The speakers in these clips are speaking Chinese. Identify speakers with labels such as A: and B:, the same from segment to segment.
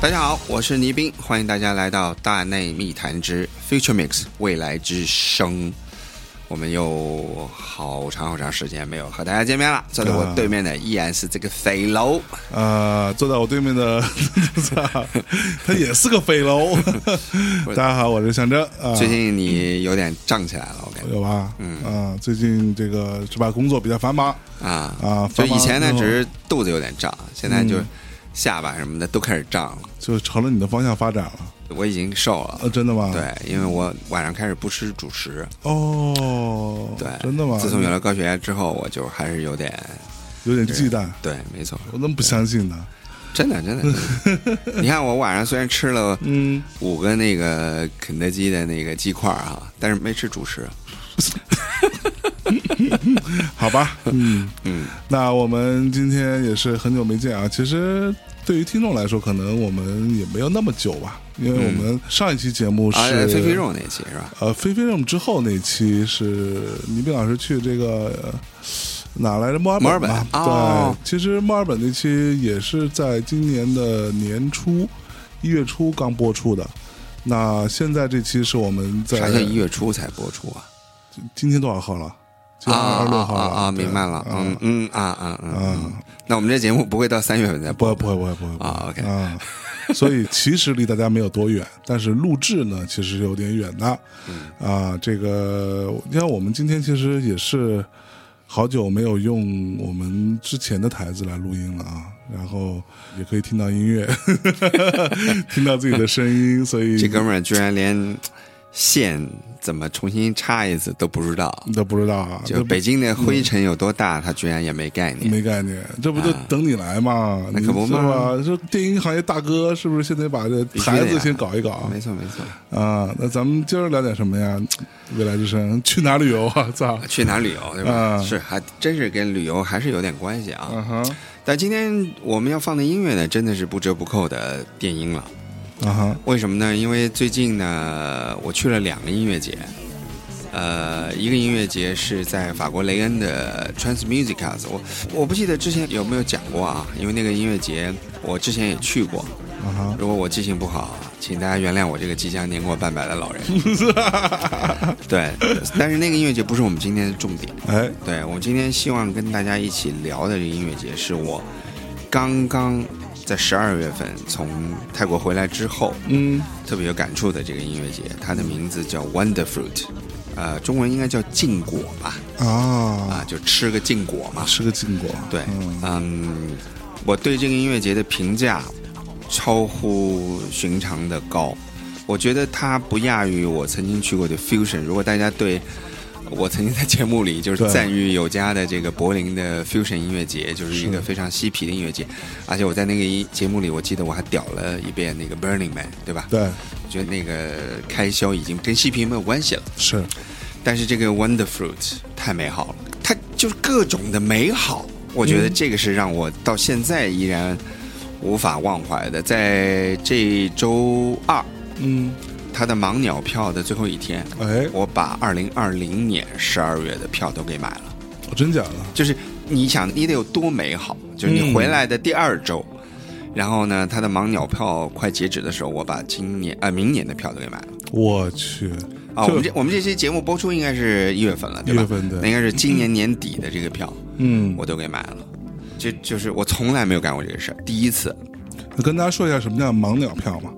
A: 大家好，我是倪斌，欢迎大家来到《大内密谈之 Future Mix 未来之声》。我们又好长好长时间没有和大家见面了。坐在我对面的依然是这个匪楼，
B: 呃，坐在我对面的， 他也是个匪 楼。大家好，我是象征。啊、
A: 最近你有点胀起来了，我感觉
B: 有吧？嗯啊，最近这个是吧，工作比较繁忙
A: 啊
B: 啊。
A: 就以前呢，
B: 繁忙
A: 只
B: 之后
A: 是肚子有点胀，现在
B: 嗯
A: 就下巴什么的都开始胀了。
B: 就朝着你的方向发展了。
A: 我已经瘦了，
B: 呃，真的吗？，
A: 对，因为我晚上开始不吃主食。
B: 哦，
A: 对，
B: 真的吗？
A: 自从有了高血压之后，我就还是有点
B: 有点忌惮，
A: 对，没错，
B: 我怎么不相信呢？
A: 真的真的。真 的你看我晚上虽然吃了
B: 嗯，
A: 五个那个肯德基的那个鸡块儿啊，但是没吃主食。
B: 好吧，嗯
A: 嗯，
B: 那我们今天也是很久没见啊。其实对于听众来说，可能我们也没有那么久吧，
A: 嗯
B: 因为我们上一期节目是、
A: 啊，飞飞肉那期是吧？
B: 呃，飞飞 r 之后那期是倪斌老师去这个呃哪来着？墨尔
A: 墨尔本
B: 本吧
A: 哦
B: 对，其实墨尔本那期也是在今年的年初一月初刚播出的。那现在这期是我们在
A: 啥叫一月初才播出啊？
B: 今天多少号了？今
A: 啊
B: 天二
A: 啊
B: 十六
A: 啊
B: 号了
A: 啊！
B: 对
A: 明白了，
B: 啊
A: 嗯嗯啊啊嗯嗯
B: 啊。
A: 那我们这节目不会到三月份再
B: 不
A: 播
B: 会不会不会不会不会
A: 啊，OK
B: 啊，所以其实离大家没有多远，但是录制呢其实有点远的，
A: 嗯
B: 啊，这个你看我们今天其实也是好久没有用我们之前的台子来录音了啊，然后也可以听到音乐， 听到自己的声音，所以
A: 这哥们儿居然连线怎么重新插一次都不知道，
B: 你都不知道啊，
A: 就
B: 这
A: 北京的灰尘有多大，他居然也没概念。
B: 没概念，这不就等你来嘛？
A: 啊那可不
B: 你是
A: 嘛
B: 吧？这电影行业大哥是不是现在把这
A: 须的
B: 台子
A: 呀
B: 先搞一搞啊？
A: 没错没错，
B: 啊，那咱们今儿聊点什么呀？未来之声去哪旅游啊？ 操！
A: 去哪旅游对吧？
B: 啊
A: 是还真是跟旅游还是有点关系啊。
B: 啊哈，
A: 但今天我们要放的音乐呢，真的是不折不扣的电音了。
B: 啊哈，
A: 为什么呢？因为最近呢，我去了两个音乐节，呃，一个音乐节是在法国雷恩的 Trans Musicas，我我不记得之前有没有讲过啊，因为那个音乐节我之前也去过。
B: 啊哈，
A: 如果我记性不好，请大家原谅我这个即将年过半百的老人。对，但是那个音乐节不是我们今天的重点。
B: 哎，
A: 对我今天希望跟大家一起聊的这个音乐节，是我刚刚在十二月份从泰国回来之后
B: 嗯，
A: 特别有感触的这个音乐节，它的名字叫 Wonder Fruit，呃，中文应该叫禁果吧，啊、
B: 啊，
A: 就吃个禁果嘛。
B: 吃个禁果，
A: 对
B: 嗯，
A: 嗯，我对这个音乐节的评价超乎寻常的高，我觉得它不亚于我曾经去过的 Fusion。如果大家对我曾经在节目里就是
B: 对
A: 赞誉有加的这个柏林的 Fusion 音乐节，就是一个非常嬉皮的音乐节，而且我在那个一节目里，我记得我还屌了一遍那个 Burning Man，对吧？
B: 对，
A: 我觉得那个开销已经跟嬉皮没有关系了。
B: 是，
A: 但是这个 Wonder Fruit 太美好了，它就是各种的美好，我觉得这个是让我到现在依然无法忘怀的。在这周二，
B: 嗯，
A: 它的盲鸟票的最后一天，
B: 哎，
A: 我把2020年12月的票都给买了。
B: 哦真假的，
A: 就是你想，你得有多美好？就是你回来的第二周，然后呢，它的盲鸟票快截止的时候，我把今年呃明年的票都给买了。
B: 我去，
A: 啊，
B: 就
A: 我们这我们这期节目播出应该是一月份了，对
B: 一
A: 吧？
B: 月份对
A: 那应该是今年年底的这个票，
B: 嗯，
A: 我都给买了。就就是我从来没有干过这个事儿，第一次
B: 那跟大家说一下什么叫盲鸟票嘛？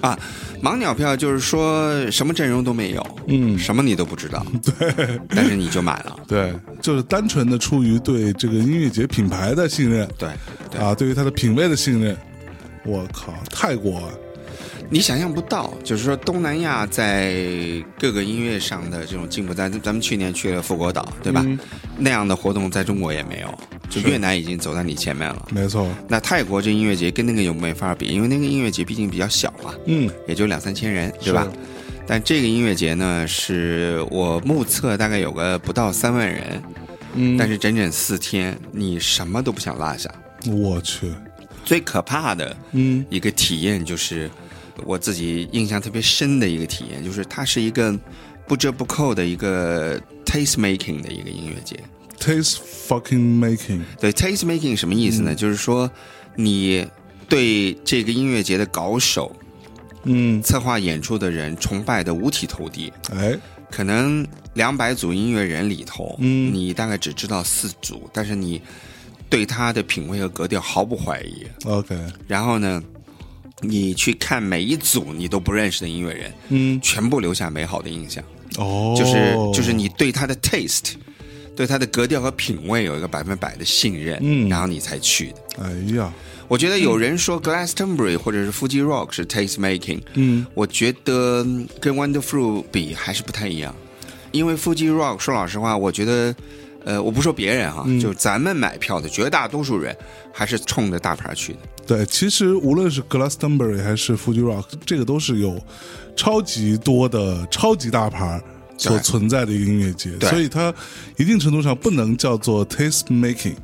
A: 啊！盲鸟票就是说什么阵容都没有，
B: 嗯
A: 什么你都不知 道，对，但是你就买了，
B: 对，就是单纯的出于对这个音乐节品牌的信任
A: 对对，
B: 啊，对于它的品味的信任。我靠，泰国啊，
A: 你想象不到，就是说东南亚在各个音乐上的这种进步，咱咱们去年去了富国岛，对
B: 嗯
A: 吧？那样的活动在中国也没有，就是越南已经走在你前面了。
B: 没错，
A: 那泰国这音乐节跟那个又没法比，因为那个音乐节毕竟比较小嘛，
B: 嗯，
A: 也就两三千人，对吧？但这个音乐节呢，是我目测大概有个不到三万人，
B: 嗯，
A: 但是整整四天，你什么都不想落下。
B: 我去，
A: 最可怕的
B: 嗯
A: 一个体验就是，我自己印象特别深的一个体验，就是它是一个不折不扣的一个 taste making 的一个音乐节。
B: ，taste fucking making，
A: 对，taste making 什么意思呢？就是说你对这个音乐节的搞手、
B: 嗯，
A: 策划演出的人崇拜的五体投地。
B: 哎，
A: 可能两百组音乐人里头，
B: 嗯
A: 你大概只知道四组，但是你对他的品味和格调毫不怀疑。
B: OK，
A: 然后呢，你去看每一组你都不认识的音乐人，
B: 嗯，
A: 全部留下美好的印象。
B: 哦，
A: 就是就是你对他的 taste，对他的格调和品味有一个百分百的信任，
B: 嗯
A: 然后你才去的。
B: Oh. 哎呀，
A: 我觉得有人说 Glastonbury 或者是 Fuji Rock 是 taste making，
B: 嗯，
A: 我觉得嗯跟 Wonderful 比还是不太一样，因为 Fuji Rock 说老实话，我觉得。呃，我不说别人哈，就咱们买票的绝大多数人还是冲着大牌去的。
B: 对，其实无论是 Glastonbury 还是 Fuji Rock，这个都是有超级多的超级大牌儿所
A: 对
B: 存在的一个音乐节，
A: 对
B: 所以它一定程度上不能叫做 taste making，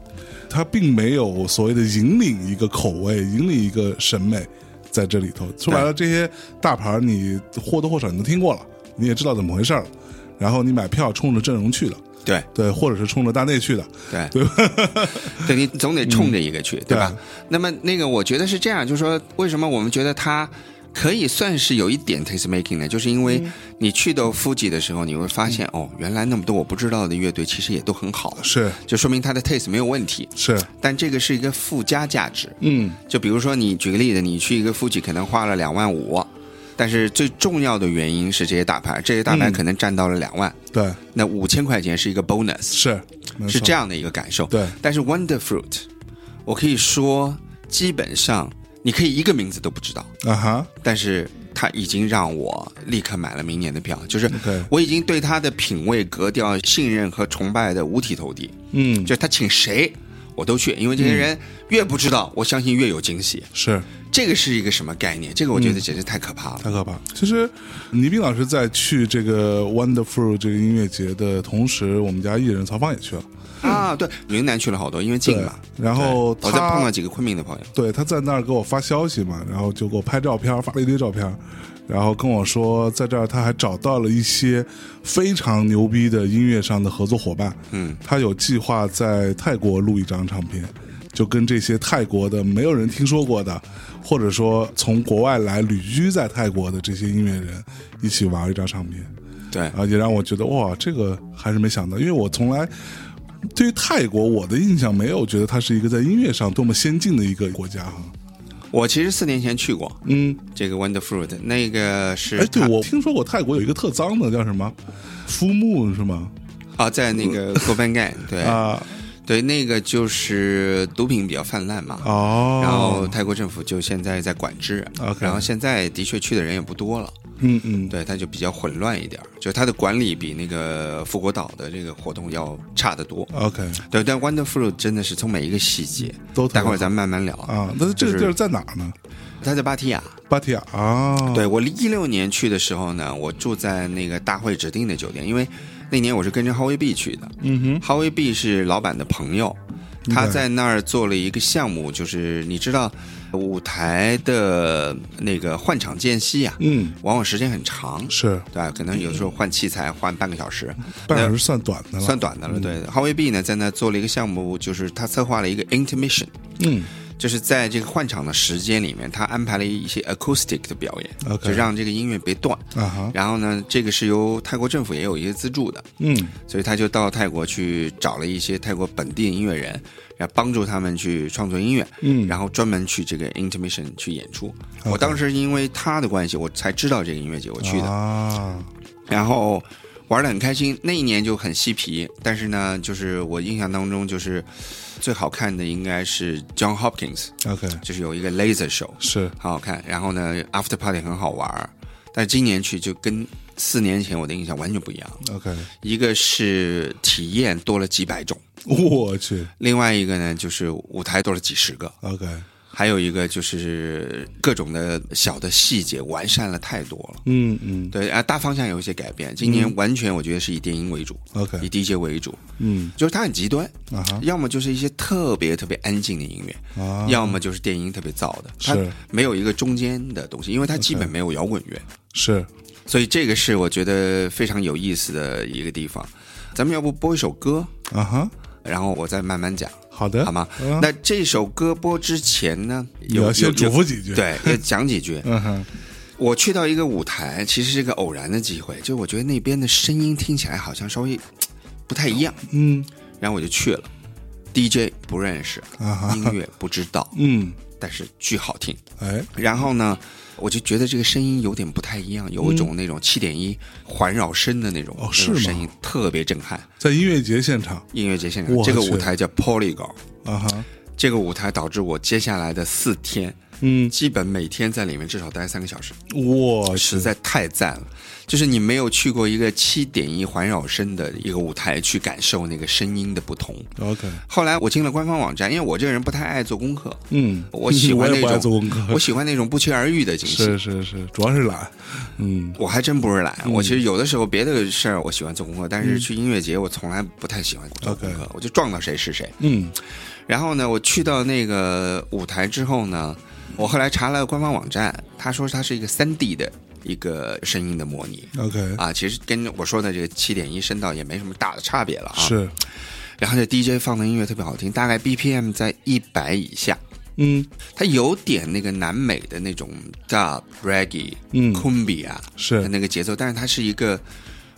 B: 它并没有所谓的引领一个口味，引领一个审美在这里头。说白了，这些大牌儿你或多或少你都听过了，你也知道怎么回事儿了，然后你买票冲着阵容去的，
A: 对
B: 对，或者是冲着大内去的，
A: 对
B: 对
A: 对，你总得冲着一个去，对吧？
B: 对
A: 那么那个，我觉得是这样，就是说，为什么我们觉得它可以算是有一点 taste making 呢？就是因为你去到 Fuji 的时候，你会发现、哦，原来那么多我不知道的乐队其实也都很好，
B: 是
A: 就说明它的 taste 没有问题。
B: 是，
A: 但这个是一个附加价值，
B: 嗯，
A: 就比如说你举个例子，你去一个 Fuji 可能花了两万五，但是最重要的原因是这些大牌，这些大牌可能占到了两万，
B: 对，
A: 那五千块钱是一个 bonus，
B: 嗯是没
A: 是
B: 错
A: 这样的一个感受。
B: 对。
A: 但是 Wonder Fruit，我可以说基本上你可以一个名字都不知道，
B: 啊哈，
A: 但是它已经让我立刻买了明年的票，就是
B: OK
A: 我已经对它的品味、格调、信任和崇拜的五体投地。
B: 嗯，
A: 就他请谁我都去，因为这些人越不知道，我相信越有惊喜。
B: 是
A: 这个是一个什么概念？这个我
B: 嗯
A: 觉得简直太可怕了。
B: 太可怕。其实，倪斌老师在去这个 Wonderful 这个音乐节的同时，我们家艺人曹芳也去了。
A: 啊，对，云南去了好多，因为近
B: 对
A: 嘛。，
B: 然后
A: 我再碰到
B: 他
A: 几个昆明的朋友。
B: 对他在那儿给我发消息嘛，然后就给我拍照片，发了一堆照片，然后跟我说在这儿他还找到了一些非常牛逼的音乐上的合作伙伴。
A: 嗯，
B: 他有计划在泰国录一张唱片，就跟这些泰国的没有人听说过的，或者说从国外来旅居在泰国的这些音乐人一起玩一张唱片。
A: 对，
B: 啊，也让我觉得哇，这个还是没想到，因为我从来对于泰国我的印象没有觉得它是一个在音乐上多么先进的一个国家哈。
A: 我其实四年前去过
B: 嗯，
A: 这个 Wonder Fruit，那个是
B: 哎，对，
A: 他
B: 我听说过泰国有一个特脏的叫什么夫木是吗？
A: 啊，在那 个 g o b a n g a n 对、
B: 啊，
A: 对，那个就是毒品比较泛滥嘛。
B: 哦，
A: 然后泰国政府就现在在管制
B: OK
A: 然后现在的确去的人也不多了，
B: 嗯嗯，
A: 对，它就比较混乱一点儿，就它的管理比那个富国岛的这个活动要差得多。
B: ，OK
A: 对，但 Wonderful 真的是从每一个细节，
B: 都
A: 待会儿
B: 儿
A: 咱们慢慢聊。
B: 啊，那这
A: 就是
B: 个地儿在哪儿呢？
A: 它在芭提雅，
B: 芭提雅啊，
A: 对我一六年去的时候呢，我住在那个大会指定的酒店，因为那年我是跟着 Howie B 去的，
B: 嗯哼，
A: 哈维 B 是老板的朋友，他在那儿做了一个项目，就是你知道舞台的那个换场间隙啊，
B: 嗯，
A: 往往时间很长，
B: 是
A: 对吧？可能有时候换器材换半个小时，
B: 半小时算短的了，
A: 算短的
B: 嗯
A: 了。对，哈维 B 呢在那儿做了一个项目，就是他策划了一个 intermission，
B: 嗯
A: 就是在这个换场的时间里面，他安排了一些 acoustic 的表演
B: OK
A: 就让这个音乐别断。
B: 啊哈，
A: 然后呢，这个是由泰国政府也有一些资助的，
B: 嗯
A: 所以他就到泰国去找了一些泰国本地的音乐人，然后帮助他们去创作音乐，
B: 嗯，
A: 然后专门去这个 intermission 去演出。
B: OK
A: 我当时因为他的关系，我才知道这个音乐节，我去的，
B: 啊，
A: 然后玩的很开心。那一年就很嬉皮，但是呢，就是我印象当中就是最好看的应该是 John Hopkins，
B: ，OK
A: 就是有一个 laser show，
B: 是
A: 很好看。然后呢，after party 很好玩儿，但是今年去就跟四年前我的印象完全不一样。
B: OK，
A: 一个是体验多了几百种，
B: 我去
A: 另外一个呢就是舞台多了几十个，
B: ，OK
A: 还有一个就是各种的小的细节完善了太多了。
B: 嗯嗯
A: 对啊，大方向有一些改变。今年完全我觉得是以电音为主，
B: ，OK，
A: 以 DJ 为主，
B: 嗯
A: 就是它很极端，
B: 啊哈
A: 要么就是一些特别特别安静的音乐，
B: 啊，
A: 要么就是电音特别燥的，它
B: 是
A: 没有一个中间的东西，因为它基本没有摇滚乐。
B: 是
A: 所以这个是我觉得非常有意思的一个地方。咱们要不播一首歌，
B: 啊哈，
A: 然后我再慢慢讲。
B: 好的，
A: 好吗？
B: 嗯
A: 那这首歌播之前呢，有
B: 也要先
A: 有
B: 嘱咐几句
A: 有对，要讲几句。
B: 嗯哼，
A: 我去到一个舞台，其实是个偶然的机会，就我觉得那边的声音听起来好像稍微嘖不太一样，
B: 嗯
A: 然后我就去了。DJ 不认识，
B: 啊哈，
A: 音乐不知道，
B: 嗯，
A: 但是巨好听。
B: 哎，
A: 然后呢，我就觉得这个声音有点不太一样，有一种那种七点一环绕声的那种，
B: 哦
A: 那种
B: 是吗
A: 声音特别震撼。
B: 在音乐节现场
A: 音乐节现场，
B: 我
A: 这个
B: 去
A: 舞台叫 Polygon，
B: 啊哈，
A: 这个舞台导致我接下来的四天
B: 嗯，
A: 基本每天在里面至少待三个小时，
B: 我
A: 实
B: 去，
A: 在太赞了。就是你没有去过一个七点一环绕声的一个舞台，去感受那个声音的不同。
B: OK，
A: 后来我进了官方网站，因为我这个人不太爱做功 课，
B: 嗯，
A: 我喜欢
B: 我也
A: 那
B: 不爱
A: 种
B: 做功课，
A: 我喜欢那种不期而遇的惊喜。
B: 是是是，主要是懒，嗯嗯
A: 我还真不是懒，我其实有的时候别的事儿我喜欢做功课，但是去音乐节我从来不太喜欢做功课，我就撞到谁是谁。
B: 嗯
A: 然后呢，我去到那个舞台之后呢，我后来查了官方网站，他说它是一个三 D 的一个声音的模拟
B: ，OK，
A: 啊，其实跟我说的这个七点一声道也没什么大的差别了啊。
B: 是，
A: 然后这 DJ 放的音乐特别好听，大概 BPM 在一百以下，
B: 嗯
A: 它有点那个南美的那种 dub、reggae、
B: 嗯，
A: cumbia
B: 是
A: 的那个节奏，但是它是一个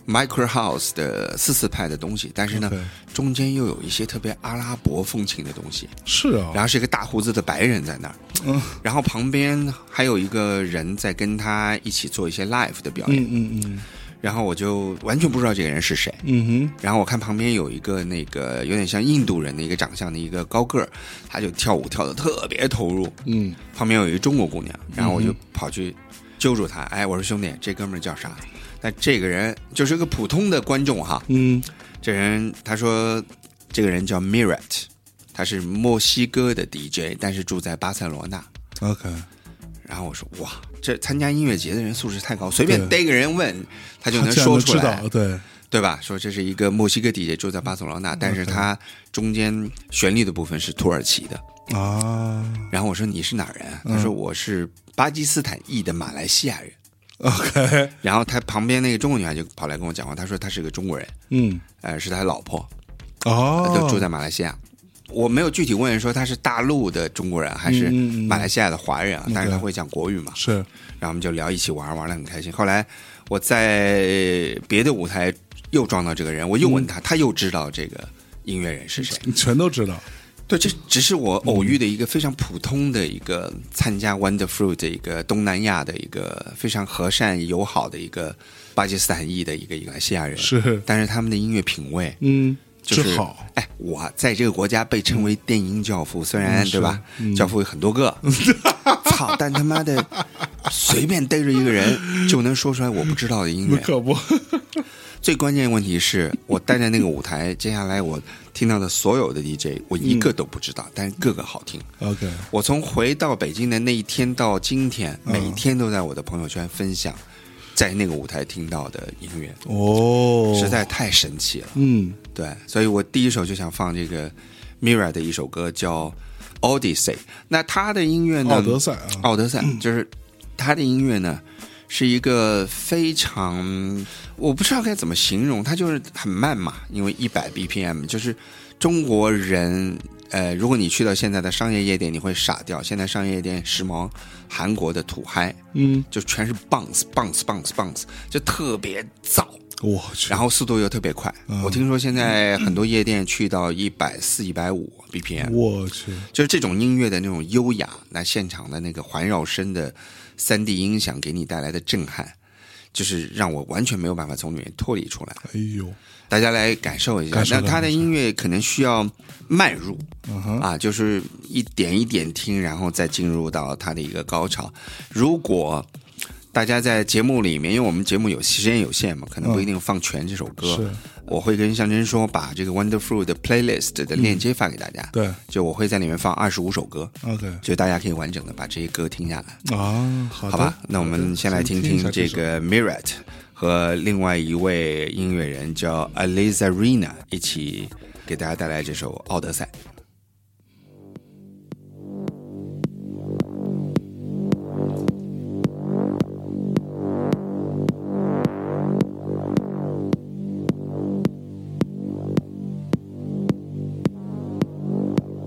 A: micro house 的四四拍的东西，但是呢
B: OK
A: 中间又有一些特别阿拉伯风情的东西。
B: 是啊，
A: 然后是一个大胡子的白人在那儿，
B: 嗯
A: 然后旁边还有一个人在跟他一起做一些 live 的表演，
B: 嗯嗯嗯
A: 然后我就完全不知道这个人是谁。
B: 嗯哼，
A: 然后我看旁边有一个那个有点像印度人的一个长相的一个高个儿，他就跳舞跳的特别投入。
B: 嗯
A: 旁边有一中国姑娘，然后我就跑去揪住他，哎，我说兄弟，这哥们儿叫啥？那这个人就是个普通的观众哈。
B: 嗯
A: 这人他说，这个人叫 Mirat，他是墨西哥的 DJ，但是住在巴塞罗那。
B: ，OK，
A: 然后我说哇，这参加音乐节的人素质太高，随便
B: 对
A: 逮个人问，他
B: 他
A: 就能
B: 竟然
A: 说
B: 能
A: 出
B: 知
A: 来
B: 道，，对，
A: 对吧？说这是一个墨西哥 DJ 住在巴塞罗
B: 嗯
A: 那，但是他中间旋律的部分是土耳其的。
B: 啊
A: 然后我说你是哪儿人啊？他
B: 嗯
A: 说我是巴基斯坦裔的马来西亚人。
B: ，OK，
A: 然后他旁边那个中国女孩就跑来跟我讲话，她说她是个中国人，
B: 嗯，
A: 呃，是他老婆，
B: 哦，
A: 就住在马来西亚。我没有具体问说他是大陆的中国人还是
B: 嗯嗯嗯
A: 马来西亚的华人啊，但是他会讲国语嘛，
B: 是，
A: 然后我们就聊一起玩，玩的很开心。后来我在别的舞台又撞到这个人，我又问他，他又知道这个音乐人是谁。
B: 你全都知道，
A: 对，这只是我偶遇的一个非常普通的一个参加 Wonderful 的一个东南亚的一个非常和善友好的一个巴基斯坦裔的一个马来西亚人，
B: 是，
A: 但是他们的音乐品味
B: 嗯，
A: 就是
B: 好，
A: 哎，我在这个国家被称为电音教父，虽然、
B: 嗯
A: 对吧，教父有很多 个，操，但他妈的随便逮着一个人就能说出来我不知道的音
B: 那
A: 乐。
B: 可不，
A: 最关键的问题是我待在那个舞台，接下来我听到的所有的 DJ，我一
B: 嗯
A: 个都不知道，但是个个好听。
B: OK，
A: 我从回到北京的那一天到今天，
B: 嗯
A: 每天都在我的朋友圈分享，在那个舞台听到的音乐，
B: 哦，
A: 实，在太神奇了。
B: 嗯
A: 对，所以我第一首就想放这个 Mira 的一首歌叫《Odyssey》。那他的音乐呢？
B: 奥德赛啊
A: 奥德赛就是他的音乐呢，是一个非常我不知道该怎么形容，它就是很慢嘛，因为一百 BPM 就是中国人。呃，如果你去到现在的商业夜店，你会傻掉。现在商业夜店时髦韩国的土嗨，
B: 嗯，
A: 就全是 bounce bounce bounce bounce，就特别燥。
B: 我去
A: 然，后速度又特别快。
B: 嗯
A: 我听说现在很多夜店去到一百四、一百五 BPM，
B: 我去，
A: 就是这种音乐的那种优雅，那现场的那个环绕声的三 D 音响给你带来的震撼，就是让我完全没有办法从里面脱离出来。
B: 哎呦，
A: 大家来感受一下
B: 感，受
A: 那
B: 感
A: 他的音乐可能需要慢入
B: 嗯哼，
A: 啊，就是一点一点听，然后再进入到他的一个高潮。如果大家在节目里面，因为我们节目有时间有限嘛，可能不一定放全这首歌。
B: 嗯是
A: 我会跟向真说把这个 Wonderful 的 playlist 的链接发给大家，
B: 对
A: 就我会在里面放二十五首歌，
B: ，OK，
A: 就大家可以完整的把这些歌听下来，
B: 啊，好
A: 好
B: 的
A: 吧？那我们先来听
B: 听一
A: 听
B: 下
A: 这
B: 首
A: 个 Mirat 和另外一位音乐人叫 Aliza Rina 一起给大家带来这首《奥德赛》。
C: Thank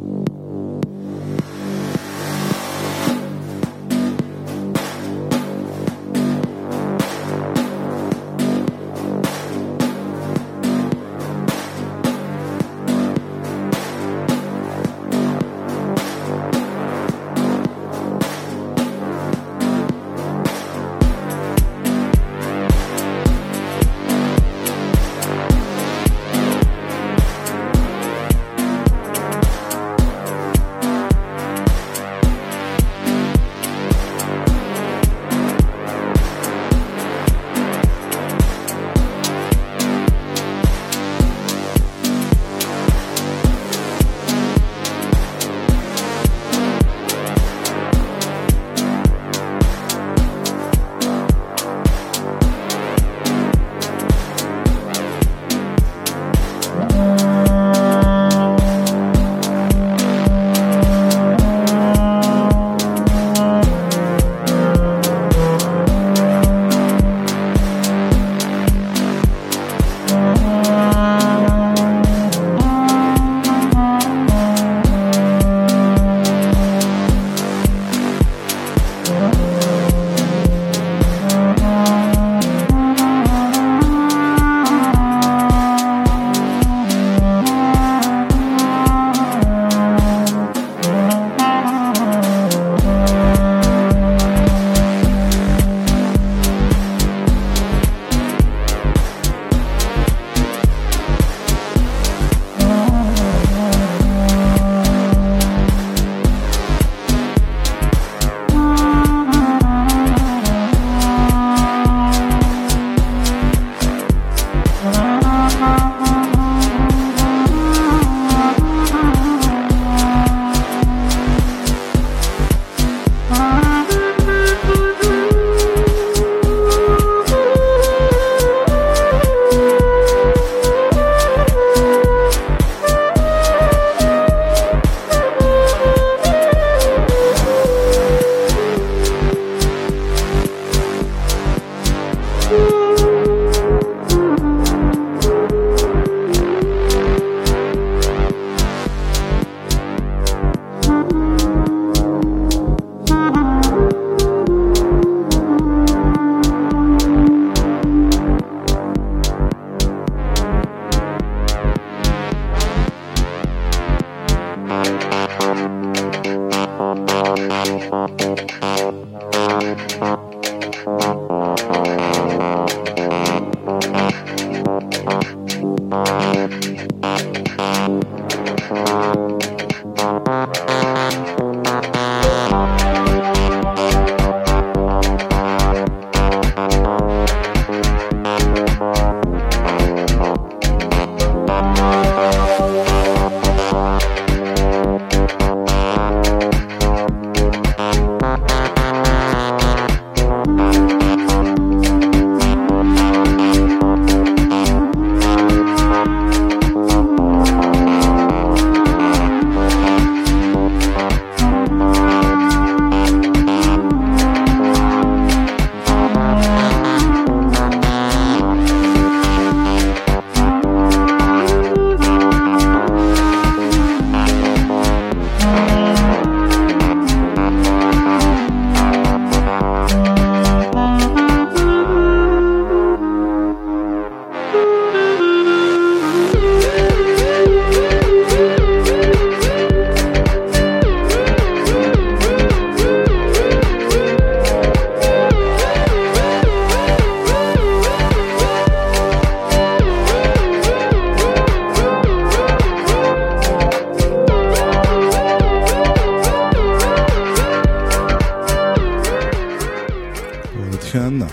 B: 我的天哪！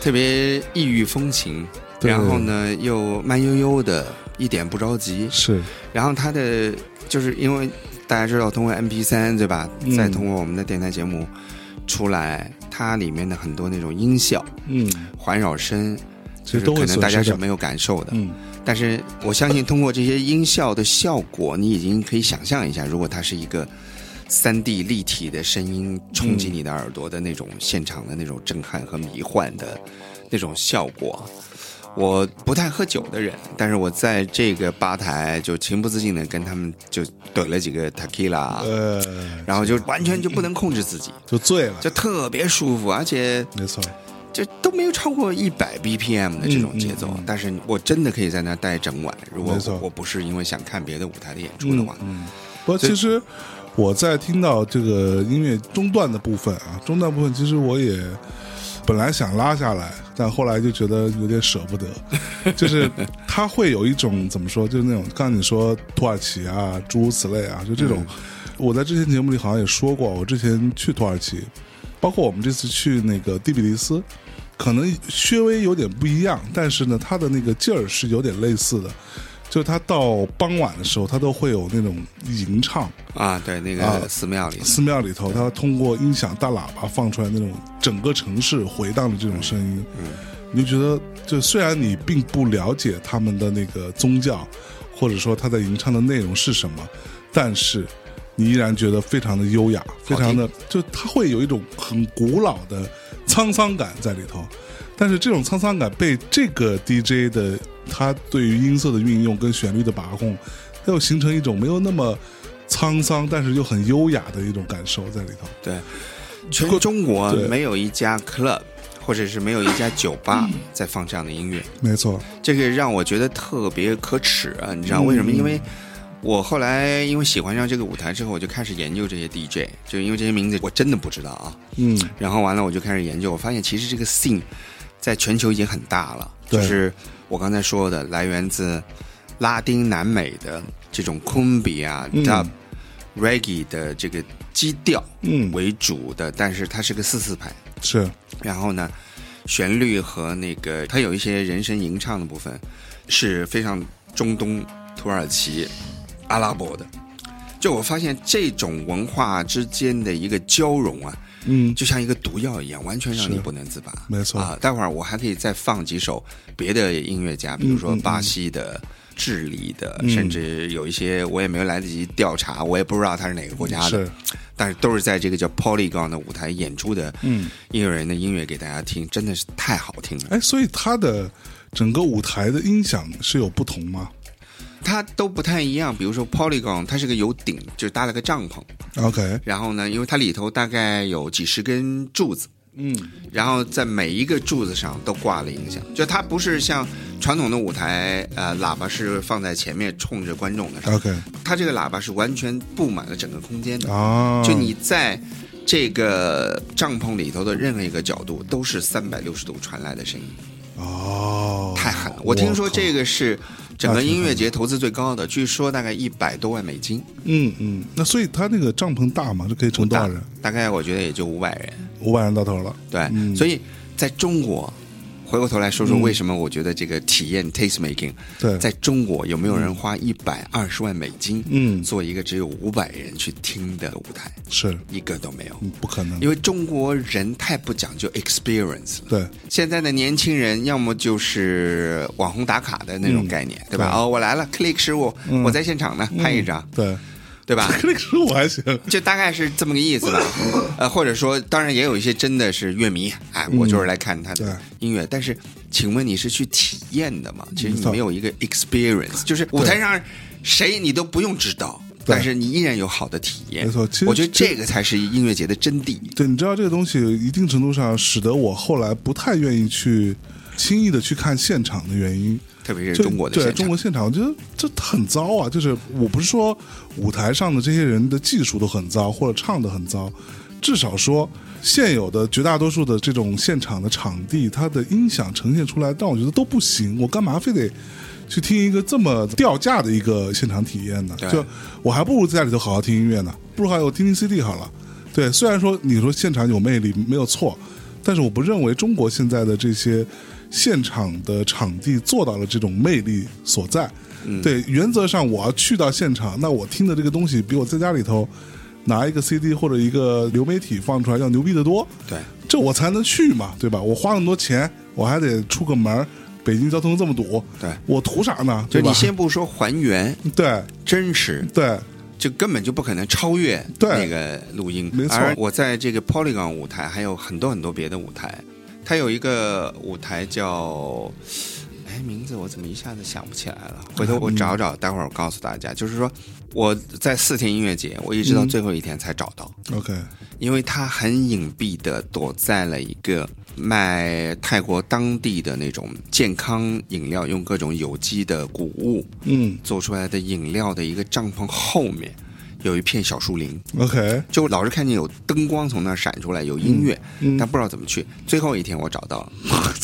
A: 特别异域风情，
B: 对
A: 然后呢又慢悠悠的，一点不着急。
B: 是
A: 然后它的就是因为大家知道通过 MP 三对吧，
B: 嗯
A: 再通过我们的电台节目出来，它里面的很多那种音效、
B: 嗯，
A: 环绕声，就
B: 其实
A: 是
B: 都会
A: 可能大
B: 损
A: 家
B: 失
A: 是
B: 的。
A: 没有感受的。
B: 嗯，
A: 但是我相信通过这些音效的效果，你已经可以想象一下，如果它是一个。三 D 立体的声音冲击你的耳朵的那种现场的那种震撼和迷幻的那种效果。我不太喝酒的人，但是我在这个吧台就情不自禁的跟他们就怼了几个 tequila，
B: 呃，
A: 然后就完全就不能控制自己，
B: 就醉了，
A: 就特别舒服，而且
B: 没错，
A: 就都没有超过一百 BPM 的这种节奏，啊
B: 嗯嗯嗯
A: 但是我真的可以在那儿待整晚。如果
B: 没错
A: 我不是因为想看别的舞台的演出的话，
B: 嗯，嗯不，
A: 所以
B: 其实我在听到这个音乐中段的部分啊，中段部分其实我也本来想拉下来，但后来就觉得有点舍不得，就是它会有一种怎么说，就是那种刚才你说土耳其啊，诸如此类啊，就这种。我在之前节目里好像也说过，我之前去土耳其，包括我们这次去那个第比利斯。可能稍微有点不一样，但是呢，它的那个劲儿是有点类似的，就是它到傍晚的时候，它都会有那种吟唱，
A: 啊，对，那
B: 啊
A: 个寺庙里，
B: 寺庙里头，它通过音响大喇叭放出来那种整个城市回荡的这种声音，嗯，你就觉得，就虽然你并不了解他们的那个宗教，或者说他在吟唱的内容是什么，但是你依然觉得非常的优雅，非常的，就它会有一种很古老的沧桑感在里头，但是这种沧桑感被这个 DJ 的他对于音色的运用跟旋律的把控，它又形成一种没有那么沧桑，但是又很优雅的一种感受在里头。
A: 对，全中国
B: 对
A: 没有一家 club 或者是没有一家酒吧
B: 嗯
A: 在放这样的音乐，
B: 没错，
A: 这个让我觉得特别可耻啊！你知
B: 嗯
A: 道为什么？因为我后来因为喜欢上这个舞台之后，我就开始研究这些 DJ，就因为这些名字我真的不知道啊。
B: 嗯，
A: 然后完了我就开始研究，我发现其实这个 scene 在全球已经很大了，
B: 对
A: 就是我刚才说的，来源自拉丁南美的这种昆比啊、
B: 嗯
A: dub、reggae 的这个基调
B: 嗯
A: 为主的，但是它是个四四拍，
B: 是，
A: 然后呢，旋律和那个它有一些人声吟唱的部分是非常中东、土耳其、阿拉伯的。就我发现这种文化之间的一个交融啊，
B: 嗯，
A: 就像一个毒药一样，完全让你不能自拔。
B: 没错
A: 啊，待会儿我还可以再放几首别的音乐家，比如说
B: 嗯嗯
A: 巴西的、智利的，
B: 嗯
A: 甚至有一些我也没有来得及调查，我也不知道他是哪个国家的
B: 是，，
A: 但是都是在这个叫 Polygon 的舞台演出的
B: 嗯，
A: 音乐人的音乐给大家听，真的是太好听了。
B: 哎，所以它的整个舞台的音响是有不同吗
A: 它都不太一样，比如说 Polygon，它是个有顶，就是搭了个帐篷，
B: ？OK，
A: 然后呢，因为它里头大概有几十根柱子。
B: 嗯，
A: 然后在每一个柱子上都挂了音响，就它不是像传统的舞台，呃，喇叭是放在前面冲着观众的，
B: ，OK，
A: 它这个喇叭是完全布满了整个空间的，
B: 嗯啊，
A: 就你在这个帐篷里头的任何一个角度都是三百六十度传来的声音，
B: 哦，哦，
A: 太狠了。我听说这个是整个音乐节投资最高的，据说大概一百多万美金，
B: 嗯嗯，那所以他那个帐篷大嘛，这可以盛多少人？
A: 大概我觉得也就五百人。
B: 五百人到头了。
A: 对，
B: 嗯
A: 所以在中国，回过头来说说为什么我觉得这个体验 taste making
B: 对，
A: 在中国有没有人花一百二十万美金，
B: 嗯
A: 做一个只有五百人去听的舞台，
B: 是
A: 一个都没有。
B: 嗯不可能
A: 因，为中国人太不讲究 experience 了。
B: 对，
A: 现在的年轻人要么就是网红打卡的那种概念，对吧？
B: 嗯对嗯
A: 哦，我来了，click 失误，我在现场呢，拍一张，
B: 对，
A: 对吧？
B: 那个时候我还行，
A: 就大概是这么个意思吧，
B: 嗯
A: 呃，或者说，当然也有一些真的是乐迷，哎，我就是来看他的音乐。但是，请问你是去体验的吗？其实
B: 嗯没
A: 你
B: 错
A: 没有一个 experience，就是舞台上谁你都不用知道，
B: 对
A: 但是你依然有好的体验。
B: 没错其实
A: 我觉得
B: 这
A: 这个才是音乐节的真谛。
B: 对，你知道这个东西一定程度上使得我后来不太愿意去轻易的去看现场的原因。
A: 特别是
B: 就
A: 中国的
B: 对
A: 现
B: 中
A: 场
B: 国现场，我觉得这很糟啊！就是我不是说舞台上的这些人的技术都很糟，或者唱的很糟，至少说现有的绝大多数的这种现场的场地，它的音响呈现出来，但我觉得都不行。我干嘛非得去听一个这么掉价的一个现场体验呢？
A: 对
B: 就我还不如在家里头好好听音乐呢，不如还有听听 CD 好了。对，虽然说你说现场有魅力没有错，但是我不认为中国现在的这些现场的场地做到了这种魅力所在。
A: 嗯
B: 对，原则上我要去到现场，那我听的这个东西比我在家里头拿一个 CD 或者一个流媒体放出来要牛逼得多。
A: 对，
B: 这我才能去嘛，对吧？我花那么多钱，我还得出个门儿，北京交通这么堵，
A: 对
B: 我图啥呢？
A: 就
B: 对吧？
A: 你先不说还原
B: 对
A: 真实，
B: 对
A: 就根本就不可能超越
B: 对
A: 那个录音。
B: 没错
A: 而我在这个 Polygon 舞台还有很多很多别的舞台，它有一个舞台叫，哎，名字我怎么一下子想不起来了？
B: 嗯
A: 回头我找找，待会儿我告诉大家。就是说我在四天音乐节，我一直到
B: 嗯
A: 最后一天才找到，
B: ，OK，
A: 因为它很隐蔽的躲在了一个。卖泰国当地的那种健康饮料，用各种有机的谷物
B: 嗯
A: 做出来的饮料的一个帐篷后面，有一片小树林，
B: ，OK，
A: 就老是看见有灯光从那儿闪出来，有音乐，
B: 嗯嗯
A: 但不知道怎么去。最后一天我找到 了，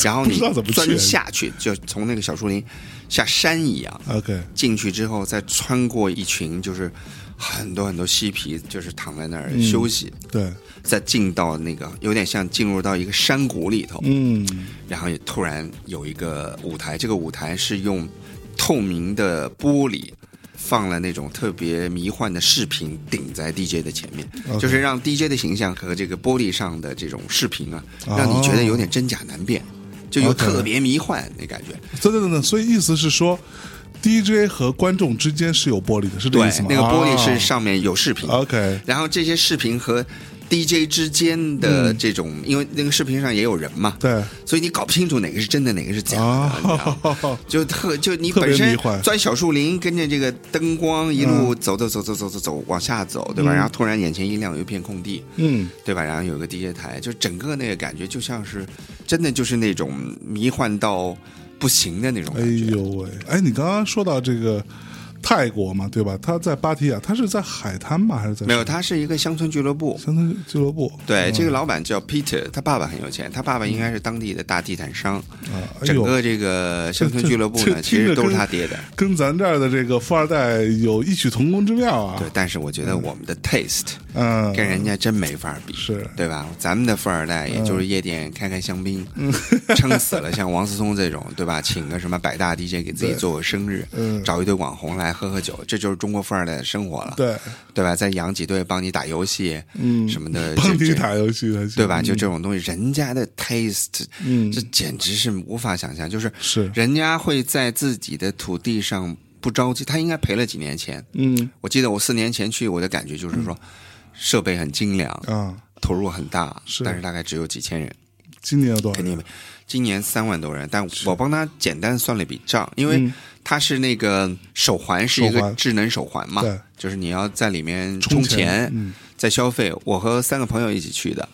A: 然后
B: 不
A: 你
B: 知道怎么去
A: 钻下去，就从那个小树林像山一样
B: OK，
A: 进去之后，再穿过一群就是很多很多嬉皮，就是躺在那
B: 嗯
A: 儿休息，
B: 对，
A: 再进到那个有点像进入到一个山谷里头，
B: 嗯
A: 然后也突然有一个舞台，这个舞台是用透明的玻璃放了那种特别迷幻的视频顶在 DJ 的前面
B: OK
A: 就是让 DJ 的形象和这个玻璃上的这种视频啊，
B: 哦
A: 让你觉得有点真假难辨，就有
B: OK
A: 特别迷幻那感觉。
B: 等等等等，所以意思是说，DJ 和观众之间是有玻璃的，是这意思吗？
A: 那个玻璃是
B: 啊
A: 上面有视频
B: OK，
A: 然后这些视频和 DJ 之间的
B: 嗯
A: 这种，因为那个视频上也有人嘛，
B: 对，
A: 所以你搞不清楚哪个是真的，哪个是假的，你知道吗？
B: 啊，
A: 就特就你
B: 特别
A: 本身
B: 迷幻
A: 钻小树林，跟着这个灯光一路走走走走走走走往下走，对吧？然后突然眼前一亮，有一片空地，
B: 嗯，
A: 对吧？然后有个 DJ 台，就整个那个感觉就像是真的就是那种迷幻到不行的那种
B: 哎
A: 感觉。
B: 呦喂，哎，你刚刚说到这个泰国嘛，对吧？他在芭提雅，他是在海滩吗？还是在
A: 没有，它是一个乡村俱乐部。
B: 相当于俱乐部？
A: 对，这个老板叫 Peter，他爸爸很有钱，他爸爸应该是当地的大地产商。
B: 啊，哎
A: 整
B: 呦，
A: 个这个乡村俱乐部
B: 这
A: 呢，
B: 这
A: 其实
B: 这个
A: 都是
B: 跟
A: 他爹的。
B: 跟咱这儿的这个富二代有异曲同工之妙啊
A: 对，。但是我觉得我们的 taste
B: 嗯，
A: 跟人家真没法比。
B: 是嗯
A: 对吧？咱们的富二代也就是夜店开开香槟，撑死了。像王思聪这种，对吧？请个什么百大 DJ 给自己做个生日，
B: 嗯
A: 找一堆网红来喝喝酒，这就是中国富二代的生活了，
B: 对，
A: 对吧？再养几队帮你打游戏，
B: 嗯
A: 什么的，
B: 帮
A: 这
B: 你
A: 这
B: 打游戏才行，
A: 对吧？就这种东西，人家的 taste，
B: 嗯
A: 这简直是无法想象。就是
B: 是
A: 人家会在自己的土地上不着急，他应该赔了几年钱。
B: 嗯
A: 我记得我四年前去，我的感觉就是说，设备很精良，
B: 啊，
A: 投入很大，
B: 是嗯
A: 但是大概只有几千人，
B: 今年有多少
A: 肯定
B: 人
A: 没。今年三万多人，但我帮他简单算了一笔账，因为
B: 嗯
A: 他是那个手环是一
B: 手
A: 个
B: 环
A: 智能手环嘛
B: 对，
A: 就是你要在里面
B: 充
A: 充
B: 钱
A: 钱，
B: 嗯
A: 再消费。我和三个朋友一起去的，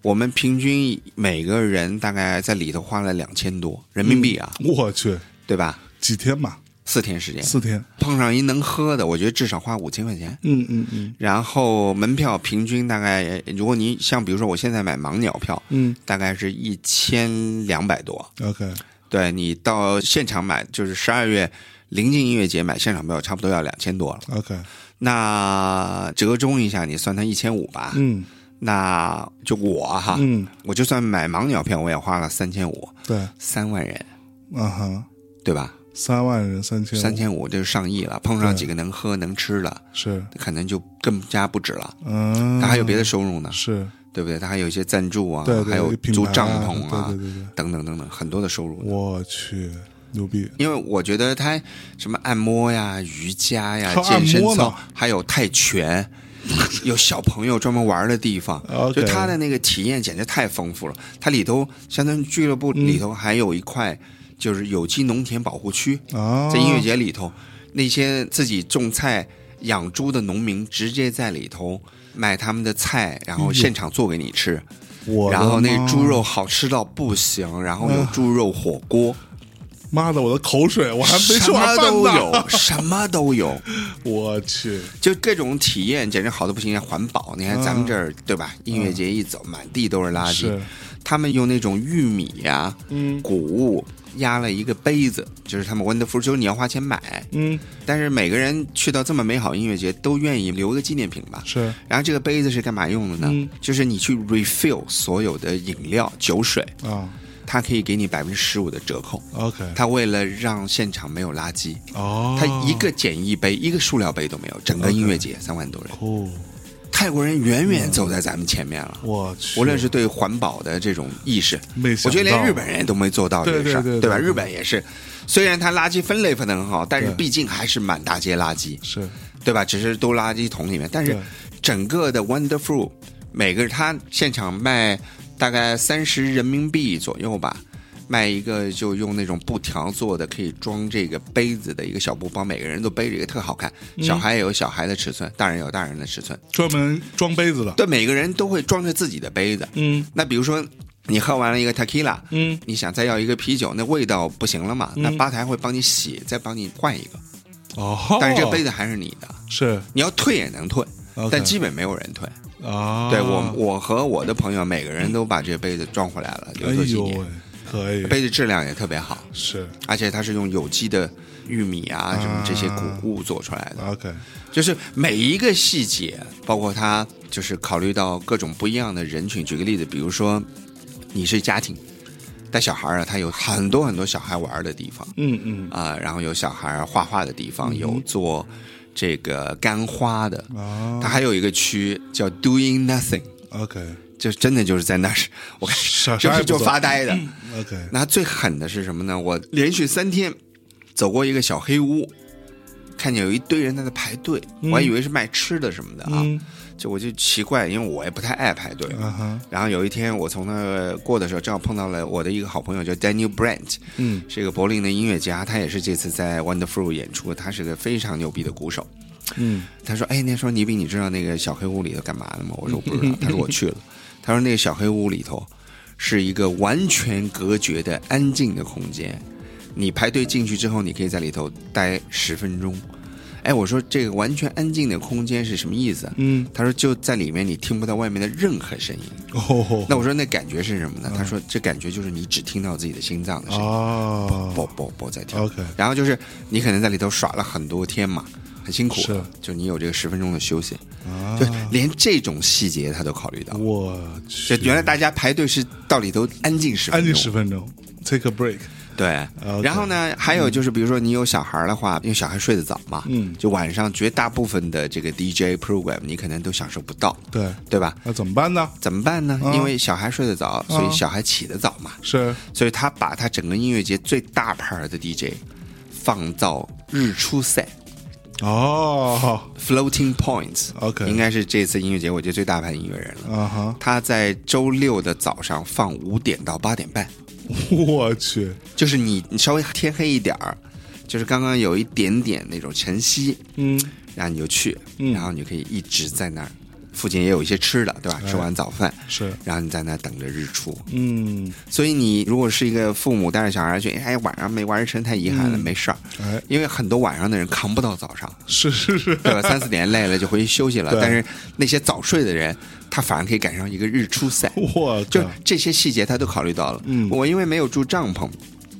A: 我们平均每个人大概在里头花了两千多人民币啊，
B: 我去，
A: 对吧？
B: 几天嘛？
A: 四天时间，
B: 嗯四天。
A: 碰上一能喝的，我觉得至少花五千块钱。
B: 嗯嗯嗯
A: 然后门票平均大概，如果你像比如说我现在买盲鸟票，
B: 嗯
A: 大概是一千两百多，
B: ，OK，
A: 对你到现场买，就是十二月临近音乐节买现场票，差不多要两千多了。
B: OK，
A: 那折中一下，你算它一千五吧。
B: 嗯
A: 那就我哈，
B: 嗯，
A: 我就算买盲鸟票，我也花了三千五，
B: 对，
A: 三万人，
B: 啊哈，
A: 对吧？
B: 三万人三千
A: 三千五就是上亿了，碰上几个能喝能吃的，
B: 是，
A: 可能就更加不止了。
B: 嗯，
A: 他还有别的收入呢，
B: 是，
A: 对不对？他还有一些赞助啊，
B: 对对，
A: 还有
B: 品
A: 租
B: 牌
A: 帐篷啊，
B: 对对对对，
A: 等等等等，很多的收入。
B: 我去，牛逼，
A: 因为我觉得他什么按摩呀、瑜伽呀
B: 还、有
A: 健身
B: 按摩呢
A: 操，还有泰拳， 有小朋友专门玩的地方
B: OK
A: 就他的那个体验简直太丰富了。它里头相当于俱乐
B: 嗯
A: 部里头还有一块就是有机农田保护区，
B: 啊，
A: 在音乐节里头，那些自己种菜养猪的农民直接在里头卖他们的菜，然
B: 哎
A: 后现场做给你吃。
B: 我的
A: 然后那
B: 妈
A: 猪肉好吃到不行，然后有猪肉火锅，
B: 妈的，我的口水， 我还没
A: 什
B: 吃
A: 么
B: 完
A: 都
B: 饭呢。
A: 有，什么都有，
B: 我去，
A: 就各种体验简直好的不行。环保，你看咱们这儿对吧？音乐节一走，满地都是垃圾
B: 嗯是。
A: 他们用那种玉米呀、
B: 嗯
A: 谷物压了一个杯子，就是他们 Wonderful，就是你要花钱买。
B: 嗯，
A: 但是每个人去到这么美好音乐节，都愿意留个纪念品吧。
B: 是
A: 然后这个杯子是干嘛用的呢？
B: 嗯
A: 就是你去 refill 所有的饮料、酒水，
B: 啊
A: 它可以给你百分之十五的折扣。
B: ，OK，
A: 它为了让现场没有垃圾，
B: 哦，
A: 它一个简易杯、一个塑料杯都没有，整个音乐节三万多人，
B: 酷，
A: 泰国人远远走在咱们前面了。
B: 我去，
A: 无论是对环保的这种意识，
B: 没想
A: 我
B: 到
A: 觉得连日本人都没做到这个
B: 对
A: 事儿，
B: 对对
A: 吧？
B: 对
A: 日本也是，虽然它垃圾分类分得很好，但是
B: 对
A: 毕竟还是满大街垃圾，
B: 是
A: 对吧？只是都垃圾桶里面，但是
B: 对
A: 整个的 Wonderful，每个他现场卖大概三十人民币左右吧，卖一个就用那种布条做的，可以装这个杯子的一个小布包，每个人都背着一个，特好看。小孩也有小孩的尺寸，大人有大人的尺寸，
B: 专门装杯子的，
A: 对，每个人都会装着自己的杯子。
B: 嗯
A: 那比如说。你喝完了一个 tequila，
B: 嗯，
A: 你想再要一个啤酒，那味道不行了嘛？那吧台会帮你洗，再帮你换一个，
B: 哦，
A: 但是这个杯子还是你的，
B: 是
A: 你要退也能退
B: OK
A: 但基本没有人退。
B: 啊，
A: 对我，我和我的朋友每个人都把这杯子装回来了，
B: 哎
A: 留作纪
B: 呦
A: 念。
B: 喂，可以，
A: 杯子质量也特别好，
B: 是
A: 而且它是用有机的玉米啊什么这些谷物做出来的，
B: OK，
A: 就是每一个细节，包括它就是考虑到各种不一样的人群。举个例子，比如说你是家庭带小孩儿啊，它有很多很多小孩玩儿的地方
B: 嗯嗯
A: 啊、然后有小孩儿画画的地方，有做这个干花的，它
B: 啊
A: 还有一个区叫 Doing Nothing。
B: ，OK，
A: 就真的就是在 那儿，我看
B: 啥
A: 就是
B: 啥也不
A: 就
B: 做
A: 发呆
B: 嗯
A: 的。
B: OK，
A: 那最狠的是什么呢？我连续三天走过一个小黑屋，看见有一堆人在那排队，我还以为是卖吃的什么的啊，
B: 嗯
A: 就我就奇怪，因为我也不太爱排队。
B: 啊哈，
A: 然后有一天我从那儿过的时候，正好碰到了我的一个好朋友叫 Daniel Brandt，
B: 嗯
A: 是一个柏林的音乐家，他也是这次在 Wonderful 演出，他是个非常牛逼的鼓手。
B: 嗯
A: 他说：“哎，那时候倪斌，你知道那个小黑屋里头干嘛的吗？”我说：“我不知道。”他说：“我去了。”他说：“那个小黑屋里头是一个完全隔绝的安静的空间，你排队进去之后，你可以在里头待十分钟。”哎，我说这个完全安静的空间是什么意思？啊
B: 嗯，
A: 他说就在里面你听不到外面的任何声音。
B: 哦，
A: 那我说那感觉是什么呢？他说这感觉就是你只听到自己的心脏的声音。
B: 啊
A: 啵啵啵在跳。
B: OK
A: 然后就是你可能在里头耍了很多天嘛，很辛苦
B: 是
A: 就你有这个十分钟的休息，
B: 啊哦
A: 就，连这种细节他都考虑到。
B: 我去
A: 就，原来大家排队是到里头安静十分
B: 安
A: 钟，
B: 静十分钟，take a break，
A: 对。
B: OK
A: 然后呢，还有就是比如说你有小孩的话，因为小孩睡得早嘛，
B: 嗯
A: 就晚上绝大部分的这个 DJ program 你可能都享受不到，
B: 对，
A: 对吧？
B: 那怎么办呢？
A: 怎么办呢？
B: 嗯
A: 因为小孩睡得早，所以
B: 啊
A: 小孩起得早嘛。
B: 是
A: 所以他把他整个音乐节最大牌儿的 DJ 放到日出赛
B: 哦
A: （Floating Points）。
B: OK
A: 应该是这次音乐节我觉得最大牌音乐人了。
B: 啊哈，
A: 他在周六的早上放五点到八点半，
B: 我去，
A: 就是你你稍微天黑一点儿，就是刚刚有一点点那种晨曦，
B: 嗯
A: 然后你就去，
B: 嗯
A: 然后你就可以一直在那儿。附近也有一些吃的，对吧？吃完早饭，
B: 是，
A: 然后你在那儿等着日出。
B: 嗯，
A: 所以你如果是一个父母带着小孩去，哎，晚上没玩成太遗憾了，没事儿。
B: 哎，
A: 因为很多晚上的人扛不到早上，
B: 是是是，
A: 对吧？ 三四点累了就回去休息了。
B: 对
A: 但是那些早睡的人，他反而可以赶上一个日出赛，
B: 我
A: 就
B: 靠
A: 这些细节他都考虑到了。
B: 嗯
A: 我因为没有住帐篷，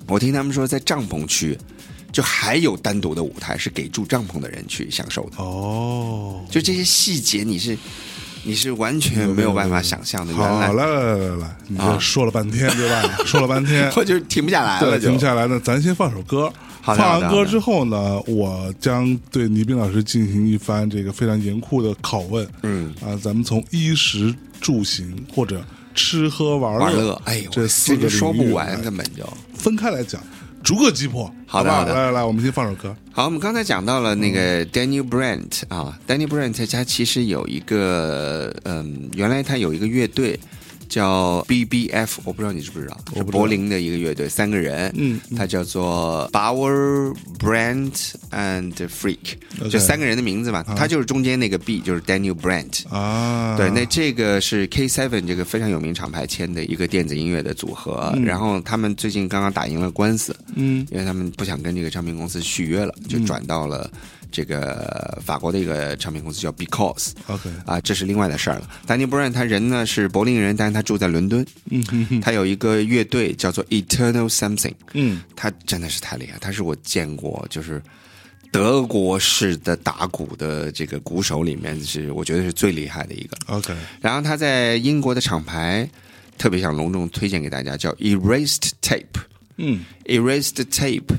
A: 我听他们说，在帐篷区，就还有单独的舞台是给住帐篷的人去享受的。
B: 哦，
A: 就这些细节，你是你是完全没有办法想象的。原来
B: 好，来来来来来，你这说了半 天对吧？说了半天，
A: 我 就停不下来了
B: 对，
A: 就，
B: 停不下来呢，咱先放首歌。
A: 好的
B: 放
A: 好
B: 完
A: 的
B: 歌之后呢，我将对倪斌老师进行一番这个非常严酷的拷问。
A: 嗯
B: 啊，咱们从衣食住行或者吃喝玩
A: 玩乐，哎呦，
B: 这四个
A: 真是说
B: 领域
A: 不完，
B: 来
A: 根本就。
B: 分开来讲，逐个击破。
A: 好
B: 不
A: 的
B: 好
A: 好的
B: 来来来，我们先放首歌。
A: 好，我们刚才讲到了那
B: 嗯
A: 个 Daniel Brent 啊，Daniel Brent 他其实有一个，嗯，原来他有一个乐队叫 BBF，我不知道你知不知道，是
B: 不知道
A: 柏林的一个乐队，三个人，
B: 嗯，
A: 他叫做 Bauer Brent and Freak，
B: OK
A: 就三个人的名字嘛，他就是中间那个 B 就是 Daniel Brent，
B: 啊，
A: 对，那这个是 K Seven 这个非常有名厂牌签的一个电子音乐的组合，然后他们最近刚刚打赢了官司，
B: 嗯，
A: 因为他们不想跟这个唱片公司续约了，就转到了这个法国的一个唱片公司叫 Because。
B: OK，
A: 啊，这是另外的事儿了。丹尼布伦他人呢是柏林人，但是他住在伦敦。
B: 嗯哼哼，
A: 他有一个乐队叫做 Eternal Something，
B: 嗯，
A: 他真的是太厉害，他是我见过就是德国式的打鼓的这个鼓手里面是我觉得是最厉害的一个。
B: OK，
A: 然后他在英国的厂牌特别想隆重推荐给大家，叫 Erased Tape。
B: 嗯
A: Erased Tape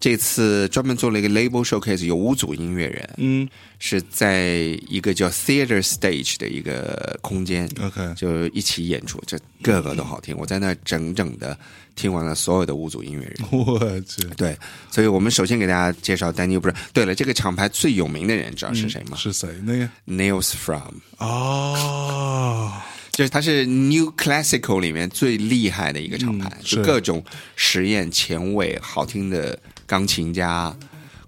A: 这次专门做了一个 label showcase，有五组音乐人，
B: 嗯
A: 是在一个叫 Theater Stage 的一个空间，
B: ，OK，
A: 就一起演出，这个个都好听。我在那整整的听完了所有的五组音乐人。
B: 我去，
A: 对，所以我们首先给大家介绍 Daniel Bryan。对了，这个厂牌最有名的人知道是谁吗、
B: 是谁呢？
A: n a i l s From，
B: 哦，
A: 就是他是 New Classical 里面最厉害的一个厂牌，
B: 嗯
A: 就是各种实验、前卫、好听的钢琴家、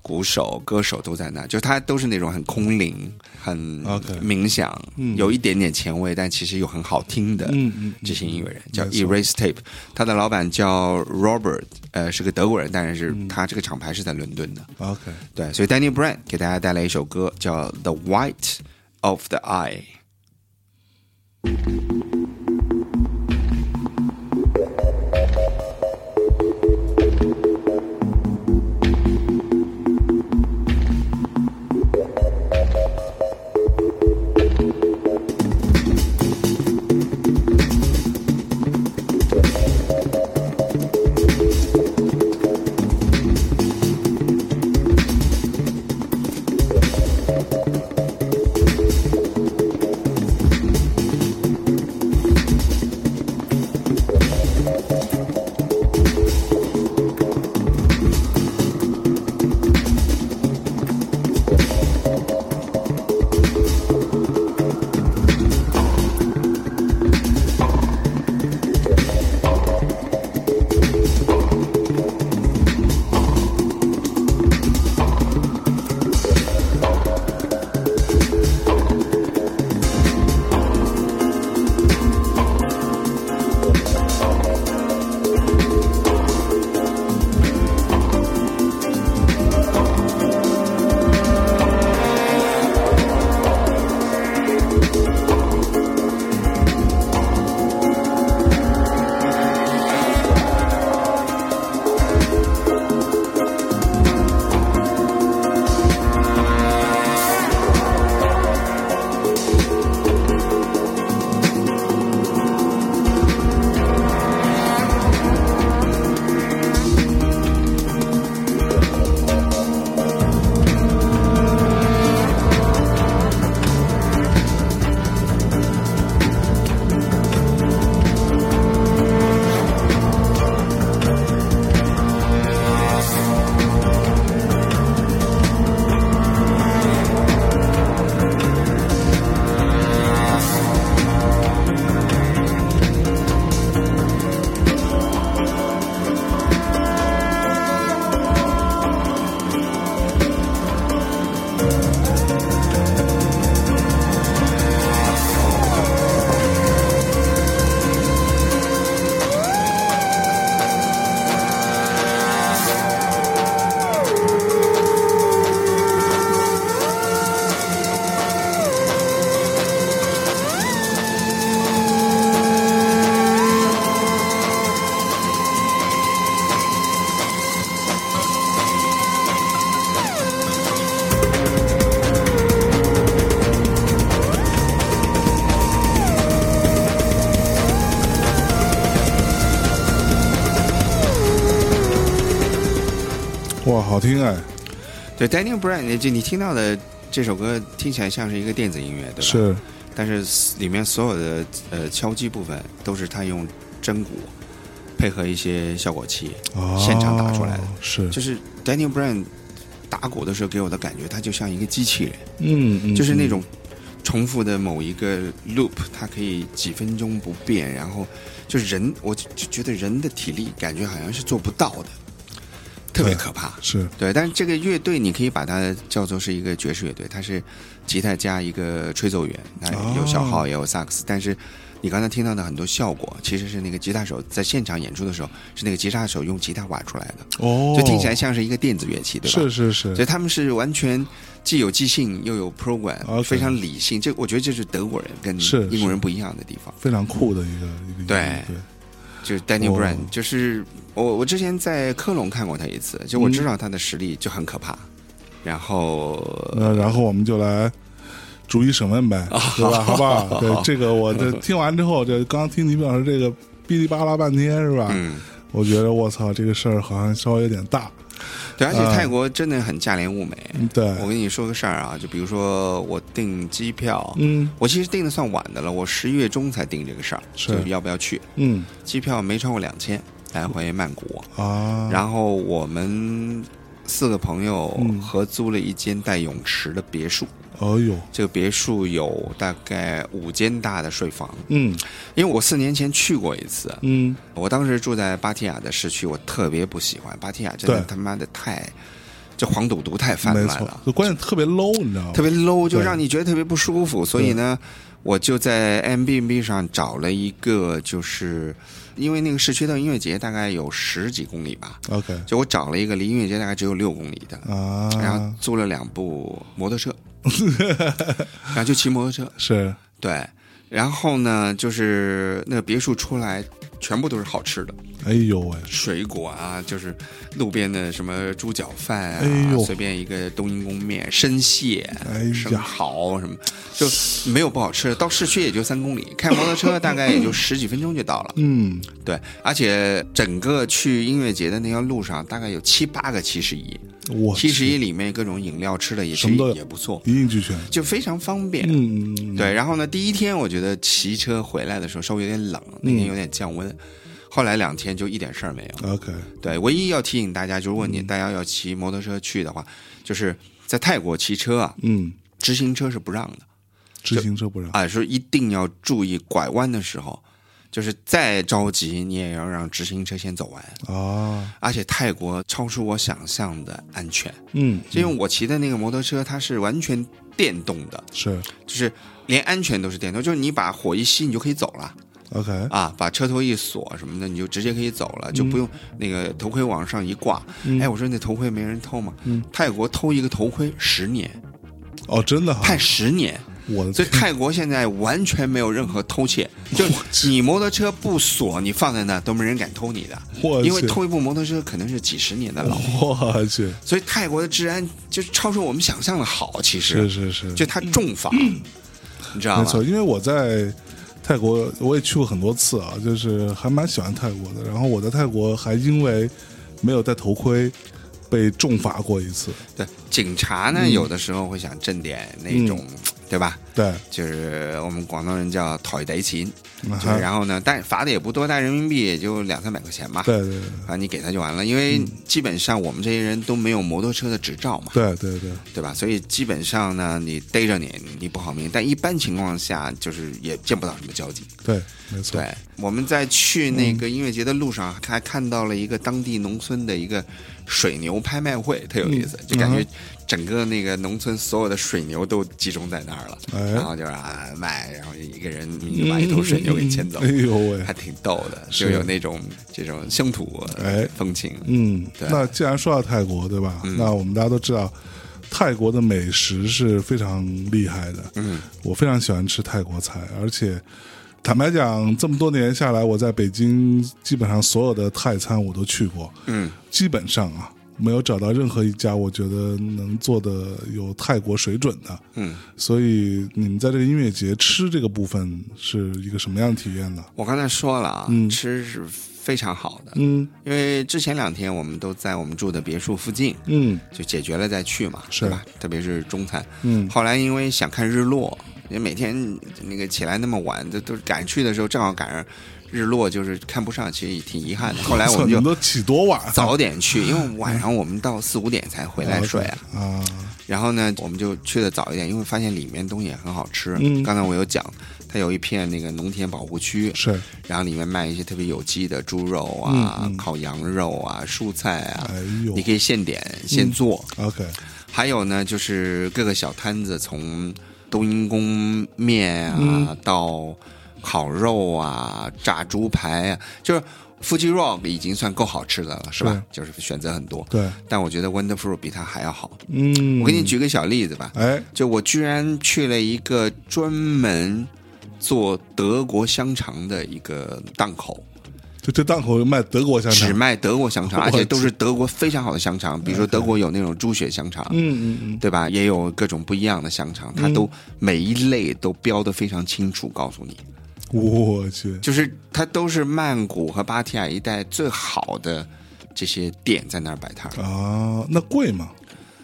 A: 鼓手、歌手都在那，就他都是那种很空灵、很
B: OK
A: 冥想有一点点前卫，但其实又很好听的
B: 嗯嗯
A: 这些音乐人，叫
B: 没错
A: Erase Tape。他的老板叫 Robert，呃，是个德国人，但是
B: 嗯
A: 他这个厂牌是在伦敦的。
B: ，OK，
A: 对，所以 Danny Brand 给大家带来一首歌，叫《The White of the Eye》。
C: Thank
B: 好听哎，
A: 对，Daniel Bryan，就你听到的这首歌听起来像是一个电子音乐，对吧？。
B: 是
A: 但是里面所有的呃敲击部分都是他用真鼓配合一些效果器，
B: 啊，
A: 现场打出来的
B: 是，
A: 就是 Daniel Bryan 打鼓的时候给我的感觉，他就像一个机器人，
B: 嗯，嗯
A: 就是那
B: 嗯
A: 种重复的某一个 loop，它可以几分钟不变，然后就是人，我就就觉得人的体力感觉好像是做不到的，特别
B: 对
A: 可怕。
B: 是
A: 对，但是这个乐队你可以把它叫做是一个爵士乐队，它是吉他加一个吹奏员，那
B: 哦
A: 有小号也有萨克斯，但是你刚才听到的很多效果，其实是那个吉他手在现场演出的时候，是那个吉他手用吉他挖出来的，
B: 哦，
A: 就听起来像是一个电子乐器，对吧？
B: 是是是
A: 所以他们是完全既有即兴又有 program，、
B: OK
A: 非常理性。这我觉得这是德国人跟
B: 是
A: 英国人不一样的地方。
B: 非常酷的一个一个
A: 对
B: 对
A: 就是 Daniel
B: 哦
A: Bryan，、就是我我之前在科隆看过他一次，
B: 嗯
A: 就我知道他的实力就很可怕。然后
B: 那然后我们就来逐一审问呗，
A: 哦
B: 对吧？好 不好？对这个，我这听完之后，这刚刚听你表示这个哔哩吧啦半天是吧？
A: 嗯，
B: 我觉得我操，这个事儿好像稍微有点大。
A: 对，而且
B: 啊
A: 泰国真的很价廉物美。
B: 嗯对，
A: 我跟你说个事儿啊，就比如说我订机票，
B: 嗯
A: 我其实订的算晚的了，我十一月中才订这个事儿，
B: 是
A: 就是要不要去。
B: 嗯
A: 机票没超过两千，来回曼谷。
B: 啊，
A: 然后我们四个朋友
B: 嗯
A: 合租了一间带泳池的别墅，
B: 哎呦，
A: 这个别墅有大概五间大的睡房。
B: 嗯
A: 因为我四年前去过一次，
B: 嗯，
A: 我当时住在芭提雅的市区，我特别不喜欢芭提雅，真的
B: 对
A: 他妈的太，这黄赌毒太泛
B: 没
A: 滥
B: 错
A: 了，，
B: 就关键特别 low，你知道吗？
A: 特别 low，就
B: 对
A: 让你觉得特别不舒服。所以呢，我就在 M b n b 上找了一个，就是因为那个市区的音乐节大概有十几公里吧，
B: OK
A: 就我找了一个离音乐节大概只有六公里的，
B: 啊，
A: 然后租了两部摩托 车，然后就骑摩托车，
B: 是
A: 对。然后呢，就是那个别墅出来，全部都是好吃的，
B: 哎呦喂，
A: 水果啊，就是路边的什么猪脚饭啊，
B: 哎呦
A: 随便一个冬阴功面、生蟹、
B: 哎呀
A: 生蚝什么，就没有不好吃的。到市区也就三公里，开摩托车大概也就十几分钟就到了。
B: 嗯，
A: 对，而且整个去音乐节的那条路上，大概有七八个七十一，
B: 我
A: 七十一里面各种饮料吃的也
B: 哦什
A: 是
B: 么都有
A: 也不错，
B: 一应俱全，
A: 就非常方便。
B: 嗯，嗯，
A: 对，然后呢，第一天我觉得骑车回来的时候稍微有点冷，那天有点降温，后来两天就一点事儿没有。
B: 嗯 OK，
A: 对，唯一要提醒大家，就如果你大家要骑摩托车去的话，就是在泰国骑车啊，
B: 嗯，
A: 直行车是不让的
B: 直行车不让，
A: 啊，说一定要注意拐弯的时候，就是再着急你也要让直行车先走完。
B: 啊，
A: 而且泰国超出我想象的安全，
B: 嗯，
A: 就因为我骑的那个摩托车它是完全电动的，
B: 是
A: 就是连安全都是电动，就是你把火一熄你就可以走了。
B: OK，
A: 啊，把车头一锁什么的，你就直接可以走
B: 嗯
A: 了，就不用那个头盔往上一挂。哎，我说那头盔没人偷吗？
B: 嗯
A: 泰国偷一个头盔十年，
B: 哦，真的哈，
A: 判十 年。
B: 我的
A: 所以
B: 天，
A: 泰国现在完全没有任何偷 窃，就你摩托车不锁，你放在那都没人敢偷你的，
B: 我
A: 因为
B: 去嗯
A: 偷一部摩托车可能是几十年的牢。
B: 我 去，
A: 所以泰国的治安就是超出我们想象的好，其
B: 是
A: 实
B: 是是，
A: 就它重罚，你知道
B: 没
A: 吗
B: 错，？因为我在泰国，我也去过很多次啊，就是还蛮喜欢泰国的。然后我在泰国还因为没有戴头盔被重罚过一次，
A: 对，警察
B: 嗯
A: 呢有的时候会想挣点那种，对吧？
B: 对，
A: 就是我们广东人叫讨一袋钱，
B: 嗯
A: 就是然后呢，但罚的也不多，但人民币也就两三百块钱吧。
B: 对对
A: 啊，你给他就完了，因为基本上我们这些人都没有摩托车的执照嘛，
B: 对对对，
A: 对吧？所以基本上呢，你逮着你，你不好命。但一般情况下，就是也见不到什么交集。
B: 对，没错，
A: 对，我们在去那个音乐节的路上，还看到了一个当地农村的一个水牛拍卖会，特有意思，
B: 嗯
A: 就感觉整个那个农村所有的水牛都集中在那儿了，
B: 哎
A: 然后就是啊卖，然后一个人你就把一头水牛给牵走，
B: 哎呦喂
A: 还，挺逗的，
B: 是
A: 就有那种这种乡土
B: 哎
A: 风情，
B: 嗯，
A: 对嗯
B: 那既然说到泰国，对吧？那我们大家都知道。泰国的美食是非常厉害的，嗯，我非常喜欢吃泰国菜，而且坦白讲，这么多年下来，我在北京基本上所有的泰餐我都去过，
A: 嗯，
B: 基本上啊，没有找到任何一家我觉得能做的有泰国水准的。
A: 嗯，
B: 所以你们在这个音乐节吃这个部分是一个什么样的体验呢？
A: 我刚才说了啊，
B: 嗯
A: 吃是非常好的，
B: 嗯
A: 因为之前两天我们都在我们住的别墅附近，
B: 嗯
A: 就解决了再去嘛，
B: 是
A: 对吧？特别是中餐，
B: 嗯
A: 后来因为想看日落，因为每天那个起来那么晚，都都赶去的时候正好赶上日落，就是看不上，其实也挺遗憾的。后来我
B: 操
A: 们
B: 你
A: 就
B: 们 都起多晚啊？
A: 早点去，因为晚上我们到四五点才回来睡啊。
B: 啊，
A: 然后呢，我们就去的早一点，因为发现里面东西也很好吃。
B: 嗯
A: 刚才我有讲，它有一片那个农田保护区，
B: 是，
A: 然后里面卖一些特别有机的猪肉啊、
B: 嗯嗯
A: 烤羊肉啊、蔬菜啊，
B: 哎呦嗯
A: 你可以现点现做。
B: ，OK，
A: 还有呢，就是各个小摊子，从冬阴功面啊、到烤肉啊、炸猪排啊，就是 Fuji Rock 已经算够好吃的了，是吧？就是选择很多，
B: 对，
A: 但我觉得 Wonderful 比它还要好。
B: 嗯，
A: 我给你，举个小例子吧，
B: 哎，
A: 就我居然去了一个专门做德国香肠的一个档口，
B: 就这档口卖德国香
A: 只
B: 肠，
A: 卖德国香肠，
B: 我
A: 而且都是德国非常好的香肠，比如说德国有那种猪血香肠，
B: 嗯嗯嗯，
A: 对吧？也有各种不一样的香肠，它都每一类都标的非常清楚，告诉你，
B: 我去，
A: 就是它都是曼谷和芭提雅一带最好的这些店在那儿摆摊儿。
B: 啊，那贵吗？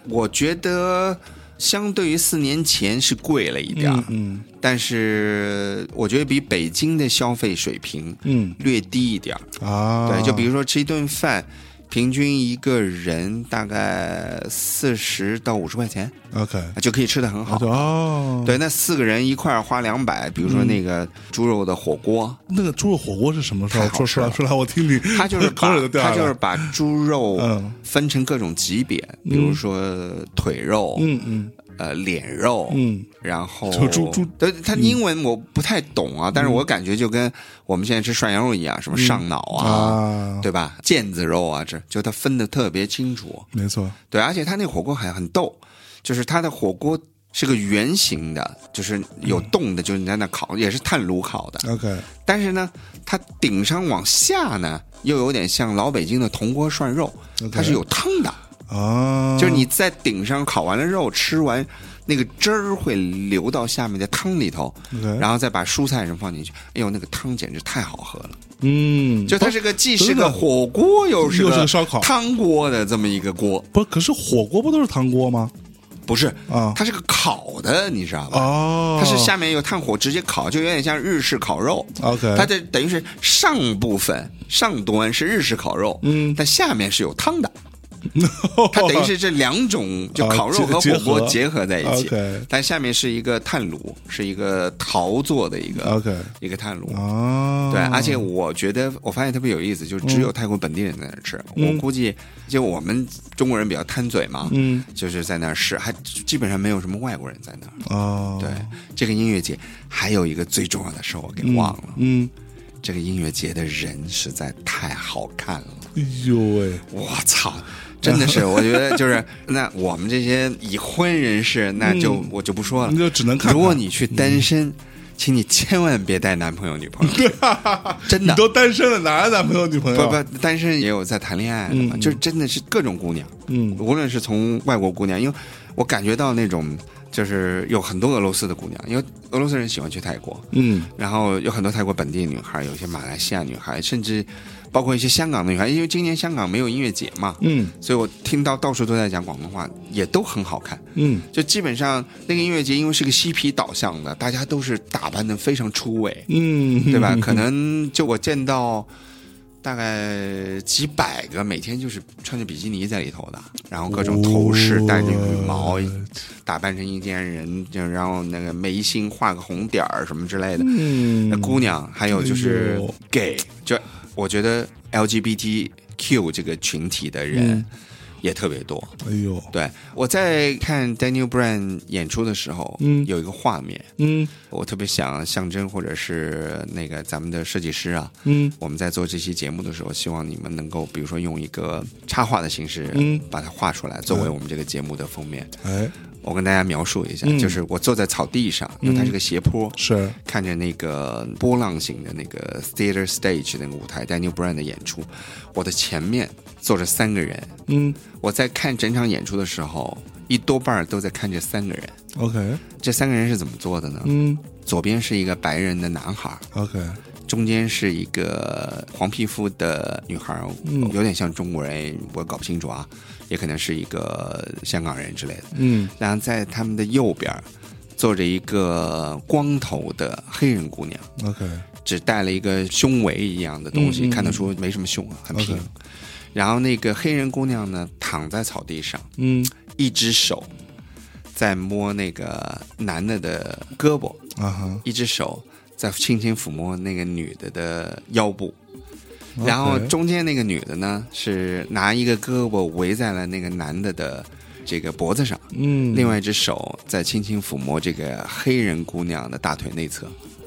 A: 我觉得相对于四年前是贵了一点儿
B: 嗯，嗯
A: 但是我觉得比北京的消费水平
B: 嗯
A: 略低一点儿。
B: 啊，
A: 对，就比如说吃一顿饭。平均一个人大概四十到五十块钱，
B: OK，
A: 啊就可以吃的很好。
B: 哦，，
A: 对，那四个人一块儿花两百，比如说那个猪肉的火锅，
B: 那个猪肉火锅是什么时候
A: 太？好
B: 说
A: 吃
B: 出来，
A: 了
B: 说来我听听。
A: 他 就是
B: 口
A: 把
B: 水都掉下
A: 他
B: 来
A: 就是
B: 了
A: 把猪肉
B: 嗯
A: 分成各种级别，比如说腿肉、
B: 嗯嗯
A: 呃脸肉，
B: 嗯，
A: 然后
B: 就猪猪
A: 对，它英文我不太懂啊，但是我感觉就跟我们现在吃涮羊肉一样，什么上脑啊，
B: 啊，
A: 对吧？腱子肉啊，这就它分的特别清楚。
B: 没错，
A: 对，而且它那火锅还很逗，就是它的火锅是个圆形的，就是有
B: 嗯
A: 洞的，就是你在那烤，也是炭炉烤的。
B: OK，
A: 但是呢，它顶上往下呢，又有点像老北京的铜锅涮肉
B: OK
A: 它是有汤的，
B: 啊，
A: 就是你在顶上烤完了肉，吃完那个汁儿会流到下面的汤里头，
B: OK，
A: 然后再把蔬菜什么放进去。哎呦，那个汤简直太好喝了！
B: 嗯，
A: 就它是个既是
B: 真的
A: 个火锅，又是
B: 又是
A: 个
B: 个烧烤
A: 汤锅的这么一个锅，
B: 不是，可是火锅不都是汤锅吗？
A: 不是
B: 啊
A: 它是个烤的，你知道吧？
B: 哦，
A: 它是下面有炭火直接烤，就有点像日式烤肉。
B: OK，
A: 它的等于是上部分上端是日式烤肉，
B: 嗯
A: 但下面是有汤的，它等于是这两种就烤肉和
B: 结
A: 火锅
B: 哦啊结
A: 结合在一起
B: OK，
A: 但下面是一个炭炉，是一个陶做的一个
B: OK
A: 一个炭炉。
B: 啊，
A: 对，而且我觉得我发现特别有意思，就只有泰国本地人在那儿吃。我估计就我们中国人比较贪嘴嘛，
B: 嗯
A: 就是在那儿试，还基本上没有什么外国人在那儿。
B: 啊，
A: 对，这个音乐节还有一个最重要的事儿我给忘了，
B: 嗯，
A: 这个音乐节的人实在太好看了，
B: 哎呦喂，
A: 我操！真的是，我觉得就是那我们这些已婚人士，那就、我就不说了
B: 嗯你。就只能看嗯看。
A: 如果你去单身，请你千万别带男朋友、女朋友 去，真
B: 你
A: 的。
B: 都单身了，哪来男朋友女朋友？
A: 不不，单身也有在谈恋爱的嘛，就是真的是各种姑娘，
B: 嗯
A: 无论是从外国姑娘，因为我感觉到那种就是有很多俄罗斯的姑娘，因为俄罗斯人喜欢去泰国，
B: 嗯
A: 然后有很多泰国本地女孩，有一些马来西亚女孩，甚至包括一些香港的女孩，因为今年香港没有音乐节嘛，
B: 嗯
A: 所以我听到到处都在讲广东话，也都很好看。
B: 嗯
A: 就基本上那个音乐节，因为是个嬉皮导向的，大家都是打扮的非常出位，
B: 嗯，
A: 对吧？可能就我见到大概几百个每天就是穿着比基尼在里头的，然后各种头饰，戴着羽毛
B: 我，
A: 打扮成一家人，就然后那个眉心画个红点儿什么之类的。
B: 嗯
A: 那姑娘，还有就是
B: 哎呦
A: gay，就我觉得 LGBTQ 这个群体的人
B: 嗯
A: 也特别多。
B: 哎呦，
A: 对我在看 Daniel Bryan 演出的时候，
B: 嗯
A: 有一个画面，
B: 嗯
A: 我特别想象征或者是那个咱们的设计师啊，
B: 嗯
A: 我们在做这期节目的时候，希望你们能够，比如说用一个插画的形式，
B: 嗯
A: 把它画出来，作为我们这个节目的封面。
B: 哎，
A: 我跟大家描述一下，
B: 嗯
A: 就是我坐在草地上，因为它是个斜坡，
B: 是
A: 看着那个波浪形的那个 theater stage 那个舞台，Daniel Bryan 的演出，我的前面坐着三个人，
B: 嗯
A: 我在看整场演出的时候，一多半儿都在看这三个人。
B: ，OK，
A: 这三个人是怎么做的呢？
B: 嗯
A: 左边是一个白人的男孩儿，
B: ，OK，嗯
A: 中间是一个黄皮肤的女孩儿，
B: 嗯
A: 有点像中国人，我搞不清楚啊，也可能是一个香港人之类的。
B: 嗯
A: 然后在他们的右边儿坐着一个光头的黑人姑娘，
B: ，OK，
A: 只戴了一个胸围一样的东西，
B: 嗯嗯嗯
A: 看得出没什么胸啊，很平。
B: OK
A: 然后那个黑人姑娘呢，躺在草地上，
B: 嗯
A: 一只手在摸那个男的的胳膊，
B: 啊哈，
A: 一只手在轻轻抚摸那个女的的腰部。然后
B: OK
A: 中间那个女的呢，是拿一个胳膊围在了那个男的的这个脖子上，
B: 嗯，
A: 另外一只手在轻轻抚摸这个黑人姑娘的大腿内侧。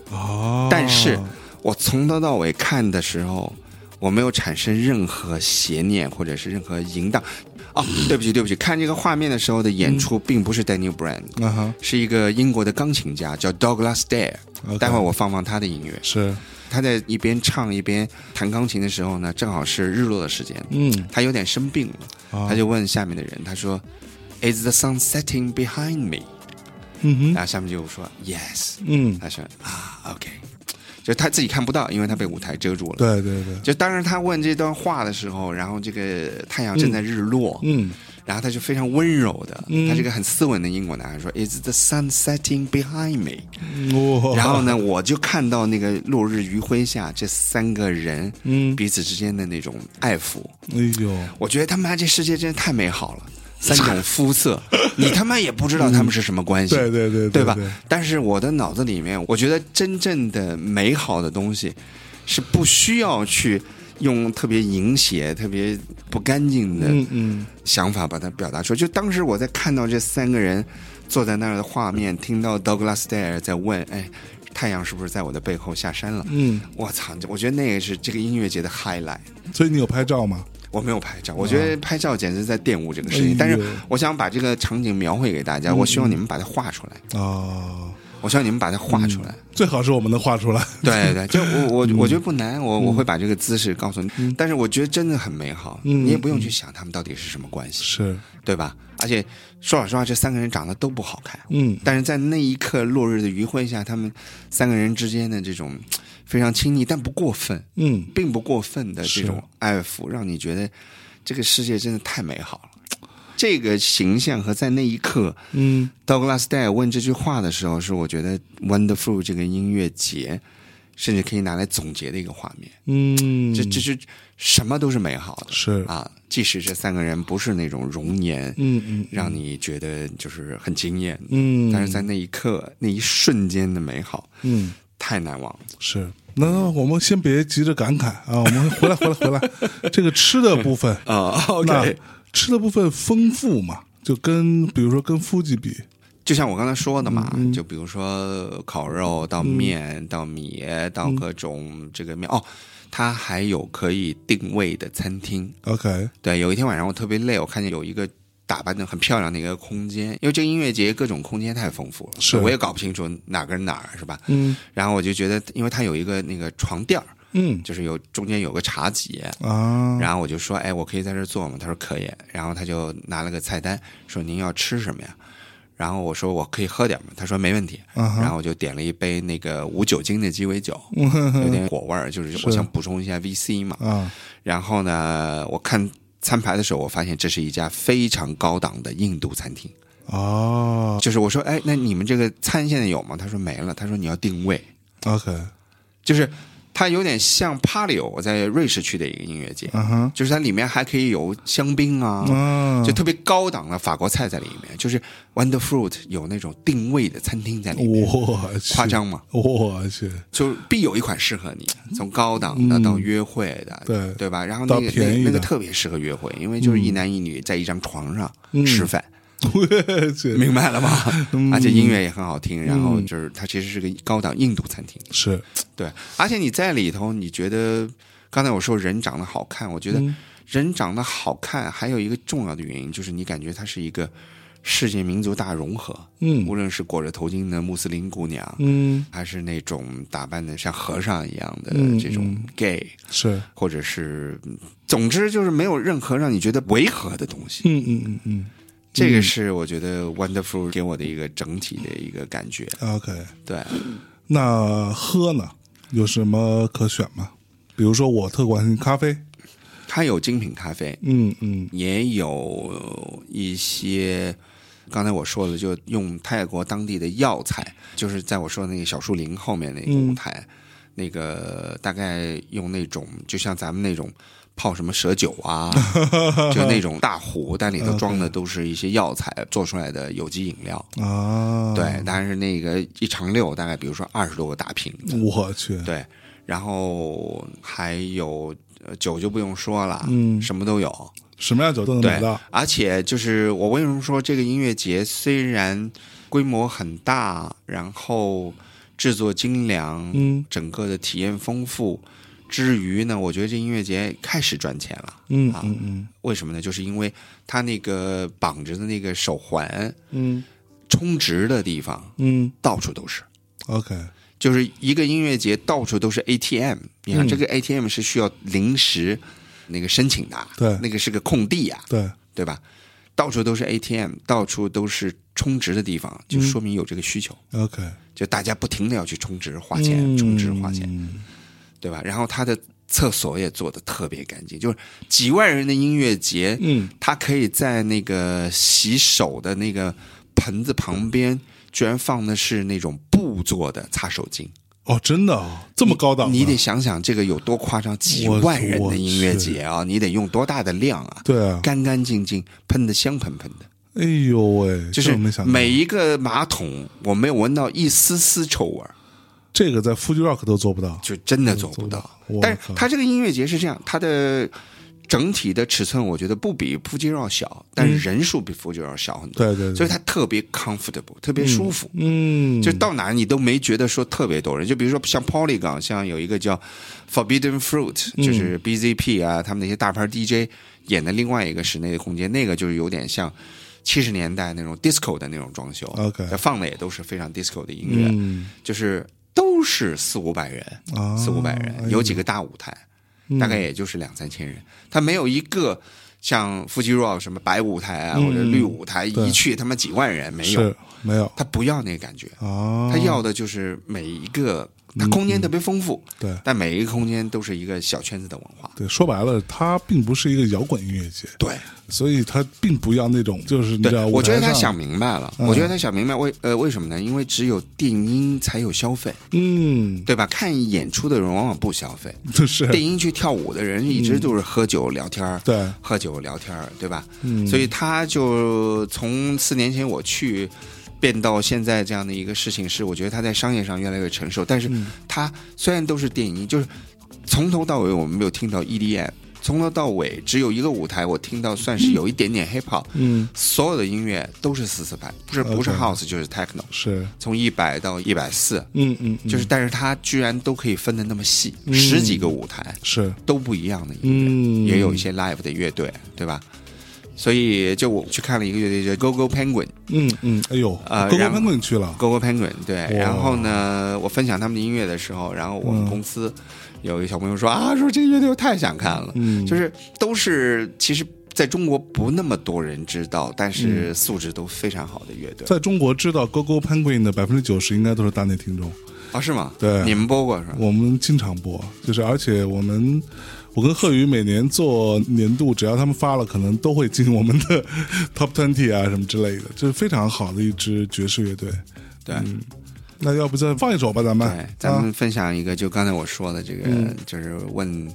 B: 哦，
A: 但是我从头到尾看的时候，我没有产生任何邪念或者是任何淫荡。 哦，对不起，对不起，看这个画面的时候的演
B: 嗯
A: 出并不是 Daniel Bryan，、
B: 啊哈
A: 是一个英国的钢琴家叫 Douglas Dare。
B: ，OK，
A: 待会儿我放放他的音乐。
B: 是
A: 他在一边唱一边弹钢琴的时候呢，正好是日落的时间，
B: 嗯，
A: 他有点生病了，
B: 啊
A: 他就问下面的人，他说：“Is the sun setting behind me？”
B: 嗯
A: 然
B: 哼，
A: 后下面就说：“Yes。”
B: 嗯，
A: 他说：“啊，OK。”就是他自己看不到，因为他被舞台遮住了。
B: 对对对，
A: 就当时他问这段话的时候，然后这个太阳正在日落，
B: 嗯
A: 然后他就非常温柔的，
B: 嗯
A: 他是一个很斯文的英国男孩，说：“Is the sun setting behind me？”
B: 哇，
A: 然后呢，我就看到那个落日余晖下，这三个人
B: 嗯，
A: 彼此之间的那种爱抚，
B: 哎呦，
A: 我觉得他妈这世界真是太美好了。三 种肤色，你他妈也不知道他们是什么关系，
B: 对对对
A: 对吧？但是我的脑子里面，我觉得真正的美好的东西是不需要去用特别淫邪、特别不干净的
B: 嗯嗯
A: 想法把它表达出来。就当时我在看到这三个人坐在那儿的画面，听到 Douglas Dare 在问：“哎，太阳是不是在我的背后下山了
B: 嗯，？”
A: 我操！我觉得那个是这个音乐节的 highlight。
B: 所以你有拍照吗？
A: 我没有拍照，我觉得拍照简直在玷污这个事
B: 哎
A: 情。
B: 呦嗯
A: 但是我想把这个场景描绘给大家，我希望你们把它画出来，
B: 哦，
A: 我希望你们把它画出来。
B: 最好是我们能画出来。
A: 对对，就我我
B: 嗯
A: 我觉得不难，我我会把这个姿势告诉你。但是我觉得真的很美好，
B: 嗯
A: 你也不用去想他们到底是什么关系，
B: 是，
A: 对吧？而且说老实话，这三个人长得都不好看，
B: 嗯
A: 但是在那一刻落日的余晖下，他们三个人之间的这种非常亲密但不过分，
B: 嗯，
A: 并不过分的这
B: 是
A: 种爱抚，让你觉得这个世界真的太美好了。这个形象和在那一刻
B: 嗯，
A: ，Douglas Dale 问这句话的时候，是我觉得 Wonderful 这个音乐节，甚至可以拿来总结的一个画面。
B: 嗯，
A: 这这是什么都是美好的
B: 是，
A: 啊！即使这三个人不是那种容颜，
B: 嗯嗯，
A: 让你觉得就是很惊艳，
B: 嗯，
A: 但是在那一刻、那一瞬间的美好
B: 嗯
A: 太难忘了。
B: 是。那那我们先别急着感慨啊，我们回来回来回 来，这个吃的部 分，
A: 啊、o
B: 那
A: k
B: 吃的部分丰富嘛，就跟比如说跟夫妻比，
A: 就像我刚才说的嘛，
B: 嗯
A: 就比如说烤肉到面、到米到各种这个面、哦，它还有可以定位的餐厅。
B: OK，
A: 对，有一天晚上我特别累，我看见有一个打扮的很漂亮的一个空间，因为这个音乐节各种空间太丰富了，
B: 是
A: 我也搞不清楚哪跟哪儿是吧？
B: 嗯
A: 然后我就觉得，因为它有一个那个床垫儿，
B: 嗯
A: 就是有中间有个茶几，
B: 啊，
A: 然后我就说，哎，我可以在这儿坐吗？他说可以。然后他就拿了个菜单，说您要吃什么呀？然后我说我可以喝点吗？他说没问题。
B: 啊哈
A: 然后我就点了一杯那个无酒精的鸡尾酒，
B: 嗯哼
A: 有
B: 哼
A: 点果味儿，就是
B: 是
A: 我想补充一下 VC 嘛。
B: 啊，
A: 然后呢，我看餐牌的时候，我发现这是一家非常高档的印度餐厅。
B: 哦
A: 就是我说，哎，那你们这个餐现在有吗？他说没了。他说你要定位，
B: ，OK，
A: 就是它有点像 Palio 我在瑞士去的一个音乐节，
B: 啊哈，
A: 就是它里面还可以有香槟啊，
B: 啊，
A: 就特别高档的法国菜在里面，就是 Wonder Fruit 有那种定位的餐厅在里面，
B: 我去，
A: 夸张吗？
B: 我 去，
A: 就必有一款适合你，从高档的到约会的，
B: 嗯对
A: 对吧？然后那
B: 到
A: 个
B: 便宜
A: 那那
B: 的
A: 个特别适合约会，因为就是一男一女在一张床上吃饭，
B: 嗯我去，
A: 明白了 吗？
B: 嗯
A: 而且音乐也很好听，然后就是它其实是个高档印度餐厅，
B: 是，
A: 对。而且你在里头，你觉得刚才我说人长得好
B: 嗯
A: 看，我觉得人长得好看还有一个重要的原因就是你感觉它是一个世界民族大融合，无
B: 嗯
A: 论是裹着头巾的穆斯林姑娘，
B: 嗯，
A: 还是那种打扮的像和尚一样的
B: 嗯
A: 这种
B: 嗯
A: gay，、
B: 是，
A: 或者是，嗯总之就是没有任何让你觉得违和的东西。
B: 嗯嗯嗯嗯
A: 这个是我觉得 Wonderful 给我的一个整体的一个感觉。
B: ，OK。
A: 对，
B: 那喝呢，有什么可选吗？比如说我特关心咖啡，
A: 它有精品咖啡，
B: 嗯嗯
A: 也有一些。刚才我说了，就用泰国当地的药材，就是在我说的那个小树林后面那个舞台，那个大概用那种就像咱们那种泡什么蛇酒啊，就那种大壶，但里头装的都是一些药材做出来的有机饮料。
B: 啊，
A: 对，，但是那个一长六大概比如说二十多个大瓶，
B: 我去，
A: 对，然后还有呃酒就不用说了，
B: 嗯
A: 什么都有。
B: 什么样酒都能买
A: 对
B: 到，，
A: 而且就是我为什么说这个音乐节虽然规模很大，然后制作精良，
B: 嗯
A: 整个的体验丰富，之余呢，我觉得这音乐节开始赚钱了。
B: 嗯嗯嗯
A: 为什么呢？就是因为它那个绑着的那个手环
B: 嗯
A: 充值的地方
B: 嗯
A: 到处都是，
B: ，OK，
A: 就是一个音乐节到处都是 ATM。你看
B: 嗯
A: 这个 ATM 是需要临时那个申请的啊，
B: 对
A: 那个是个空地啊，
B: 对，
A: 对吧？到处都是 ATM，到处都是充值的地方，
B: 嗯
A: 就说明有这个需求，
B: OK，
A: 就大家不停的要去充值花钱，充值花钱，
B: 嗯
A: 对吧？然后他的厕所也做的特别干净，就是几万人的音乐节，
B: 嗯，
A: 他可以在那个洗手的那个盆子旁边，居然放的是那种布做的擦手巾，
B: 哦，真的哦，这么高档啊，
A: 你得想想这个有多夸张，几
B: 我
A: 万人
B: 我
A: 的音乐
B: 去
A: 节啊，你得用多大的量啊，
B: 对啊，
A: 干干净净，喷的香喷喷的。
B: 哎呦喂，
A: 就
B: 这
A: 是
B: 我没想到啊
A: 每一个马桶，我没有闻到一丝丝臭味儿，
B: 这个在 Fuji Rock 都做不到，
A: 就真的做不到。
B: 我
A: 但是
B: 靠
A: 它这个音乐节是这样，它的整体的尺寸我觉得不比 Fuji Rock 小，但是人数比 Fuji Rock 小很多，
B: 嗯对对
A: 所
B: 对
A: 以，它特别 comfortable，特别舒服。
B: 嗯，
A: 就到哪儿你都没觉得说特别多人，就比如说像 Polygon，像有一个叫 Forbidden Fruit，就是
B: 嗯
A: BZP 啊，他们那些大牌 DJ 演的另外一个室内的空间，那个就是有点像七十年代那种 disco 的那种装修
B: OK
A: 放的也都是非常 disco 的音乐，
B: 嗯
A: 就是都是四五百人，
B: 啊，嗯
A: 四五百人，有几个大舞台，大概也就是两三千人，他没有一个。像 Fuji Rock 什么白舞台啊，或者绿舞台，
B: 嗯对
A: 一去他妈几万人没有，
B: 是没有
A: 他不要那个感觉，
B: 啊，
A: 他要的就是每一个，它
B: 嗯
A: 空间特别丰富，
B: 对
A: 但每一个空间都是一个小圈子的文化。
B: 对，说白了，它并不是一个摇滚音乐节，
A: 对，
B: 所以它并不要那种就是你知
A: 对，
B: 道，
A: 我觉得
B: 舞台
A: 他
B: 上嗯
A: 想，明白了，我觉得他想明白为呃为什么呢？因为只有电音才有消费，
B: 嗯，
A: 对吧？看演出的人往往不消费，
B: 就是
A: 电音去跳舞的人一直都是喝酒聊天儿。
B: 嗯对，嗯
A: 喝酒聊天儿，对吧？所以他就从四年前我去，变到现在这样的一个事情，是我觉得他在商业上越来越成熟。但
B: 嗯
A: 是他虽然都是电音，就是从头到尾我们没有听到 EDM，从头到尾只有一个舞台我听到算是有一点点 hip hop，、
B: 嗯，
A: 所有的音乐都是四四拍，不是
B: OK
A: 不是 house 就是 techno，
B: 是，
A: 从一百到一百四。
B: 嗯嗯，嗯
A: 就是，但是他居然都可以分的那么细，
B: 嗯
A: 十几个舞台
B: 是，
A: 都不一样的音乐，
B: 嗯，
A: 也有一，些 live 的乐队，对吧？所以就我去看了一个乐队叫 Go Go Penguin，Go
B: 嗯嗯，哎呦，
A: 呃
B: 勾勾
A: 然后
B: 喷滚去了，
A: Go Penguin，对。
B: 哇嗯
A: 然后呢，我分享他们的音乐的时候，然后我们公司有一个小朋友说、啊，说这个乐队我太想看了，
B: 嗯，
A: 就是是都是其实在中国不那么多人知道，但
B: 嗯
A: 是素质都非常好的乐队
B: 在中国知道勾勾喷滚的百分之九十应该都是大内听众，
A: 啊，是吗？
B: 对
A: 你们播过是吧？
B: 我们经常播，就是而且我们。我跟贺宇每年做年度，只要他们发了，可能都会进我们的 top twenty 啊什么之类的，就是非常好的一支爵士乐队。
A: 对、
B: 那要不再放一首吧，咱们
A: 对，咱
B: 嗯啊嗯
A: 们分享一个，就刚才我说的这个，就是问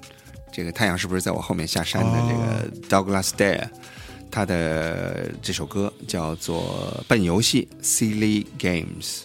A: 这个太阳是不是在我后面下山的
B: 哦
A: 这个 Douglas Dare，他的这首歌叫做《笨游戏》（Silly Games）。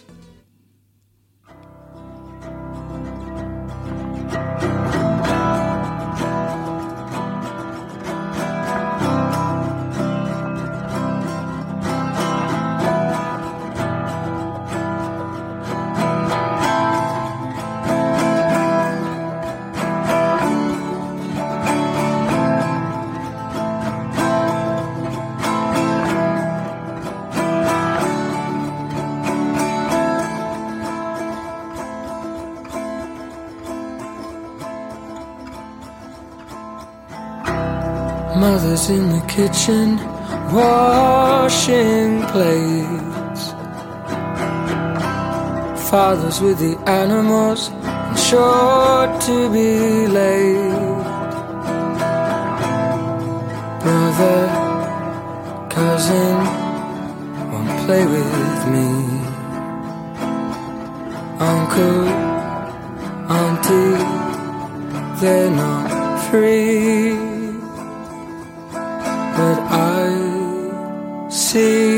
C: Silly Mother's in the kitchen washing plates. Father's with the animals and sure to be late. Brother, cousin, won't play with me. Uncle, auntie, they're not free. But I see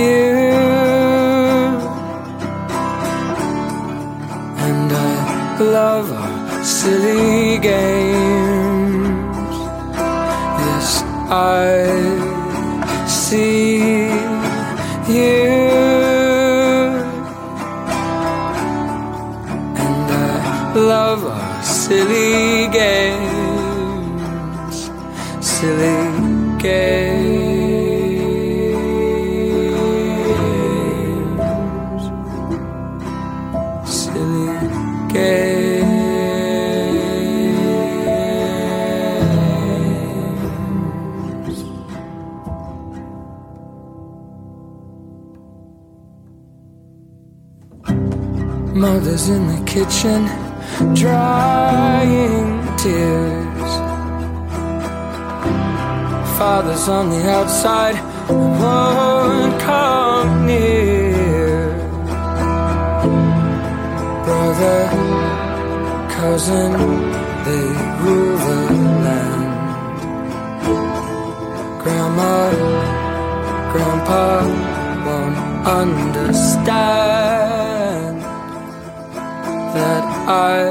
C: you and I love our silly games. Yes, I see you. and I Love our silly games, silly games silly game. Mother's in the kitchen drying tears. Father's on the outside, won't come near. Brother, cousin, they rule the land. Grandma, grandpa won't understand that I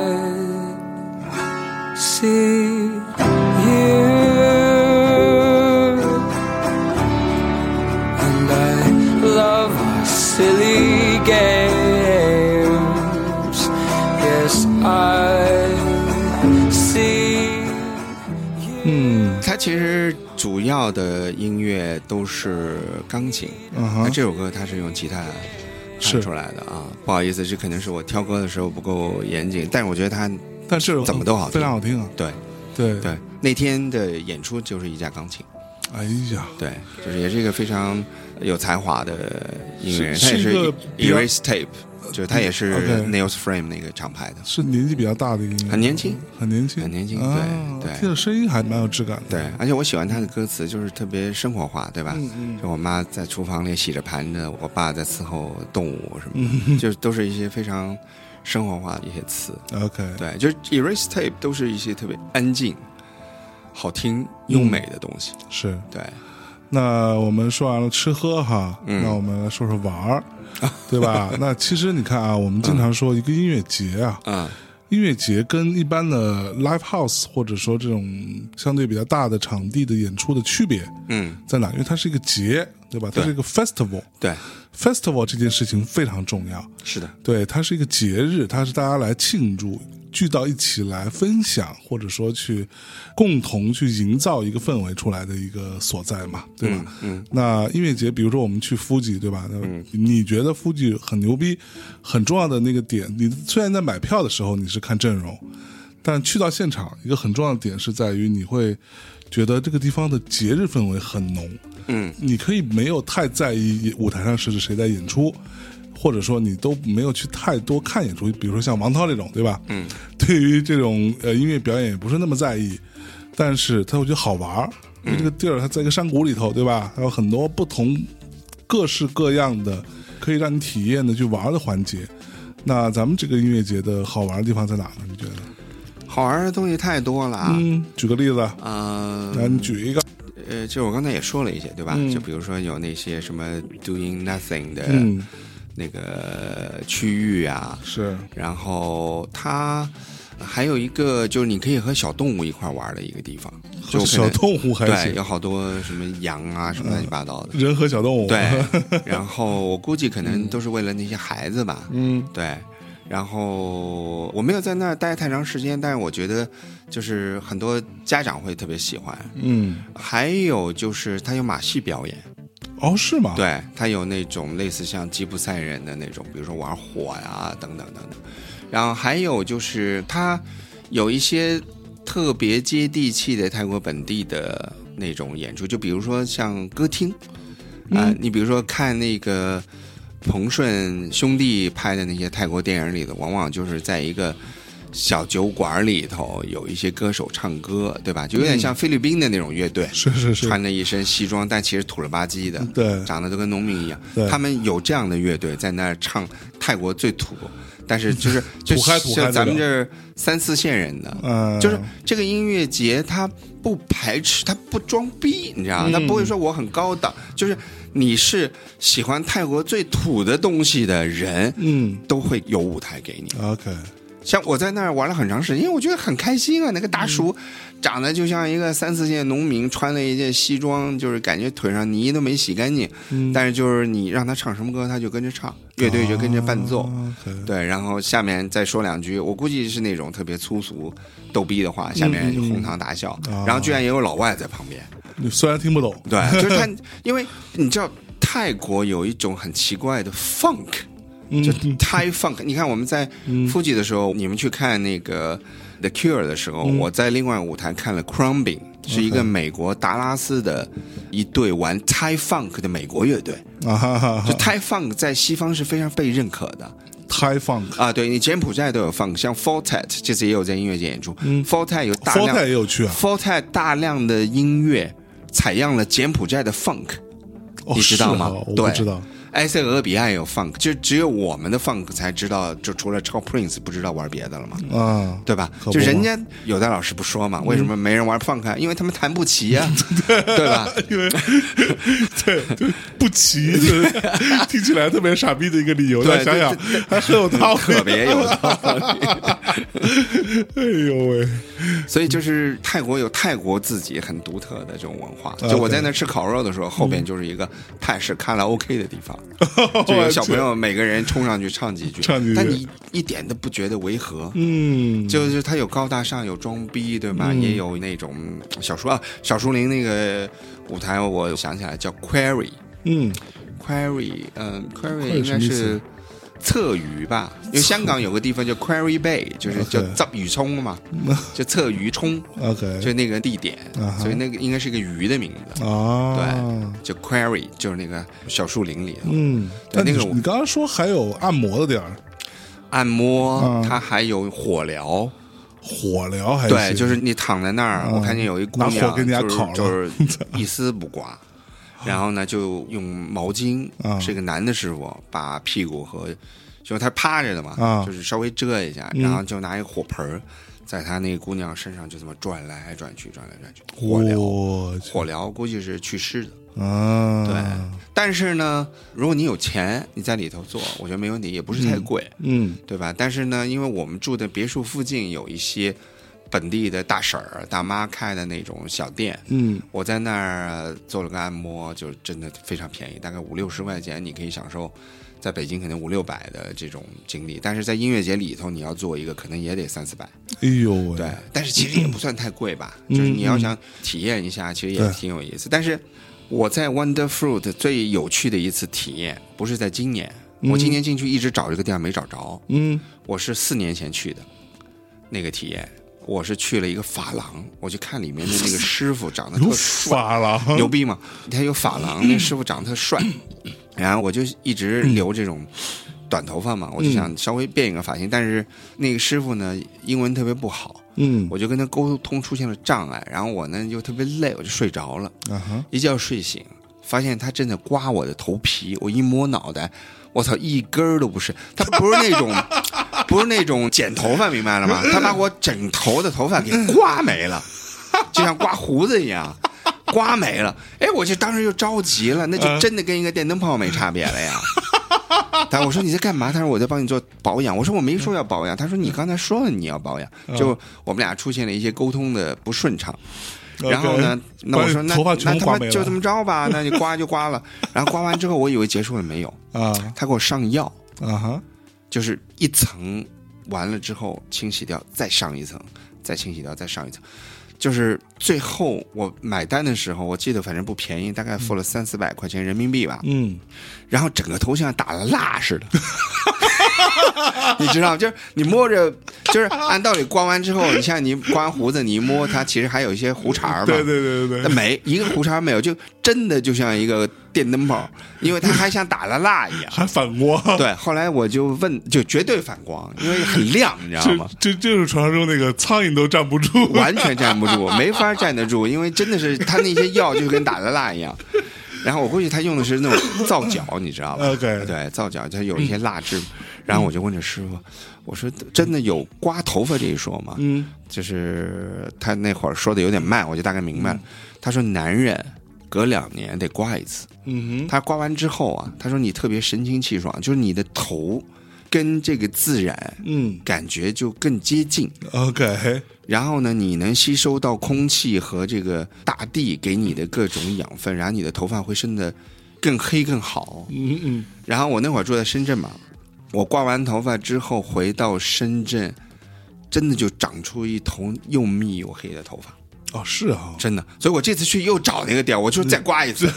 C: see you and I love our silly games. Yes, I see you.
A: 它其实主要的音乐都是钢琴，
B: 嗯
A: 那
B: 哼，
A: 啊这首歌它是用吉他弹
B: 是
A: 出来的啊。不好意思，这可能是我挑歌的时候不够严谨，但是我觉得它
B: 但这首歌
A: 怎么都好听
B: 非常好听啊，
A: 对
B: 对，
A: 对那天的演出就是一架钢琴，
B: 哎呀，
A: 对，就是也是一个非常有才华的音乐人，
B: 是
A: 他也
B: 是
A: 是
B: 一个
A: E-
B: 比较
A: Erase Tape，就是他也是
B: OK
A: Nails Frame 那个厂牌的。
B: 是年纪比较大的一个音乐人，
A: 很年轻
B: 很年轻，
A: 很年轻
B: 啊
A: 对对
B: 听着声音还蛮有质感的，
A: 对，而且我喜欢他的歌词，就是特别生活化，对吧？
B: 嗯嗯
A: 就我妈在厨房里洗着盘子，我爸在伺候动物什么
B: 嗯
A: 的，就是都是一些非常生活化的一些词。
B: ，OK，
A: 对，就是 Erase Tape 都是一些特别安静、好
B: 嗯
A: 听、优美的东西。
B: 是。
A: 对，
B: 那我们说完了吃喝哈，
A: 嗯
B: 那我们来说说 玩儿，对吧？那其实你看啊，我们经常说一个音乐节 啊，
A: 嗯
B: 音乐节跟一般的 live house 或者说这种相对比较大的场地的演出的区别
A: 嗯，
B: 在哪？因为它是一个节，对吧？它
A: 对
B: 是一个 festival。
A: 对，
B: festival 这件事情非常重要，
A: 是的，
B: 对，它是一个节日，它是大家来庆祝，聚到一起来分享，或者说去共同去营造一个氛围出来的一个所在嘛，对吧？嗯。那音乐节，比如说我们去 Fuji，对吧？那你觉得 Fuji 很牛逼，很重要的那个点，你虽然在买票的时候你是看阵容，但去到现场，一个很重要的点是在于你会觉得这个地方的节日氛围很浓。
A: 嗯，
B: 你可以没有太在意舞台上是谁在演出，或者说你都没有去太多看演出，比如说像王涛这种，对吧？嗯，对于这种呃音乐表演也不是那么在意，但是他会觉得好玩儿，
A: 嗯
B: 因为这个地儿它在一个山谷里头，对吧？还有很多不同各式各样的可以让你体验的去玩儿的环节。那咱们这个音乐节的好玩的地方在哪呢？你觉得？
A: 好玩的东西太多了啊。
B: 嗯，举个例子，
A: 呃
B: 来你举一个。
A: 呃，就我刚才也说了一些，对吧？
B: 嗯
A: 就比如说有那些什么 Doing Nothing 的
B: 嗯，
A: 那个区域啊，
B: 是
A: 然后它呃还有一个就是你可以和小动物一块儿玩的一个地方，就可能
B: 小动物还
A: 对，
B: 行，
A: 有好多什么羊啊，什么乱七八糟的。
B: 人和小动物。
A: 对，然后我估计可能都是为了那些孩子吧。
B: 嗯，
A: 对，然后我没有在那儿待太长时间，但是我觉得就是很多家长会特别喜欢。
B: 嗯，
A: 还有就是它有马戏表演，
B: 哦，是吗？，
A: 对，它有那种类似像吉普赛人的那种，比如说玩啊火呀、等等等等。然后还有就是它有一些特别接地气的泰国本地的那种演出，就比如说像歌厅，
B: 嗯
A: 啊、你比如说看那个彭顺兄弟拍的那些泰国电影里的，往往就是在一个小酒馆里头有一些歌手唱歌，对吧？就有点像菲律宾的那种乐队，
B: 是嗯是是，
A: 穿着一身西装，但其实土了吧唧的，
B: 对
A: 长得都跟农民一样
B: 对。
A: 他们有这样的乐队在那儿唱泰国最土，但是 就是就
B: 土嗨土嗨
A: 像咱们
B: 那
A: 这儿三四线人的，
B: 嗯，
A: 就是这个音乐节，它不排斥，它不装逼，你知
B: 嗯
A: 道吗？它不会说我很高档，就是你是喜欢泰国最土的东西的人，
B: 嗯
A: 都会有舞台给你。
B: ，OK，
A: 像我在那儿玩了很长时间，因为我觉得很开心啊。那个大叔长得就像一个三四线农民，穿了一件西装，就是感觉腿上泥都没洗干净，但是就是你让他唱什么歌，他就跟着唱，乐队就跟着伴奏。
B: ，OK，
A: 对，然后下面再说两句，我估计是那种特别粗俗、逗逼的话，下面就哄堂大笑。然后居然也有老外在旁边，
B: 你虽然听不懂，
A: 对， 就是他，因为你知道泰国有一种很奇怪的 funk，就
B: 嗯
A: Thai funk。你看我们在富吉的时候，你们去看那个 The Cure 的时候，
B: 嗯
A: 我在另外舞台看了 Crumbing，是一个美国达拉斯的一队玩 Thai funk 的美国乐队。
B: 啊哈哈
A: 就
B: 哈
A: Thai funk 在西方是非常被认可的，
B: ，Thai funk，
A: 啊，对你柬埔寨都有放，像 Fortet 这次也有在音乐节演出。Fortet 有大
B: f o r
A: 量
B: t 嗯也有去啊，
A: Fortet 大量的音乐采样了柬埔寨的 Funk，
B: 哦
A: 你知道吗
B: 是啊我不
A: 对
B: 知道，
A: 埃塞俄比亚也有 Funk，就只有我们的 Funk 才知道，就除了抄 Prince 不知道玩别的了嘛。
B: 啊，
A: 对吧？
B: 可不
A: 就
B: 嘛嗯
A: 人家有的老师不说嘛，为什么没人玩 funk？啊因为他们弹不齐 呀、对吧？
B: 因为 对就不齐， 就是听起来特别傻逼的一个理由，
A: 对
B: 但想想
A: 对对
B: 还很有道理，
A: 特别有道 理。
B: 哎呦 喂，
A: 所以就是泰国有泰国自己很独特的这种文化。
B: OK
A: 就我在那吃烤肉的时候，后
B: 嗯
A: 边就是一个泰式卡拉 OK 的地方，就有小朋友每个人冲上去唱几句，
B: 唱几句
A: 但你一点都不觉得违和。
B: 嗯，
A: 就是它有高大上，有装逼，对吗？也有那种小树啊，小树林那个舞台，我想起来叫 Query。
B: 嗯
A: Query，嗯、q u e r y
B: Query
A: 应该
B: 什么意
A: 是
B: 思
A: 侧鱼吧？因为香港有个地方叫 Query Bay，就是 叫
B: OK
A: 鲃鱼冲 嘛，就侧鱼冲，就
B: ，OK，
A: 那个地点
B: 啊哈，
A: 所以那个应该是一个鱼的名字，
B: 啊，
A: 对，就 Query，就是那个小树林里的
B: 嗯，
A: 对
B: 但你
A: 那个我
B: 你刚刚说还有按摩的地儿，
A: 按摩
B: 嗯，
A: 它还有火疗，
B: 火疗还
A: 对，就是是你躺在那儿，
B: 嗯
A: 我看见有一姑
B: 拿火
A: 娘
B: 给你家
A: 就是
B: 烤了
A: 就是一丝不挂。然后呢，就用毛巾
B: 啊，
A: 是一个男的师傅，把屁股和，就是他趴着的嘛，
B: 啊嗯
A: 就是稍微遮一下，然后就拿一个火盆儿，在他那个姑娘身上就这么转来转去，转来转
B: 哦
A: 去，火疗，
B: 我去
A: 火疗估计是祛湿的，
B: 啊，
A: 对，但是呢，如果你有钱，你在里头做，我觉得没问题，也不是太贵，
B: 嗯
A: 对吧？但是呢，因为我们住的别墅附近有一些本地的大婶儿、大妈开的那种小店，
B: 嗯
A: 我在那儿做了个按摩，就真的非常便宜，大概五六十块钱，你可以享受。在北京可能五六百的这种经历，但是在音乐节里头，你要做一个可能也得三四百，
B: 哎呦喂，
A: 对，但是其实也不算太贵吧，就是你要想体验一下，其实也
B: 嗯对
A: 挺有意思。但是我在 Wonder Fruit 最有趣的一次体验，不是在今年，我今年进去一直找这个店没找着，
B: 嗯
A: 我是四年前去的那个体验，我是去了一个发廊，我去看里面的那个师傅长得
B: 有
A: 特帅，
B: 法郎，
A: 牛逼嘛！他有发廊，
B: 嗯
A: 那师傅长得特 帅，然后我就一直留这种短头发
B: 嗯
A: 嘛，我就想稍微变一个发型，但是那个师傅呢，英文特别不好。
B: 嗯
A: 我就跟他沟通出现了障碍，然后我呢又特别累，我就睡着了，
B: 啊哈，
A: 一觉睡醒，发现他正在刮我的头皮，我一摸脑袋，我操，一根儿都不是，他不是那 种，不是那种剪头发，明白了吗？他把我整头的头发给刮没了，就像刮胡子一 样。刮没了，哎，我就当时就着急了，那就
B: 嗯
A: 真的跟一个电灯泡没差别了呀。他我说你在干嘛？他说我在帮你做保养。我说我没说要保养。他说你刚才说了你要保养，
B: 嗯
A: 就我们俩出现了一些沟通的不顺畅。然后呢
B: OK，，
A: 那我说
B: 把你
A: 那
B: 头发
A: 那
B: 全
A: 他
B: 刮
A: 妈
B: 没了
A: 就这么着吧，那你刮就刮了。然后刮完之后，我以为结束了没有，
B: 啊
A: 他给我上药，
B: 啊哈，
A: 就是一层完了之后清洗掉，再上一层，再清洗掉，再上一层。就是最后我买单的时候，我记得反正不便宜，大概付了三四百块钱人民币吧。
B: 嗯
A: 然 后整个头像打了蜡似的，你知道，就是你摸着就是按道理刮完之后，你像你刮完胡子，你一摸它，其实还有一些胡茬儿嘛。
B: 对对对对
A: 那
B: 对，
A: 没一个胡茬儿没有，就真的就像一个电灯泡，因为它还像打了蜡一样。
B: 还反光。
A: 对，后来我就问，就绝对反光，因为很 亮，你知道吗？
B: 这这就是传说中那个苍蝇都站不住，
A: 完全站不住，没法站得住，因为真的是他那些药就跟打了蜡一样。然后我估计他用的是那种皂角，你知道吧
B: OK
A: 对，皂角它有一些蜡质。然后我就问这师傅，我说真的有刮头发这一说吗？
B: 嗯，
A: 就是他那会儿说的有点慢，我就大概明白
B: 嗯
A: 了。他说男人隔两年得刮一次，
B: 嗯哼，
A: 他刮完之后啊，他说你特别神清气爽，就是你的头跟这个自然
B: 嗯
A: 感觉就更接近。
B: ，OK，
A: 然后呢，你能吸收到空气和这个大地给你的各种养分，然后你的头发会生得更黑更好。
B: 嗯嗯，
A: 然后我那会儿住在深圳嘛，我刮完头发之后回到深圳，真的就长出一头又密又黑的头发，
B: 哦，是啊，
A: 真的。所以我这次去又找那个点儿，我就再刮一次，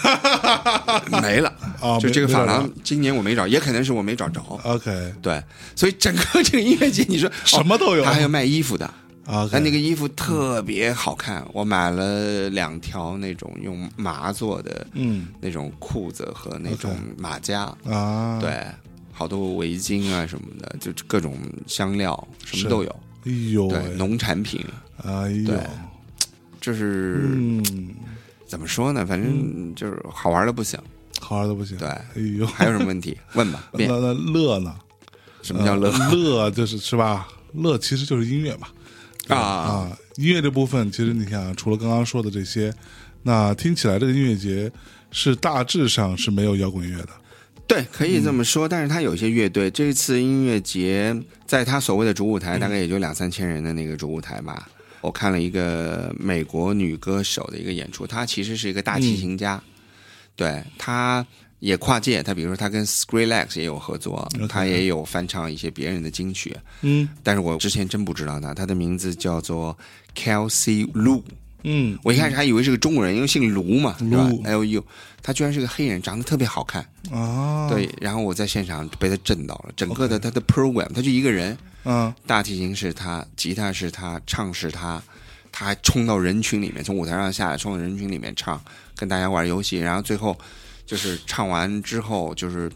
A: 嗯 没啊了。
B: 啊，
A: 就
B: 没
A: 这个
B: 没
A: 发
B: 找
A: 廊，今年我没找，也可能是我没找着。
B: 着 OK，
A: 对，所以整个这个音乐节，你说
B: 什么都有
A: 哦他还有卖衣服的。
B: 啊，
A: 但那个衣服特别好看，我买了两条那种用麻做的
B: 嗯
A: 那种裤子和那种
B: OK
A: 马甲，
B: 啊，，
A: 对，好多围巾啊什么的，就各种香料什
B: 是
A: 么都有，
B: 哎呦
A: 对，
B: 喂，
A: 农产品，
B: 哎呦
A: 对，就是、
B: 嗯，
A: 怎么说呢，反正就是好玩的不 行。
B: 好玩的不行，
A: 对
B: 哎呦，
A: 还有什么问题？问吧，
B: 那
A: 变
B: 那乐呢？
A: 什么叫乐
B: 呃乐就是是吧？乐其实就是音乐嘛。
A: 啊？
B: 啊，音乐这部分，其实你看，除了刚刚说的这些，那听起来这个音乐节是大致上是没有摇滚乐的。
A: 对，可
B: 嗯
A: 以这么说，但是他有一些乐队，这次音乐节在他所谓的主舞
B: 嗯
A: 台，大概也就两三千人的那个主舞台吧。我看了一个美国女歌手的一个演出，她其实是一个大提琴家，
B: 嗯
A: 对，她也跨界，她比如说她跟 Skrillex 也有合作，
B: OK
A: 她也有翻唱一些别人的金曲，
B: 嗯
A: 但是我之前真不知道她，她的名字叫做 Kelsey Lu，
B: 嗯
A: 我一开始还以为是个中国人，因为姓卢嘛，是吧哎
B: 卢
A: ？L U，她居然是个黑人，长得特别好看。
B: 啊，
A: 嗯对，然后我在现场被他震到了，整个的他的 program，他就一个人，
B: 啊，
A: 大提琴是他，吉他是他，唱是他，他还冲到人群里面，从舞台上下来，冲到人群里面唱，跟大家玩游戏，然后最后就是唱完之后就是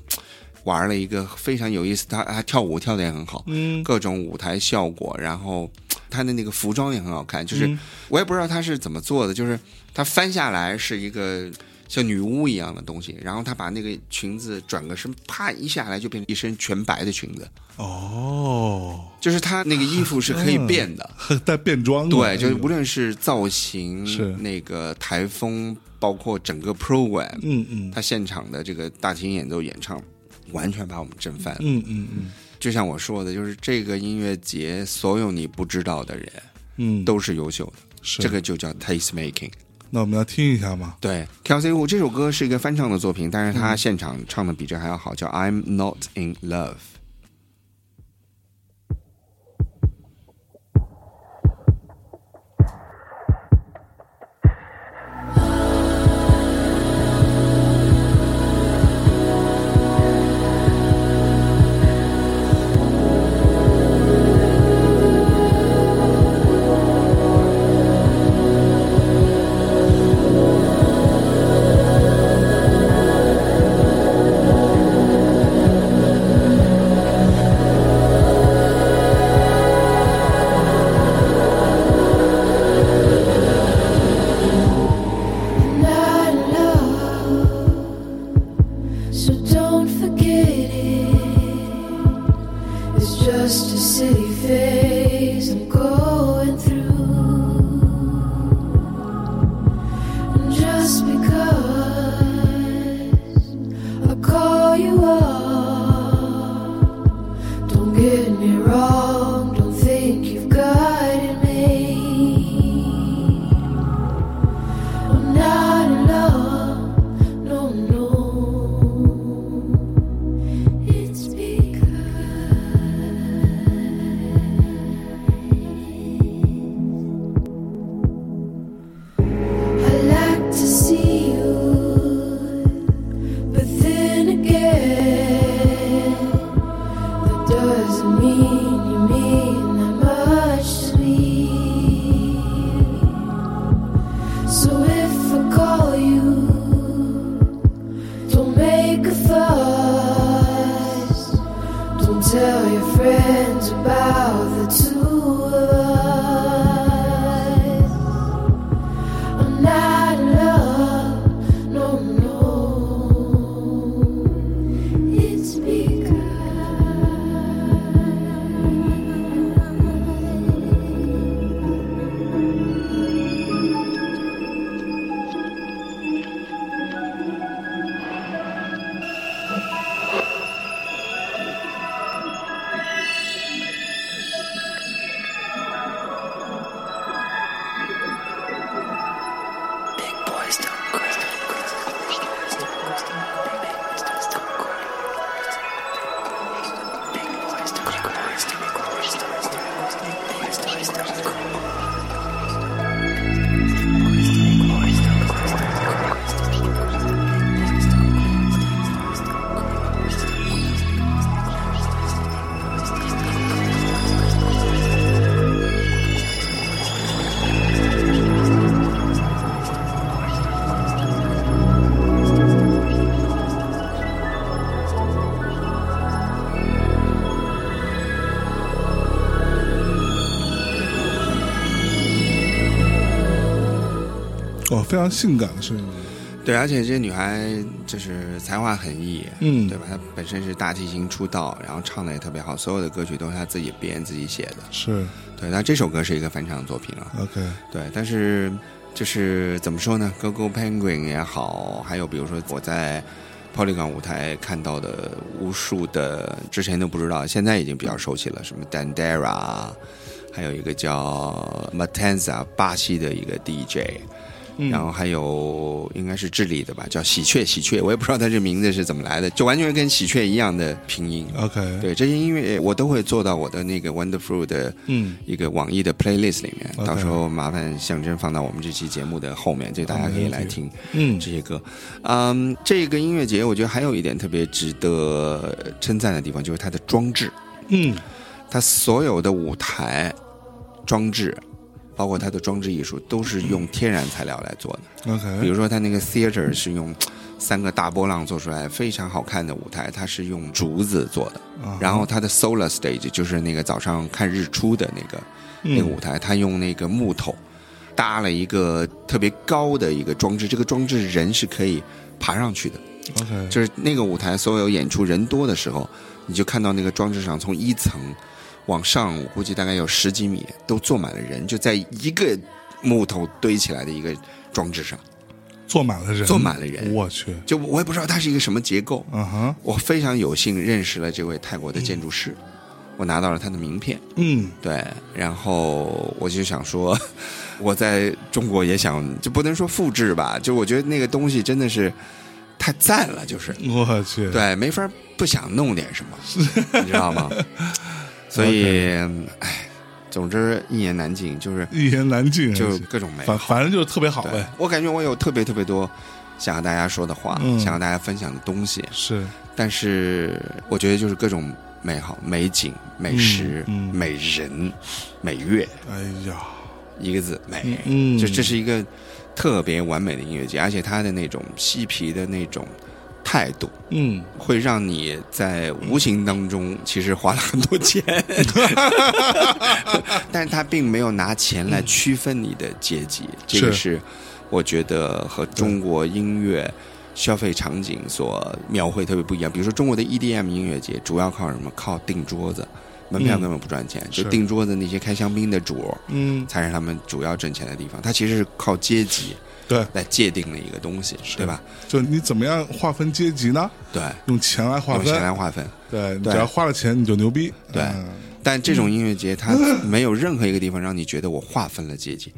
A: 玩了一个非常有意思，他他跳舞跳的也很好，
B: 嗯
A: 各种舞台效果，然后他的那个服装也很好看，就是
B: 嗯
A: 我也不知道他是怎么做的，就是他翻下来是一个像女巫一样的东西，然后他把那个裙子转个身，啪一下来就变成一身全白的裙子，
B: 哦，
A: 就是他那个衣服是可以变的，
B: 呵带变装的，
A: 对，就是
B: 哎呦
A: 无论是造型、
B: 嗯是
A: 那个台风，包括整个 program，
B: 嗯嗯
A: 他现场的这个大提琴演奏演唱，完全把我们震翻了。
B: 嗯嗯嗯
A: 就像我说的，就是这个音乐节，所有你不知道的人
B: 嗯，
A: 都是优秀的，
B: 是
A: 这。个就叫 taste making。
B: 那我们要听一下吗？
A: 对，Kelsey Wu 这首歌是一个翻唱的作品，但是他
B: 嗯
A: 现场唱的比这还要好，叫《I'm Not in Love》。
D: Not love, so don't forget it. It's just a silly phase I'm going through, and just because I call you up, don't get me wrong, don't think you've got it made. I'm not in love, no, no. It's because I like to see you, but then again. tell your friends about the two of us. I'm not in love, no, no. It's begun.
B: 哦，非常性感的声音，
A: 对，而且这女孩就是才华横溢，
B: 嗯
A: 对吧？她本身是大提琴出道，然后唱的也特别好，所有的歌曲都是她自己编自己写的。
B: 是
A: 对，那这首歌是一个翻唱作品啊。
B: OK，
A: 对，但是就是怎么说呢？Go Go Penguin 也好，还有比如说我在 Polygon 舞台看到的无数的，之前都不知道，现在已经比较熟悉了，什么 Dandera，还有一个叫 Matanza 巴西的一个 DJ。然后还有应该是智利的吧，叫喜鹊，喜鹊，我也不知道它这名字是怎么来的，就完全跟喜鹊一样的拼音。
B: OK，
A: 对，这些音乐我都会做到我的那个 Wonderful 的
B: 嗯，
A: 一个网易的 playlist 里面，
B: OK
A: 到时候麻烦象征放到我们这期节目的后面，就大家可以来听
B: 嗯
A: 这些歌。嗯，这个音乐节我觉得还有一点特别值得称赞的地方，就是它的装置，
B: 嗯，
A: 它所有的舞台装置，包括它的装置艺术，都是
B: 嗯
A: 用天然材料来做的。比
B: OK，
A: 如说它那个 theater 是用三个大波浪做出来非常好看的舞台，它是用竹子做的。
B: 啊
A: 然后它的 solar stage 就是那个早上看日出的那个、那个舞台，它用那个木头搭了一个特别高的一个装置，这个装置人是可以爬上去的。
B: OK，
A: 就是那个舞台所有演出人多的时候，你就看到那个装置上从一层往上，我估计大概有十几米都坐满了人，就在一个木头堆起来的一个装置上。
B: 坐满了人，
A: 坐满了人
B: 我去，
A: 就我也不知道它是一个什么结构。
B: 啊哈，
A: 我非常有幸认识了这位泰国的建筑师，我拿到了他的名片。
B: 嗯
A: 对，然后我就想说， 我在中国也想，就不能说复制吧，就我觉得那个东西真的是太赞了，就是
B: 我去，
A: 对，没法不想弄点什 么，你知道吗？所以，哎，总之一言难尽，就是
B: 一言难尽，啊
A: 就各种美好
B: 反嗯反正就是特别好
A: 对
B: 呗，
A: 我感觉我有特别特别多想和大家说的话，
B: 嗯
A: 想和大家分享的东西，
B: 是
A: 但是我觉得就是各种美好、美景、美食、
B: 嗯嗯
A: 美人、美乐，
B: 哎呀，
A: 一个字美。
B: 嗯，
A: 就这是一个特别完美的音乐节，而且它的那种嬉皮的那种态度，
B: 嗯，
A: 会让你在无形当中其实花了很多 钱，但是他并没有拿钱来区分你的阶级，这个是我觉得和中国音乐。消费场景所描绘特别不一样，比如说中国的 EDM 音乐节主要靠什么？靠订桌子，门票
B: 嗯
A: 根本不赚钱，
B: 是
A: 就订桌子那些开香槟的主，
B: 嗯，
A: 才是他们主要挣钱的地方。它其实是靠阶级
B: 对，
A: 来界定的一个东西，对吧？
B: 就你怎么样划分阶级呢？
A: 对，
B: 用钱来划
A: 用钱来
B: 分，
A: 划分。
B: 对，你
A: 对
B: 只要花了钱你就牛逼，
A: 对
B: 嗯
A: 但这种音乐节，它没有任何一个地方让你觉得我划分了阶级。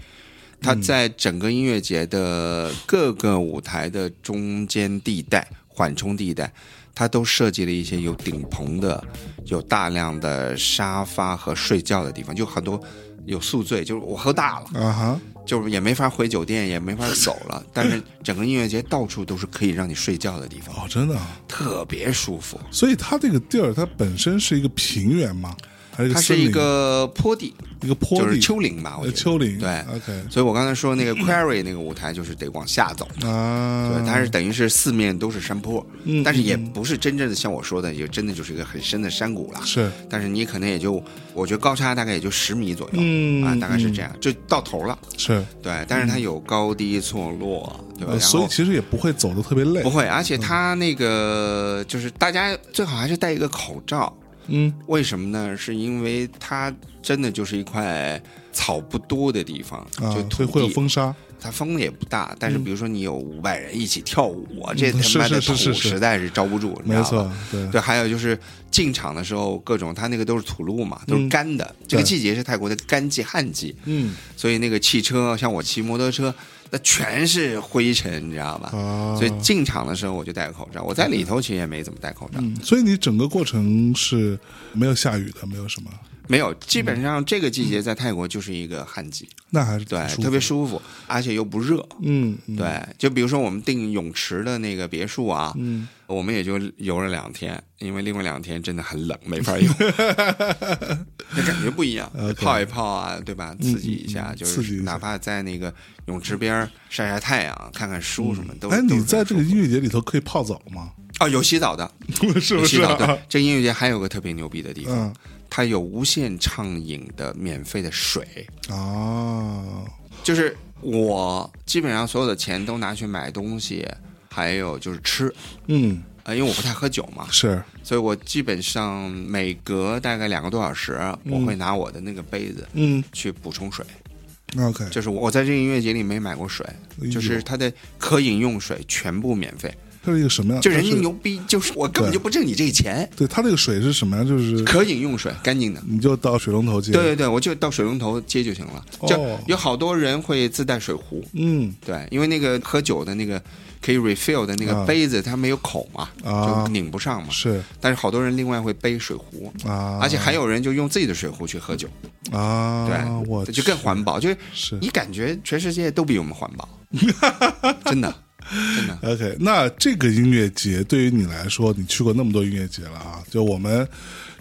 A: 它在整个音乐节的各个舞台的中间地带、缓冲地带，它都设计了一些有顶棚的、有大量的沙发和睡觉的地方，就很多有宿醉，就是我喝大了，
B: 啊哈，
A: 就是也没法回酒店，也没法走 了。但是整个音乐节到处都是可以让你睡觉的地方，
B: 哦，真的啊，
A: 特别舒服。
B: 所以它这个地儿它本身是一个平原嘛，还有一个
A: 它是
B: 森林
A: 一个坡地，
B: 一个坡
A: 就是
B: 地
A: 丘陵吧，我觉
B: 呃
A: 得
B: 丘陵
A: 对
B: OK
A: 所以我刚才说那个 Quarry 那个舞台就是得往下走，
B: 啊，
A: 对，它是等于是四面都是山坡，
B: 嗯
A: 但是也不是真正的像我说的，也真的就是一个很深的山谷了。
B: 是，
A: 但是你可能也就，我觉得高差大概也就十米左右，
B: 嗯
A: 啊，大概是这样，就到头了。
B: 是，
A: 对，但是它有高低错落，对吧？
B: 呃，
A: 然后
B: 所以其实也不会走的特别累
A: 不，会，而且它那个就是大家最好还是戴一个口罩，
B: 嗯，
A: 为什么呢？是因为它真的就是一块草不多的地方，就，
B: 啊所
A: 土
B: 以会有
A: 地
B: 风沙，
A: 它风也不大，但是比如说你有五百人一起跳舞，我这
B: 嗯
A: 他妈的
B: 是
A: 土
B: 是是是是
A: 实在是招不住，你知道
B: 没
A: 吧
B: 错，对，
A: 对，还有就是进场的时候，各种它那个都是土路嘛，都是干的。这个
B: 对
A: 季节是泰国的干季、旱季，
B: 嗯
A: 所以那个汽车，像我骑摩托车，那全是灰尘，你知道吧？
B: 啊，
A: 所以进场的时候我就戴个口罩，我在里头其实也没怎么戴口罩，
B: 嗯，所以你整个过程是没有下雨的，没有什么，
A: 没有。基本上这个季节在泰国就是一个旱季，
B: 那还是挺
A: 对，
B: 嗯舒服
A: 特别舒服，而且又不热。
B: 嗯，嗯，
A: 对，就比如说我们订泳池的那个别墅啊，
B: 嗯，
A: 我们也就游了两天，因为另外两天真的很冷， 没法游，那感觉不一样
B: OK，
A: 泡一泡啊，对吧？刺激一下，
B: 嗯
A: 就
B: 刺激一
A: 是
B: 下
A: 哪怕在那个泳池边儿晒晒太阳、看看书什么，都
B: 哎，
A: 都
B: 你
A: 是
B: 在
A: 很
B: 这
A: 舒
B: 个
A: 服
B: 音乐节里头可以泡澡吗？
A: 哦，有洗澡的，
B: 是
A: 有
B: 不
A: 洗
B: 是
A: 澡
B: 啊？
A: 的。这音乐节还有个特别牛逼的地方
B: 嗯，
A: 它有无限畅饮的免费的水，
B: 啊，
A: 就是我基本上所有的钱都拿去买东西，还有就是吃。
B: 嗯，
A: 呃，因为我不太喝酒嘛，
B: 是，
A: 所以我基本上每隔大概两个多小时，我会拿我的那个杯子
B: 嗯
A: 去补充水。
B: ，OK，
A: 就是我在这个音乐节里没买过水，
B: 哎呦
A: 就是它的可饮用水全部免费。
B: 它是一个什么样？
A: 就人
B: 它
A: 家
B: 啊是
A: 牛逼，就是我根本就不挣你这钱，
B: 对，它这个水是什么呀？就是
A: 可饮用水干净的。
B: 你就到水龙头接，
A: 对对，对，我就到水龙头接就行了。就
B: 哦
A: 有好多人会自带水壶，
B: 嗯，
A: 对，因为那个喝酒的那个可以 refill 的那
B: 啊
A: 个杯子，它没有口嘛，
B: 啊
A: 就拧不上嘛。
B: 是
A: 但是好多人另外会背水壶，
B: 啊，
A: 而且还有人就用自己的水壶去喝酒，
B: 啊，
A: 对，
B: 我
A: 就更环保。就是
B: 是
A: 你感觉全世界都比我们环 保，真的，真的。
B: OK，那这个音乐节对于你来说，你去过那么多音乐节了啊？就我们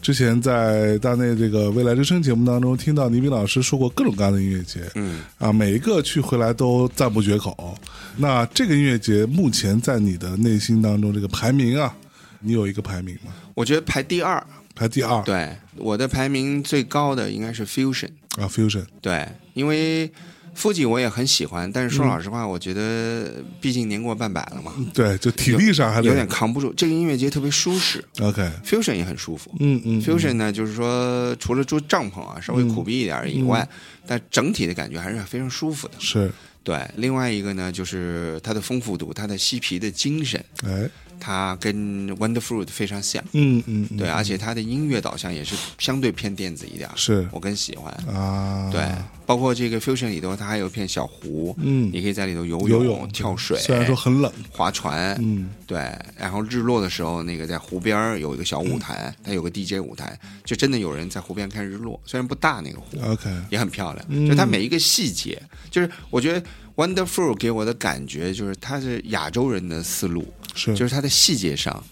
B: 之前在大内这个未来之声节目当中，听到倪斌老师说过各种各样的音乐节，
A: 嗯，
B: 啊，每一个去回来都赞不绝口。那这个音乐节目前在你的内心当中这个排名啊，你有一个排名吗？
A: 我觉得排第二，
B: 排第二，
A: 对，我的排名最高的应该是 Fusion，
B: 啊，Fusion，
A: 对，因为。富吉我也很喜欢，但是说
B: 嗯
A: 老实话，我觉得毕竟年过半百了嘛，
B: 对，就体力上还得
A: 有点扛不住。这个音乐节特别舒适
B: OK，
A: ，fusion 也很舒服。
B: 嗯嗯
A: fusion 呢，就是说除了住帐篷啊稍微苦逼一点以
B: 嗯
A: 外，但整体的感觉还是非常舒服的。
B: 是，
A: 对，另外一个呢，就是它的丰富度，它的嬉皮的精神，
B: 哎，
A: 它跟 Wonderfruit 非常像。
B: 嗯嗯，嗯
A: 对，而且它的音乐导向也是相对偏电子一点儿，
B: 是
A: 我更喜欢。
B: 啊，
A: 对，包括这个 fusion 里头，它还有一片小湖，
B: 嗯
A: 你可以在里头游
B: 游泳
A: 跳水，
B: 虽然说很冷，
A: 划船，
B: 嗯，
A: 对，然后日落的时候，那个在湖边儿有一个小舞台，它有个 DJ 舞台，就真的有人在湖边看日落，虽然不大那个湖，
B: OK，
A: 也很漂亮。就它每一个细节，就是我觉得 Wonderful 给我的感觉就是它是亚洲人的思路，
B: 是，
A: 就是它的细节上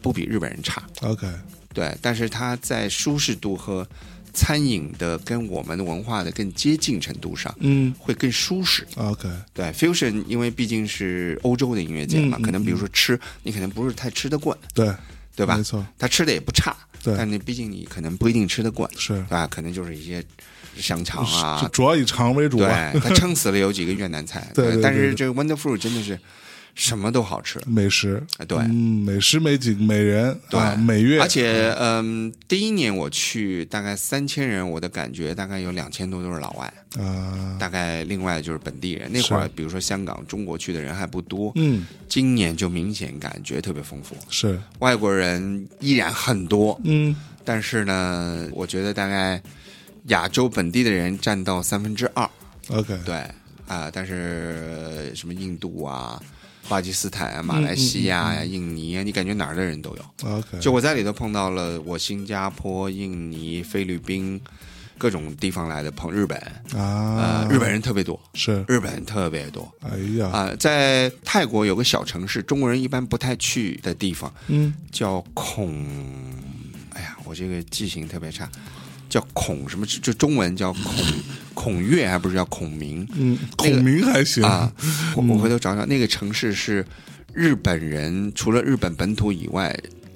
A: 不比日本人差，
B: OK，
A: 对，但是它在舒适度和餐饮的跟我们的文化的更接近程度上，
B: 嗯
A: 会更舒适。
B: ，OK，
A: 对 fusion，因为毕竟是欧洲的音乐节嘛，
B: 嗯嗯
A: 可能比如说吃，你可能不是太吃得惯，
B: 对，
A: 对吧
B: 没？错，
A: 他吃的也不差，
B: 对
A: 但你毕竟你可能不一定吃得惯，
B: 是
A: 对吧？可能就是一些香肠
B: 就
A: 啊，
B: 主要以肠为主
A: 对
B: 吧，，
A: 他撑死了有几个越南菜，
B: 啊对对对
A: 但
B: 对
A: 是这个 Wonderful 真的是什么都好吃，
B: 美食，
A: 啊对
B: 嗯，美食、美景、美人，
A: 对，
B: 啊美乐，
A: 而且，嗯，第一年我去大概三千人，我的感觉大概有两千多都是老外，
B: 啊，
A: 大概另外就是本地人。那
B: 是
A: 会儿，比如说香港、中国去的人还不多，
B: 嗯，
A: 今年就明显感觉特别丰富，
B: 是，
A: 外国人依然很多，
B: 嗯，
A: 但是呢，我觉得大概亚洲本地的人占到三分之二，
B: OK，
A: 对啊、但是呃什么印度啊、巴基斯坦啊、马来西亚呀、印尼啊，你感觉哪儿的人都有。
B: ，OK，
A: 就我在里头碰到了我新加坡、印尼、菲律宾各种地方来的朋日本，
B: 啊
A: 呃，，日本人特别多，
B: 是，
A: 日本人特别多。
B: 哎呀，
A: 啊、在泰国有个小城市，中国人一般不太去的地方，
B: 嗯，
A: 叫孔，哎呀，我这个记性特别差，叫孔什么，就中文叫 孔孔岳，还不是叫孔明？
B: 嗯，
A: 那个
B: 孔明还行
A: 啊，我我回头找找那个城市是日本人除了日本本土以外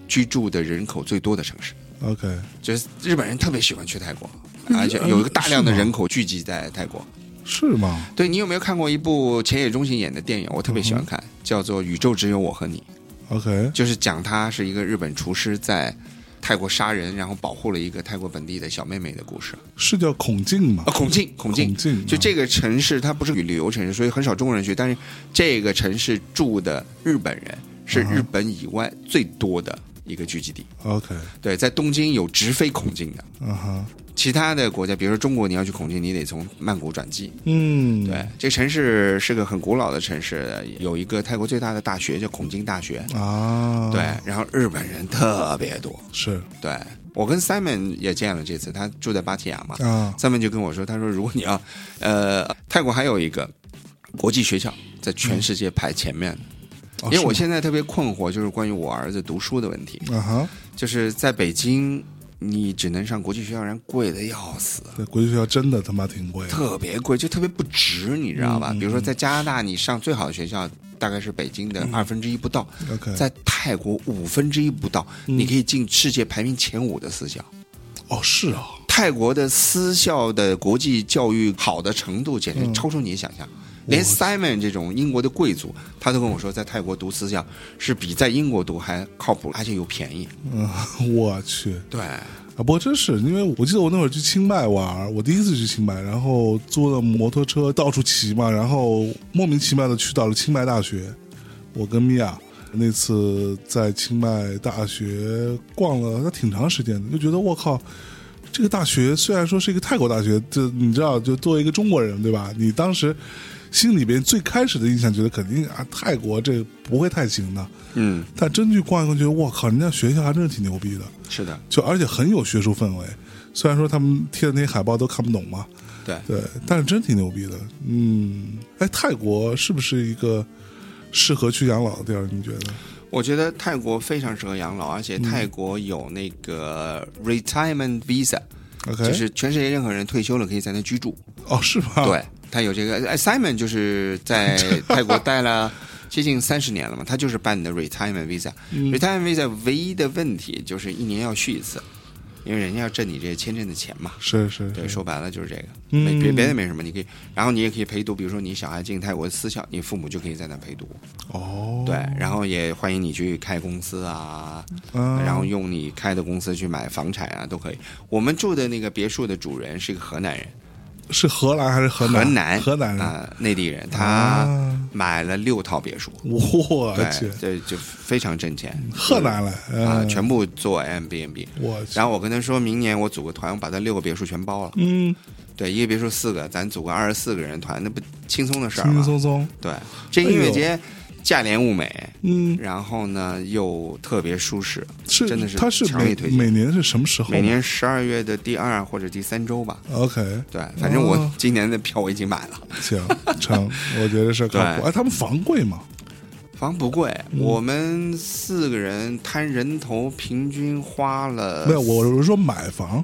A: 居住的人口最多的城市，
B: OK，
A: 就是日本人特别喜欢去泰国，
B: 嗯
A: 而且有一个大量的人口聚集在泰国。
B: 是吗？
A: 对你有没有看过一部浅野忠信演的电影？我特别喜欢看，叫做《宇宙只有我和你》，
B: OK，
A: 就是讲他是一个日本厨师在泰国杀人，然后保护了一个泰国本地的小妹妹的故事。
B: 是叫孔敬吗
A: 啊，？孔敬，孔敬，
B: 孔敬
A: 就
B: 啊
A: 这个城市，它不是旅游城市，所以很少中国人去。但是这个城市住的日本人是日本以外最多的一个聚集地。
B: 啊 OK，
A: 对，在东京有直飞孔敬的，
B: 啊哈，
A: 其他的国家，比如说中国，你要去孔敬，你得从曼谷转机。
B: 嗯，
A: 对，这城市是个很古老的城市，有一个泰国最大的大学叫孔敬大学。
B: 啊，
A: 对，，然后日本人特别多。
B: 是
A: 对我跟 Simon 也见了这次，他住在芭提雅嘛。
B: 啊，
A: 三文就跟我说，他说如果你要，呃，泰国还有一个国际学校在全世界排前面的，
B: 嗯哦
A: 因为我
B: 是
A: 现在特别困惑，就是关于我儿子读书的问题，
B: 吗啊哈，
A: 就是在北京。你只能上国际学校，然后贵的要死，
B: 对，国际学校真的他妈挺贵的，
A: 特别贵，就特别不值，你知道吧？
B: 嗯嗯嗯
A: 比如说在加拿大，你上最好的学校大概是北京的二分之一不到，
B: OK，
A: 在泰国五分之一不到，
B: 嗯
A: 你可以进世界排名前五的私校。
B: 哦，是啊，
A: 泰国的私校的国际教育好的程度，简
B: 嗯
A: 直超出你的想象。连 Simon 这种英国的贵族，他都跟我说，在泰国读私校是比在英国读还靠谱，而且又便宜。
B: 嗯，我去，
A: 对，
B: 啊，不过真是，因为我记得我那会儿去清迈玩儿，我第一次去清迈，然后租了摩托车到处骑嘛，然后莫名其妙的去到了清迈大学。我跟米娅那次在清迈大学逛了，那挺长时间的，就觉得我靠，这个大学虽然说是一个泰国大学，这你知道，就作为一个中国人，对吧？你当时心里边最开始的印象觉得肯定啊，泰国这不会太行的，
A: 嗯，
B: 但真去逛一逛，觉得我靠，人家学校还真是挺牛逼的。
A: 是的，
B: 就而且很有学术氛围。虽然说他们贴的那些海报都看不懂嘛，
A: 对。
B: 对，但是真挺牛逼的。嗯，哎，泰国是不是一个适合去养老的地儿？你觉得？
A: 我觉得泰国非常适合养老，而且
B: 嗯
A: 泰国有那个 retirement visa，、
B: OK，
A: 就是全世界任何人退休了可以在那居住。
B: 哦，是吧？
A: 对，他有这个。哎 Simon 就是在泰国待 了接近三十年了嘛，他就是办的 retirement visa。retirement
B: 嗯
A: visa 唯一的问题就是一年要续一次，因为人家要挣你这些签证的钱嘛。
B: 是是
A: 对，
B: 是，
A: 说白了就是这个，
B: 嗯
A: 没别别的没什么，你可以，然后你也可以陪读，比如说你小孩进泰国私校，你父母就可以在那陪读，
B: 哦，
A: 对，然后也欢迎你去开公司啊，
B: 啊，
A: 然后用你开的公司去买房产啊，都可以。我们住的那个别墅的主人是一个河南人，
B: 是荷兰还是河
A: 河
B: 南？
A: 南
B: 河南人。
A: 啊、内地人，他
B: 啊
A: 买了六套别墅，
B: 我去
A: 对，，这就非常挣钱。
B: 河南来
A: 啊、
B: 嗯
A: 全部做 M B N B。
B: 我去，
A: 然后我跟他说明年我组个团，我把他六个别墅全包了。
B: 嗯，
A: 对，一个别墅四个，咱组个二十四个人团，那不轻松的事
B: 轻
A: 儿
B: 轻
A: 吗？
B: 松松，
A: 对，这音乐节价廉物美，
B: 嗯，
A: 然后呢又特别舒适，
B: 是，
A: 真的是
B: 它是
A: 强
B: 每
A: 力推荐
B: 每年是什么时候？
A: 每年十二月的第二或者第三周吧。
B: OK，
A: 对，反正我
B: 哦
A: 今年的票我已经买了。
B: 行，成，我觉得是靠谱。
A: 对
B: 哎，他们房贵吗？
A: 房不贵，
B: 嗯
A: 我们四个人摊人头，平均花了
B: 没有，我是说买房。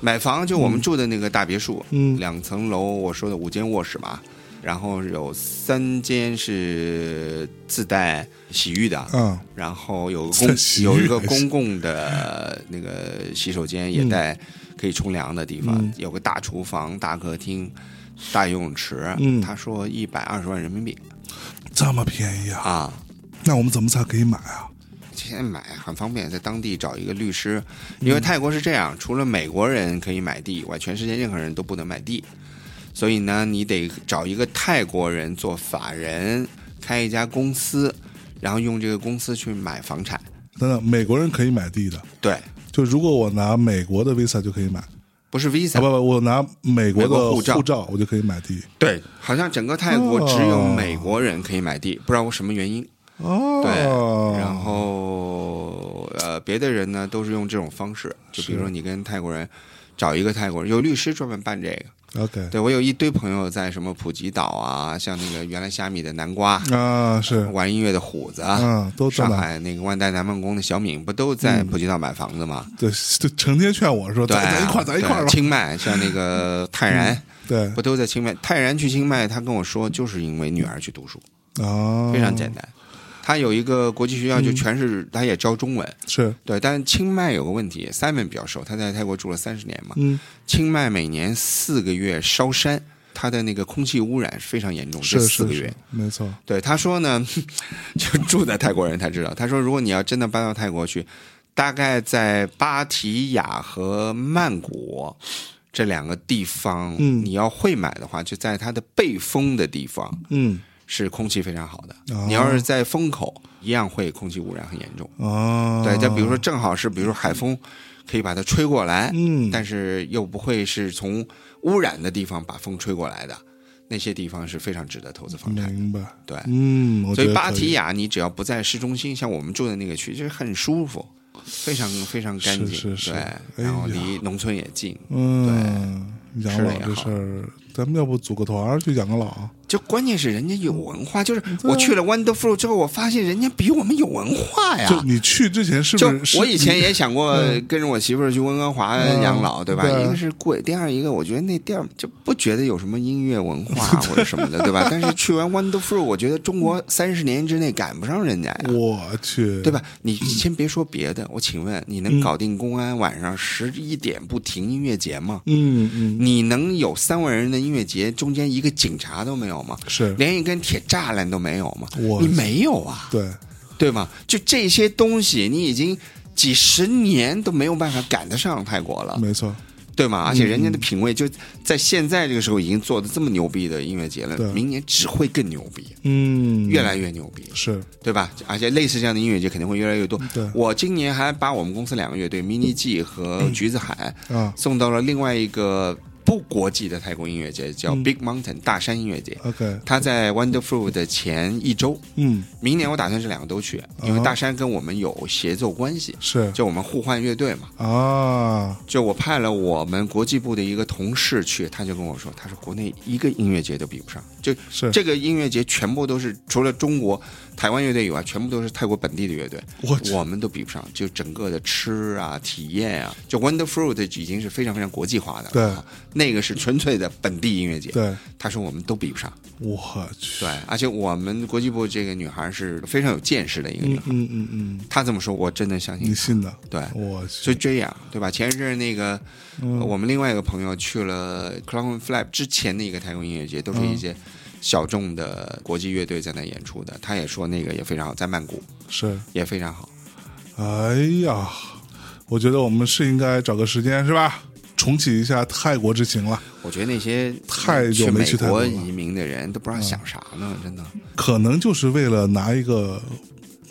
A: 买房就我们住的那个大别墅，
B: 嗯
A: 两层楼，我说的五间卧室嘛，然后有三间是自带洗浴的，
B: 嗯，
A: 然后有个
B: 自带
A: 公
B: 洗浴
A: 有一个
B: 还行
A: 公共的那个洗手间，也带可以冲凉的地方，
B: 嗯
A: 有个大厨房、大客厅、大游泳池。
B: 嗯
A: 他说一百二十万人民币
B: 这么便宜啊？
A: 啊。
B: 那我们怎么才可以买啊？
A: 现在买很方便，在当地找一个律师，
B: 嗯
A: 因为泰国是这样，除了美国人可以买地以外，全世界任何人都不能买地，所以呢，你得找一个泰国人做法人，开一家公司，然后用这个公司去买房产。
B: 等等，美国人可以买地的，
A: 对，
B: 就如果我拿美国的 Visa 就可以买，啊
A: 不是
B: 不
A: Visa，、
B: 不，我拿美国
A: 美国
B: 的
A: 护照
B: 护照我就可以买地。
A: 对，好像整个泰国
B: 哦
A: 只有美国人可以买地，不知道为什么原因。对，
B: 哦，
A: 然后呃，别的人呢都是用这种方式，就比如说你跟泰国人找一个泰国人，有律师专门办这个。
B: OK
A: 对我有一堆朋友在什么普吉岛啊，像那个原来虾米的南瓜，
B: 啊，是
A: 玩音乐的虎子，啊
B: 嗯都在
A: 上
B: 哪
A: 海那个万代南梦宫的小敏，不都在普吉岛买房子吗？
B: 对，就成天劝我说，
A: 对
B: 咱
A: 啊，
B: 咱一块儿，咱一块儿嗯
A: 对
B: 吧。
A: 清迈像那个泰然，
B: 对
A: 不都在清迈？泰然去清迈，他跟我说，就是因为女儿去读书，
B: 啊，
A: 非常简单。他有一个国际学校，就
B: 嗯
A: 全是他也教中文。
B: 是，
A: 对，但清迈有个问题，Simon 比较熟，他在泰国住了三十年嘛。
B: 嗯，
A: 清迈每年四个月烧山，它的那个空气污染是非常严重，
B: 是
A: 这四
B: 是
A: 个月。
B: 是，没错，
A: 对，他说呢， 就住在泰国人才知道。他说，如果你要真的搬到泰国去，大概在芭提雅和曼谷这两个地方，
B: 嗯
A: 你要会买的话，就在它的背风的地方
B: 嗯
A: 是空气非常好的。
B: 哦
A: 你要是在风口，一样会空气污染很严重。
B: 啊，
A: 对，再比如说，正好是比如说海风可以把它吹过来，
B: 嗯
A: 但是又不会是从污染的地方把风吹过来的，那些地方是非常值得投资房产的。
B: 明白，
A: 对，
B: 嗯，我
A: 所
B: 觉
A: 以
B: 得
A: 芭
B: 可
A: 提雅，你只要不在市中心，像我们住的那个区，就是很舒服，非常非常干净，
B: 是是是
A: 对，然后
B: 哎呀
A: 离农村也近，
B: 嗯，养
A: 吃
B: 老
A: 得也
B: 这
A: 好
B: 事儿，咱们要不组个团儿去养个老？啊
A: 就关键是人家有文化，就是我去了 Wonderful 之后，我发现人家比我们有文化哎呀。
B: 就你去之前是
A: 就
B: 不是？
A: 我以前
B: 是
A: 也想过跟着我媳妇儿去温哥华
B: 嗯
A: 养老，对吧？
B: 对
A: 一个是贵，第二一个我觉得那地儿就不觉得有什么音乐文 化或者什么的，对吧？但是去完 Wonderful，我觉得中国三十年之内赶不上人家呀。
B: 你我去，
A: 对吧？你
B: 嗯
A: 先别说别的，我请问你能搞定公安晚上十一点不停音乐节吗？
B: 嗯？嗯
A: 你能有三万人的音乐节，中间一个警察都没有吗？
B: 是
A: 连一根铁栅栏都没有吗
B: 嗯我？
A: 你没有啊，
B: 对，
A: 对吗？就这些东西，你已经几十年都没有办法赶得上泰国了，
B: 没嗯错，
A: 对吗？而且人家的品味就在现在这个时候已经做的这么牛逼的音乐节了
B: 对，
A: 明年只会更牛逼，
B: 嗯，
A: 越来越牛逼。
B: 是
A: 对吧？而且类似这样的音乐节肯定会越来越多。
B: 对
A: 我今年还把我们公司两个乐队 Mini G 和橘子海
B: 啊
A: 送到了另外一个不国际的泰国音乐节，叫
B: 嗯
A: Big Mountain、大山音乐节。
B: ，OK，
A: 它在 Wonderful 的前一周，
B: 嗯，
A: 明年我打算这两个都去，因为大山跟我们有协奏关系，
B: 是
A: 就我们互换乐队嘛。
B: 啊，
A: 就我派了我们国际部的一个同事去，他就跟我说，他说国内一个音乐节都比不上，就是这个音乐节全部都是除了中国台湾乐队以外，全部都是泰国本地的乐队，
B: 我去
A: 我们都比不上，就整个的吃啊、体验啊，就 Wonderfruit 已经是非常非常国际化的，啊
B: 对，
A: 那个是纯粹的本地音乐节，
B: 对，
A: 他说我们都比不上，
B: 我去
A: 对，，而且我们国际部这个女孩是非常有见识的一个女
B: 嗯
A: 孩，
B: 嗯嗯嗯，
A: 她这么说，我真的相信
B: 你
A: 她，
B: 信的，
A: 对，
B: 我去，
A: 就这样，啊对吧？前一阵儿那个、
B: 嗯
A: 呃我们另外一个朋友去了 c l o w n Flap 之前的一个泰国音乐节，都是一些
B: 嗯
A: 小众的国际乐队在那演出的。他也说那个也非常好，在曼谷
B: 是，
A: 也非常好。
B: 哎呀，我觉得我们是应该找个时间是吧，重启一下泰国之行了。
A: 我觉得那些
B: 太久没
A: 美
B: 去泰国
A: 国
B: 了嗯
A: 移民的人都不知道想啥呢，真的
B: 可能就是为了拿一个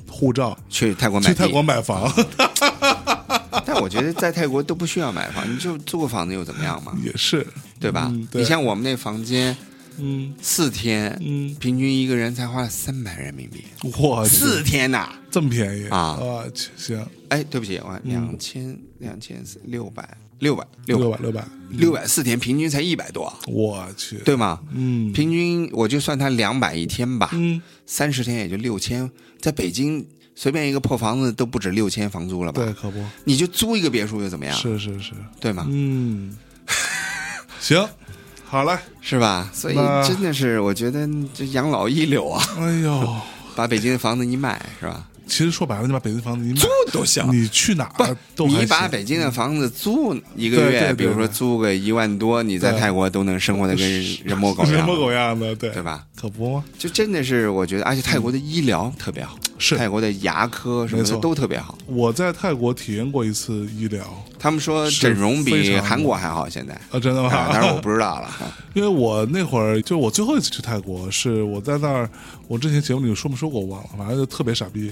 B: 护照
A: 去泰国买
B: 去
A: 地。
B: 泰国买房，
A: 但我觉得在泰国都不需要买房，你就租个房子又怎么样嘛，
B: 也是，
A: 对吧？
B: 嗯对
A: 你像我们那房间
B: 嗯
A: 四天，
B: 嗯，啊
A: 平均一个人才花了三百人民币，
B: 我去
A: 四天呐、
B: 这么便宜
A: 啊
B: 我去，行，
A: 哎，对不起，我两千两千六百六百
B: 嗯六
A: 六
B: 百
A: 百
B: 六百，
A: 六百四天，平均才一百多，啊
B: 我去，
A: 对吗？
B: 嗯
A: 平均我就算他两百一天吧，
B: 嗯，
A: 三十天也就六千，在北京随便一个破房子都不止六千房租了吧
B: 对，？可不
A: 你就租一个别墅又怎么样？
B: 是是是，
A: 对吗？
B: 嗯， 行，好嘞，
A: 是吧？所以
B: 那
A: 真的是，我觉得这养老一流啊，
B: 哎呦，
A: 把北京的房子你买是吧？
B: 其实说白了，你把北京房子 你买，
A: 都行
B: 你去哪
A: 不
B: 儿都还
A: 你把
B: 行嗯
A: 北京的房子租一个
B: 对对
A: 月，
B: 对
A: 比如说
B: 对
A: 租个一万多，你在
B: 对
A: 泰国都能生活的跟人模 狗样，
B: 人模狗样的，对
A: 对？吧？
B: 可不吗？
A: 就真的是，我觉得，而且泰国的医疗特别好，
B: 嗯是
A: 泰国的牙科什么
B: 没
A: 的
B: 错
A: 都特别好。
B: 我在泰国体验过一次医疗，
A: 他们说整容
B: 是非
A: 比
B: 常好
A: 韩国还好，现 在，
B: 啊，真的吗？
A: 啊当然我不知道了。
B: 因为我那会儿就我最后一次去泰国，是我在那儿，我之前节目里说没说过我忘了，反正就特别傻逼。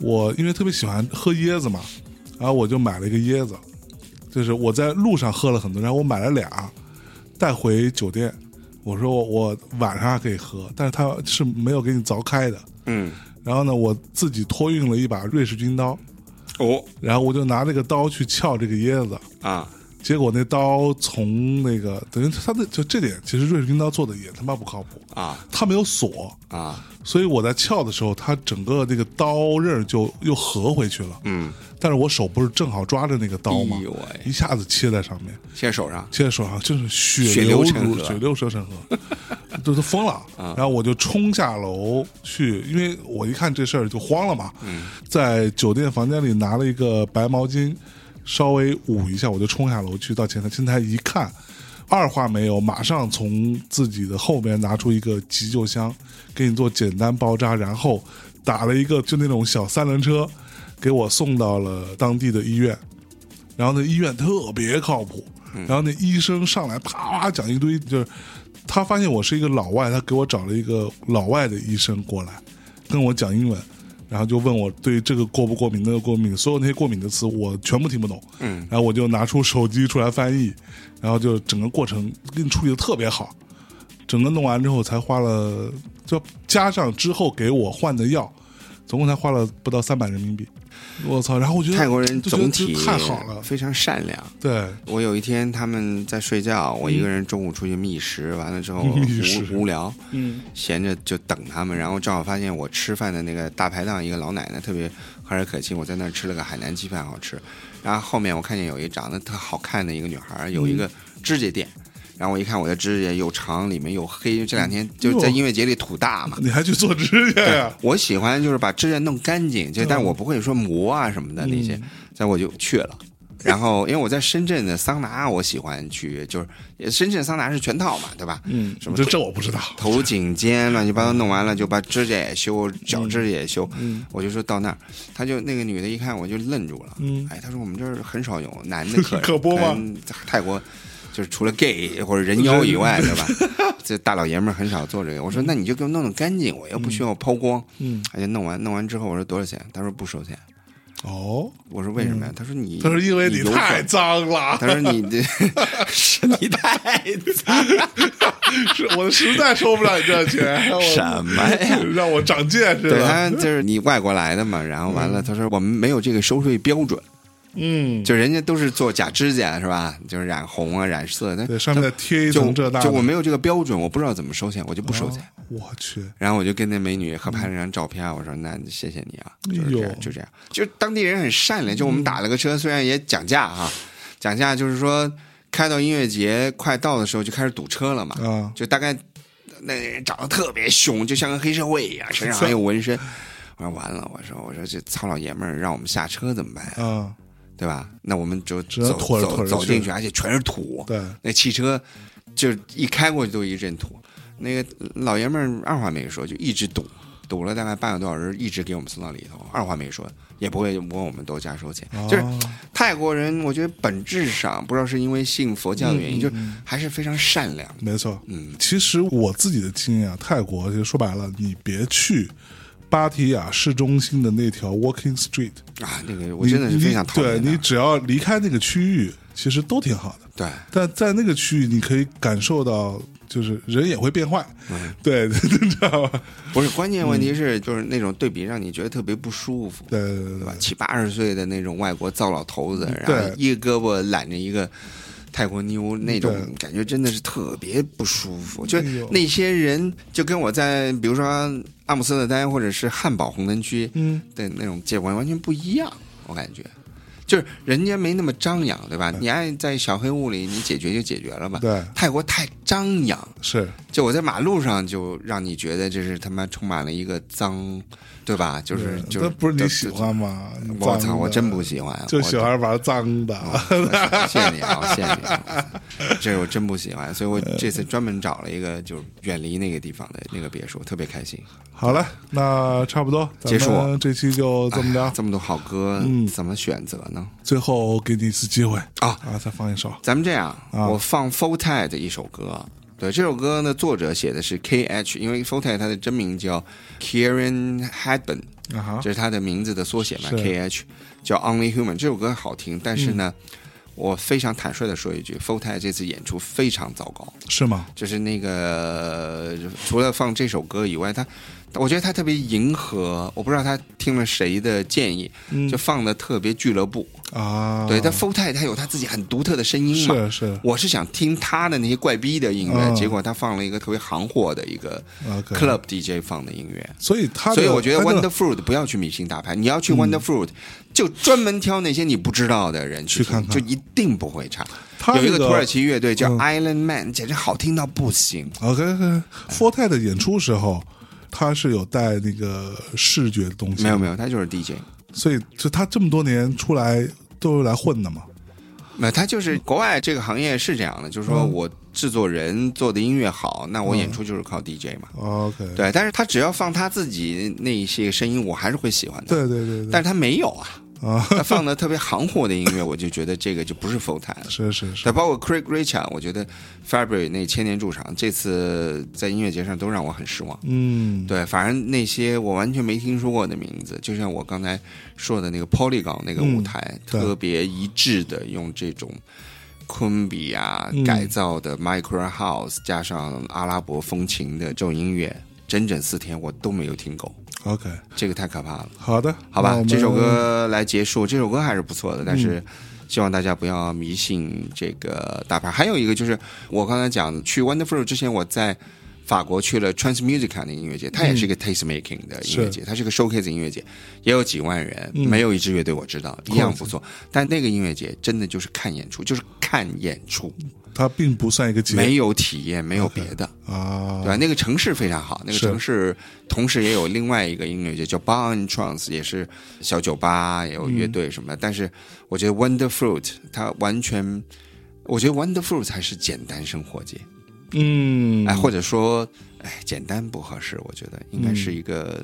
B: 我因为特别喜欢喝椰子嘛，然后我就买了一个椰子，就是我在路上喝了很多，然后我买了俩，带回酒店。我说我我晚上还可以喝，但是它是没有给你凿开的。
A: 嗯，
B: 然后呢，我自己托运了一把瑞士军刀，
A: 哦
B: 然后我就拿这个刀去撬这个椰子，
A: 啊，
B: 结果那刀从那个等于他的就这点，其实瑞士军刀做的也他妈不靠谱，
A: 啊
B: 它没有锁，
A: 啊，
B: 所以我在撬的时候，它整个那个刀刃就又合回去了。
A: 嗯，
B: 但是我手不是正好抓着那个刀吗
A: 哎呦喂？
B: 一下子切在上面，
A: 现在手上
B: 切在手上真是
A: 血
B: 血
A: 流
B: 流
A: 成
B: 如
A: 河
B: 血流蛇成河， 都都疯了。然后我就冲下楼去，因为我一看这事儿就慌了嘛。在酒店房间里拿了一个白毛巾，稍微捂一下，我就冲下楼去到前台，前台一看。二话没有，马上从自己的后面拿出一个急救箱，给你做简单包扎，然后打了一个就那种小三轮车，给我送到了当地的医院。然后那医院特别靠谱，
A: 嗯
B: 然后那医生上来啪啪讲一堆，就是他发现我是一个老外，他给我找了一个老外的医生过来跟我讲英文，然后就问我对这个过不过敏，那个过敏，所有那些过敏的词我全部听不懂，嗯，然后我就拿出手机出来翻译，然后就整个过程给你处理的特别好，整个弄完之后才花了，就加上之后给我换的药，总共才花了不到三百人民币。我操！然后我觉得
A: 泰国人
B: 就觉得
A: 总
B: 这
A: 体
B: 太好了，
A: 非常善良。
B: 对，
A: 我有一天他们在睡觉，我一个人中午出去觅食，完了之后
B: 觅食
A: 无无聊，
B: 嗯，
A: 闲着就等他们，然后正好发现我吃饭的那个大排档一个老奶奶特别和蔼可亲，我在那儿吃了个海南鸡饭，好吃。然后后面我看见有一长得特好看的一个女孩儿，有一个指甲店，然后我一看我的指甲又长，里面又黑，这两天就在音乐节里土大嘛。
B: 你还去做指甲呀？
A: 我喜欢就是把指甲弄干净，就但我不会说磨啊什么的那些，所以我就去了。然后因为我在深圳的桑拿，我喜欢去，就是深圳桑拿是全套嘛，对吧？
B: 嗯，
A: 什么
B: 这这我不知道。
A: 头颈肩乱七八糟弄完了，就把指甲也修，脚趾也修。
B: 嗯
A: 我就说到那儿，他就那个女的一看我就愣住了。
B: 嗯
A: 哎，他说我们这儿很少有男的客人，
B: 可不嘛
A: 跟泰国就是除了 gay 或者人妖以 外，对吧？这大老爷们儿很少做这个。我说那你就给我弄弄干净，我又不需要抛光。
B: 嗯，
A: 他就弄完，弄完之后我说多少钱？他说不收钱。
B: 哦，
A: 我说为什么呀？他说你，
B: 他说因为
A: 你
B: 你
A: 油
B: 太
A: 粉
B: 脏了，
A: 他说你这是你太脏了。
B: 是我实在受不了你这钱，我
A: 什么呀？
B: 让我长见识
A: 对
B: 了。
A: 他就是你外国来的嘛，然后完了，他说我们没有这个收税标准，
B: 嗯，
A: 就人家都是做假指甲是吧？就是染红啊、染色，但
B: 对，上面再贴一
A: 就
B: 层这那的。
A: 就我没有这个标准，我不知道怎么收钱，我就不收钱。
B: 哦我去，
A: 然后我就跟那美女合拍了张照片，啊我说那谢谢你啊，就是这
B: 哎呦嗯
A: 样，就这样，就当地人很善良。就我们打了个车，虽然也讲价哈，讲价就是说开到音乐节快到的时候就开始堵车了嘛，
B: 啊
A: 就大概那人长得特别凶，就像个黑社会 一样，身上还有纹身。我说完了，我说我说这糙老爷们儿让我们下车怎么办呀、
B: 啊，
A: 对吧？那我们就
B: 只能
A: 走
B: 腿儿
A: 走
B: 腿儿
A: 走
B: 去
A: 进去，而且全是土。
B: 对
A: 那汽车就一开过去都一阵土。那个老爷们儿二话没说，就一直堵，堵了大概半个多小时，一直给我们送到里头，二话没说，也不会问我们多加收钱。
B: 哦
A: 就是泰国人，我觉得本质上不知道是因为信佛教的原
B: 嗯
A: 因，就还是非常善良的。
B: 没错。
A: 嗯，
B: 其实我自己的经验啊，泰国就说白了，你别去芭提雅市中心的那条 Walking Street，
A: 啊，那个我
B: 你
A: 真的是
B: 你
A: 非常讨厌
B: 对
A: 的
B: 你只要离开那个区域，其实都挺好的。
A: 对
B: 但在那个区域，你可以感受到，就是人也会变坏，
A: 嗯
B: 对，你知道吧？
A: 不是关键问题是，就是那种对比让你觉得特别不舒服。
B: 嗯对嗯
A: 对吧？七八十岁的那种外国糟老头子，然后
B: 对
A: 一个胳膊揽着一个泰国妞，那种
B: 对
A: 感觉真的是特别不舒服。就
B: 哎呦
A: 那些人，就跟我在比如说阿姆斯特丹或者是汉堡红灯区
B: 嗯，
A: 的那种见闻完全不一样，我感觉。就是人家没那么张扬，对吧？你爱在小黑屋里，你解决就解决了吧。
B: 嗯对
A: 泰国太张扬，
B: 是
A: 就我在马路上就让你觉得这是他妈充满了一个脏，对吧？就是就
B: 呃那
A: 是
B: 不是你
A: 都
B: 喜
A: 都
B: 欢吗？
A: 我
B: 脏
A: 操，
B: 的
A: 我真不喜欢，
B: 就
A: 我嗯
B: 喜。欢玩脏的，
A: 我谢谢你啊，我谢谢你啊，这是我真不喜欢，所以我这次专门找了一个就是远离那个地方的那个别墅，特别开心。
B: 好了，那差不多，咱
A: 结束
B: 们这期就这么
A: 哎呀
B: 着。
A: 这么多好歌，
B: 嗯
A: 怎么选择呢？
B: 最后给你一次机会
A: 啊
B: 啊，再放一首
A: 咱们这样，
B: 啊
A: 我放 f o t e 的一首歌。对，这首歌呢，作者写的是 K H，因为 f o t e 他的真名叫 Kieran Hadben，
B: 啊哈
A: 这是他的名字的缩写嘛
B: 是
A: ，K H，叫 Only Human。这首歌好听，但是呢，
B: 嗯
A: 我非常坦率的说一句 f o t e 这次演出非常糟糕。
B: 是吗？
A: 就是那个除了放这首歌以外，他我觉得他特别迎合，我不知道他听了谁的建议，
B: 嗯
A: 就放的特别俱乐部。
B: 啊，
A: 对，但 f o t y 他有他自己很独特的声音嘛。
B: 是是
A: 我是想听他的那些怪逼的音乐，
B: 嗯
A: 结果他放了一个特别行货的一个
B: OK
A: club DJ 放的音乐。
B: 所以他的，
A: 所以我觉得
B: 他的
A: Wonder
B: 嗯
A: Fruit 不要去迷信大牌，你要去 Wonder Fruit，、就专门挑那些你不知道的人去
B: 去
A: 听
B: 看看
A: 就一定不会差。
B: 他
A: 有一个
B: 这个
A: 土耳其乐队叫
B: 嗯
A: Island Man，、简直好听到不行。
B: OK，佛泰的演出时候，他是有带那个视觉的东西，
A: 没有，没有，他就是 DJ，
B: 所以就他这么多年出来都是来混的嘛。
A: 那他就是国外这个行业是这样的，就是说
B: 嗯
A: 我制作人做的音乐好，那我演出就是靠 DJ
B: 嗯
A: 嘛。
B: OK，
A: 对，但是他只要放他自己那些声音，我还是会喜欢的。
B: 对对对对
A: 但是他没有啊，
B: 啊，
A: 他放的特别行货的音乐，我就觉得这个就不是 full time 了。
B: 是是是
A: 对，包括 Craig Richard，我觉得 Fabry 那千年驻场这次在音乐节上都让我很失望。
B: 嗯，
A: 对，反正那些我完全没听说过的名字，就像我刚才说的那个 Polygon 那个舞台，
B: 嗯对
A: 特别一致的用这种昆比啊、
B: 嗯
A: 改造的 Micro House 加上阿拉伯风情的这种音乐，整整四天我都没有听够，
B: ，OK，
A: 这个太可怕了。
B: 好的，
A: 好
B: 那
A: 吧
B: 我，们嗯
A: 这首歌来结束，这首歌还是不错的，但是希望大家不要迷信这个大牌。还有一个就是我刚才讲去 Wonderful 之前，我在法国去了 Trans Musica 那音乐节，它也是
B: 嗯
A: 一个 taste making 的音乐节，它是一个 showcase 音乐节，也有几万人，
B: 嗯
A: 没有一支乐队我知道，一样不错。但那个音乐节真的就是看演出，就是看演出，
B: 它并不算一个节
A: 没有体验，没有别的。
B: 啊
A: 对吧？那个城市非常好，那个
B: 是
A: 城市同时也有另外一个音乐节叫 Bar and Trance，也是小酒吧，也有
B: 嗯
A: 乐队什么的。但是我觉得 Wonder Fruit 它完全，我觉得 Wonder Fruit 才是简单生活节，
B: 嗯
A: 哎，或者说，哎，简单不合适，我觉得应该是
B: 嗯
A: 一个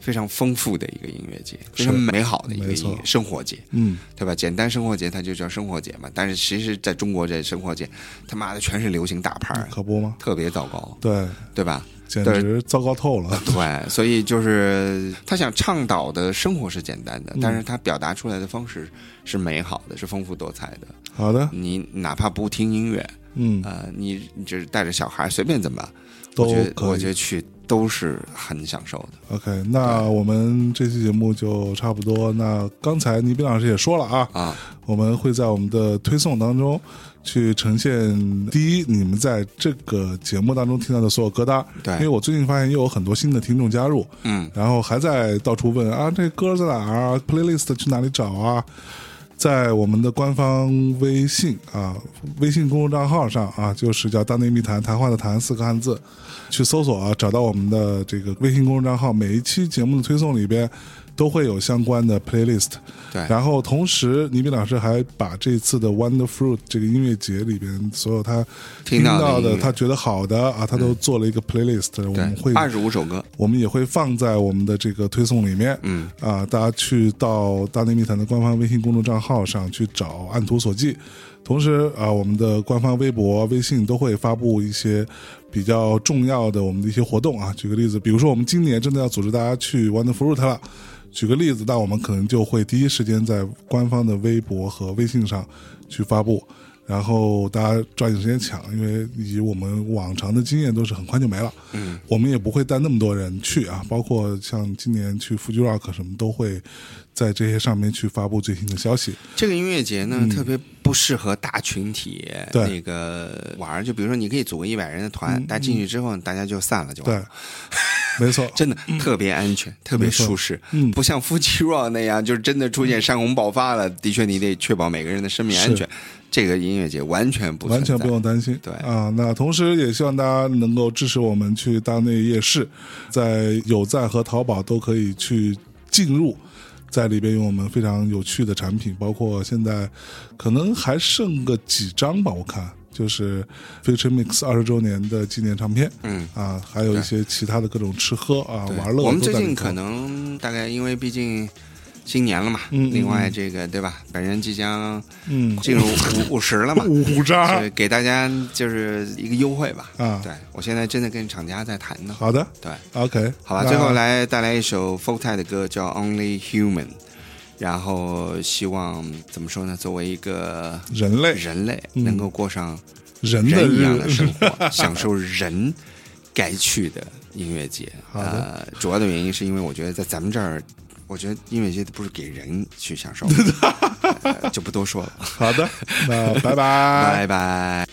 A: 非常丰富的一个音乐节，非常美好的一个
B: 没
A: 音乐
B: 错
A: 生活节。
B: 嗯
A: 对吧？简单生活节它就叫生活节嘛，但是其实在中国这生活节，他妈的全是流行大牌儿，
B: 可不吗？
A: 特别糟糕，
B: 对，
A: 对吧？
B: 简
A: 对
B: 直糟糕透了。
A: 对，所以就是他想倡导的生活是简单的，但是他表达出来的方式是美好的，是丰富多彩的。
B: 好的，
A: 你哪怕不听音乐，
B: 嗯，
A: 呃，你你就是带着小孩随便怎么，我
B: 都
A: 觉得我
B: 可
A: 觉得
B: 以。
A: 去都是很享受的。
B: OK，那我们这期节目就差不多。那刚才倪斌老师也说了啊，
A: 啊，
B: 我们会在我们的推送当中去呈现第一，你们在这个节目当中听到的所有歌单。
A: 对
B: 因为我最近发现又有很多新的听众加入，
A: 嗯，
B: 然后还在到处问啊，这歌在哪儿啊？playlist 去哪里找啊？在我们的官方微信啊，微信公众账号上啊，就是叫“大内密谈”，谈话的谈四个汉字，去搜索啊，找到我们的这个微信公众账号。每一期节目的推送里边都会有相关的 playlist。
A: 对
B: 然后同时，倪斌老师还把这次的 Wonder Fruit 这个音乐节里边所有他
A: 听到的
B: 到
A: 音
B: 的、
A: 乐嗯
B: 他觉得好的啊，他都做了一个 playlist、我们
A: 对
B: 会，
A: 二十五首歌，
B: 我们也会放在我们的这个推送里面。嗯，啊，大家去到大内密谈的官方微信公众账号上去找“按图索骥”。同时啊，我们的官方微博、微信都会发布一些比较重要的我们的一些活动啊。举个例子，比如说我们今年真的要组织大家去 Wonder Fruit 了。举个例子，那我们可能就会第一时间在官方的微博和微信上去发布，然后大家抓紧时间抢，因为以我们往常的经验都是很快就没了。嗯，我们也不会带那么多人去啊，包括像今年去 Fuji Rock 什么都会在这些上面去发布最新的消息。
A: 这个音乐节呢，特别不适合大群体
B: 嗯对嗯
A: 那个玩儿。就比如说，你可以组个一百人的团，但进去之后大家就散了，就完
B: 对
A: 了。，
B: 没错，
A: 真的特别安全，特别舒适，
B: 嗯
A: 不像夫妻 rock 那样，就是真的出现山洪爆发了，的确你得确保每个人的生命安全。这个音乐节完全不存
B: 完
A: 在
B: 全不用担心。
A: 对
B: 啊，那同时也希望大家能够支持我们去大内夜市，在有赞和淘宝都可以去进入。在里边有我们非常有趣的产品，包括现在可能还剩个几张吧，我看就是 Future Mix 二十周年的纪念唱片，
A: 嗯
B: 啊，还有一些其他的各种吃喝啊
A: 对
B: 玩乐。
A: 我们最近可，能大概因为毕竟新年了嘛，
B: 嗯嗯
A: 另外这个对吧，本人即将
B: 嗯，
A: 进入五五十了嘛。
B: 五五张
A: 所以，给大家就是一个优惠吧，
B: 啊
A: 对我现在真的跟厂家在谈呢，
B: 好的
A: 对，
B: ，OK，
A: 好吧，
B: 那
A: 最后来带来一首 f o l t y 的歌，叫《Only Human》，然后希望怎么说呢？作为一个
B: 人类
A: 人类，能够过上
B: 嗯人的
A: 人一样
B: 日
A: 的生活，享受人该去的音乐节。
B: 好
A: 呃
B: 的，
A: 主要的原因是因为我觉得在咱们这儿，我觉得音乐节不是给人 去享受的，呃就不多说了，
B: 好的，那拜拜
A: 拜拜。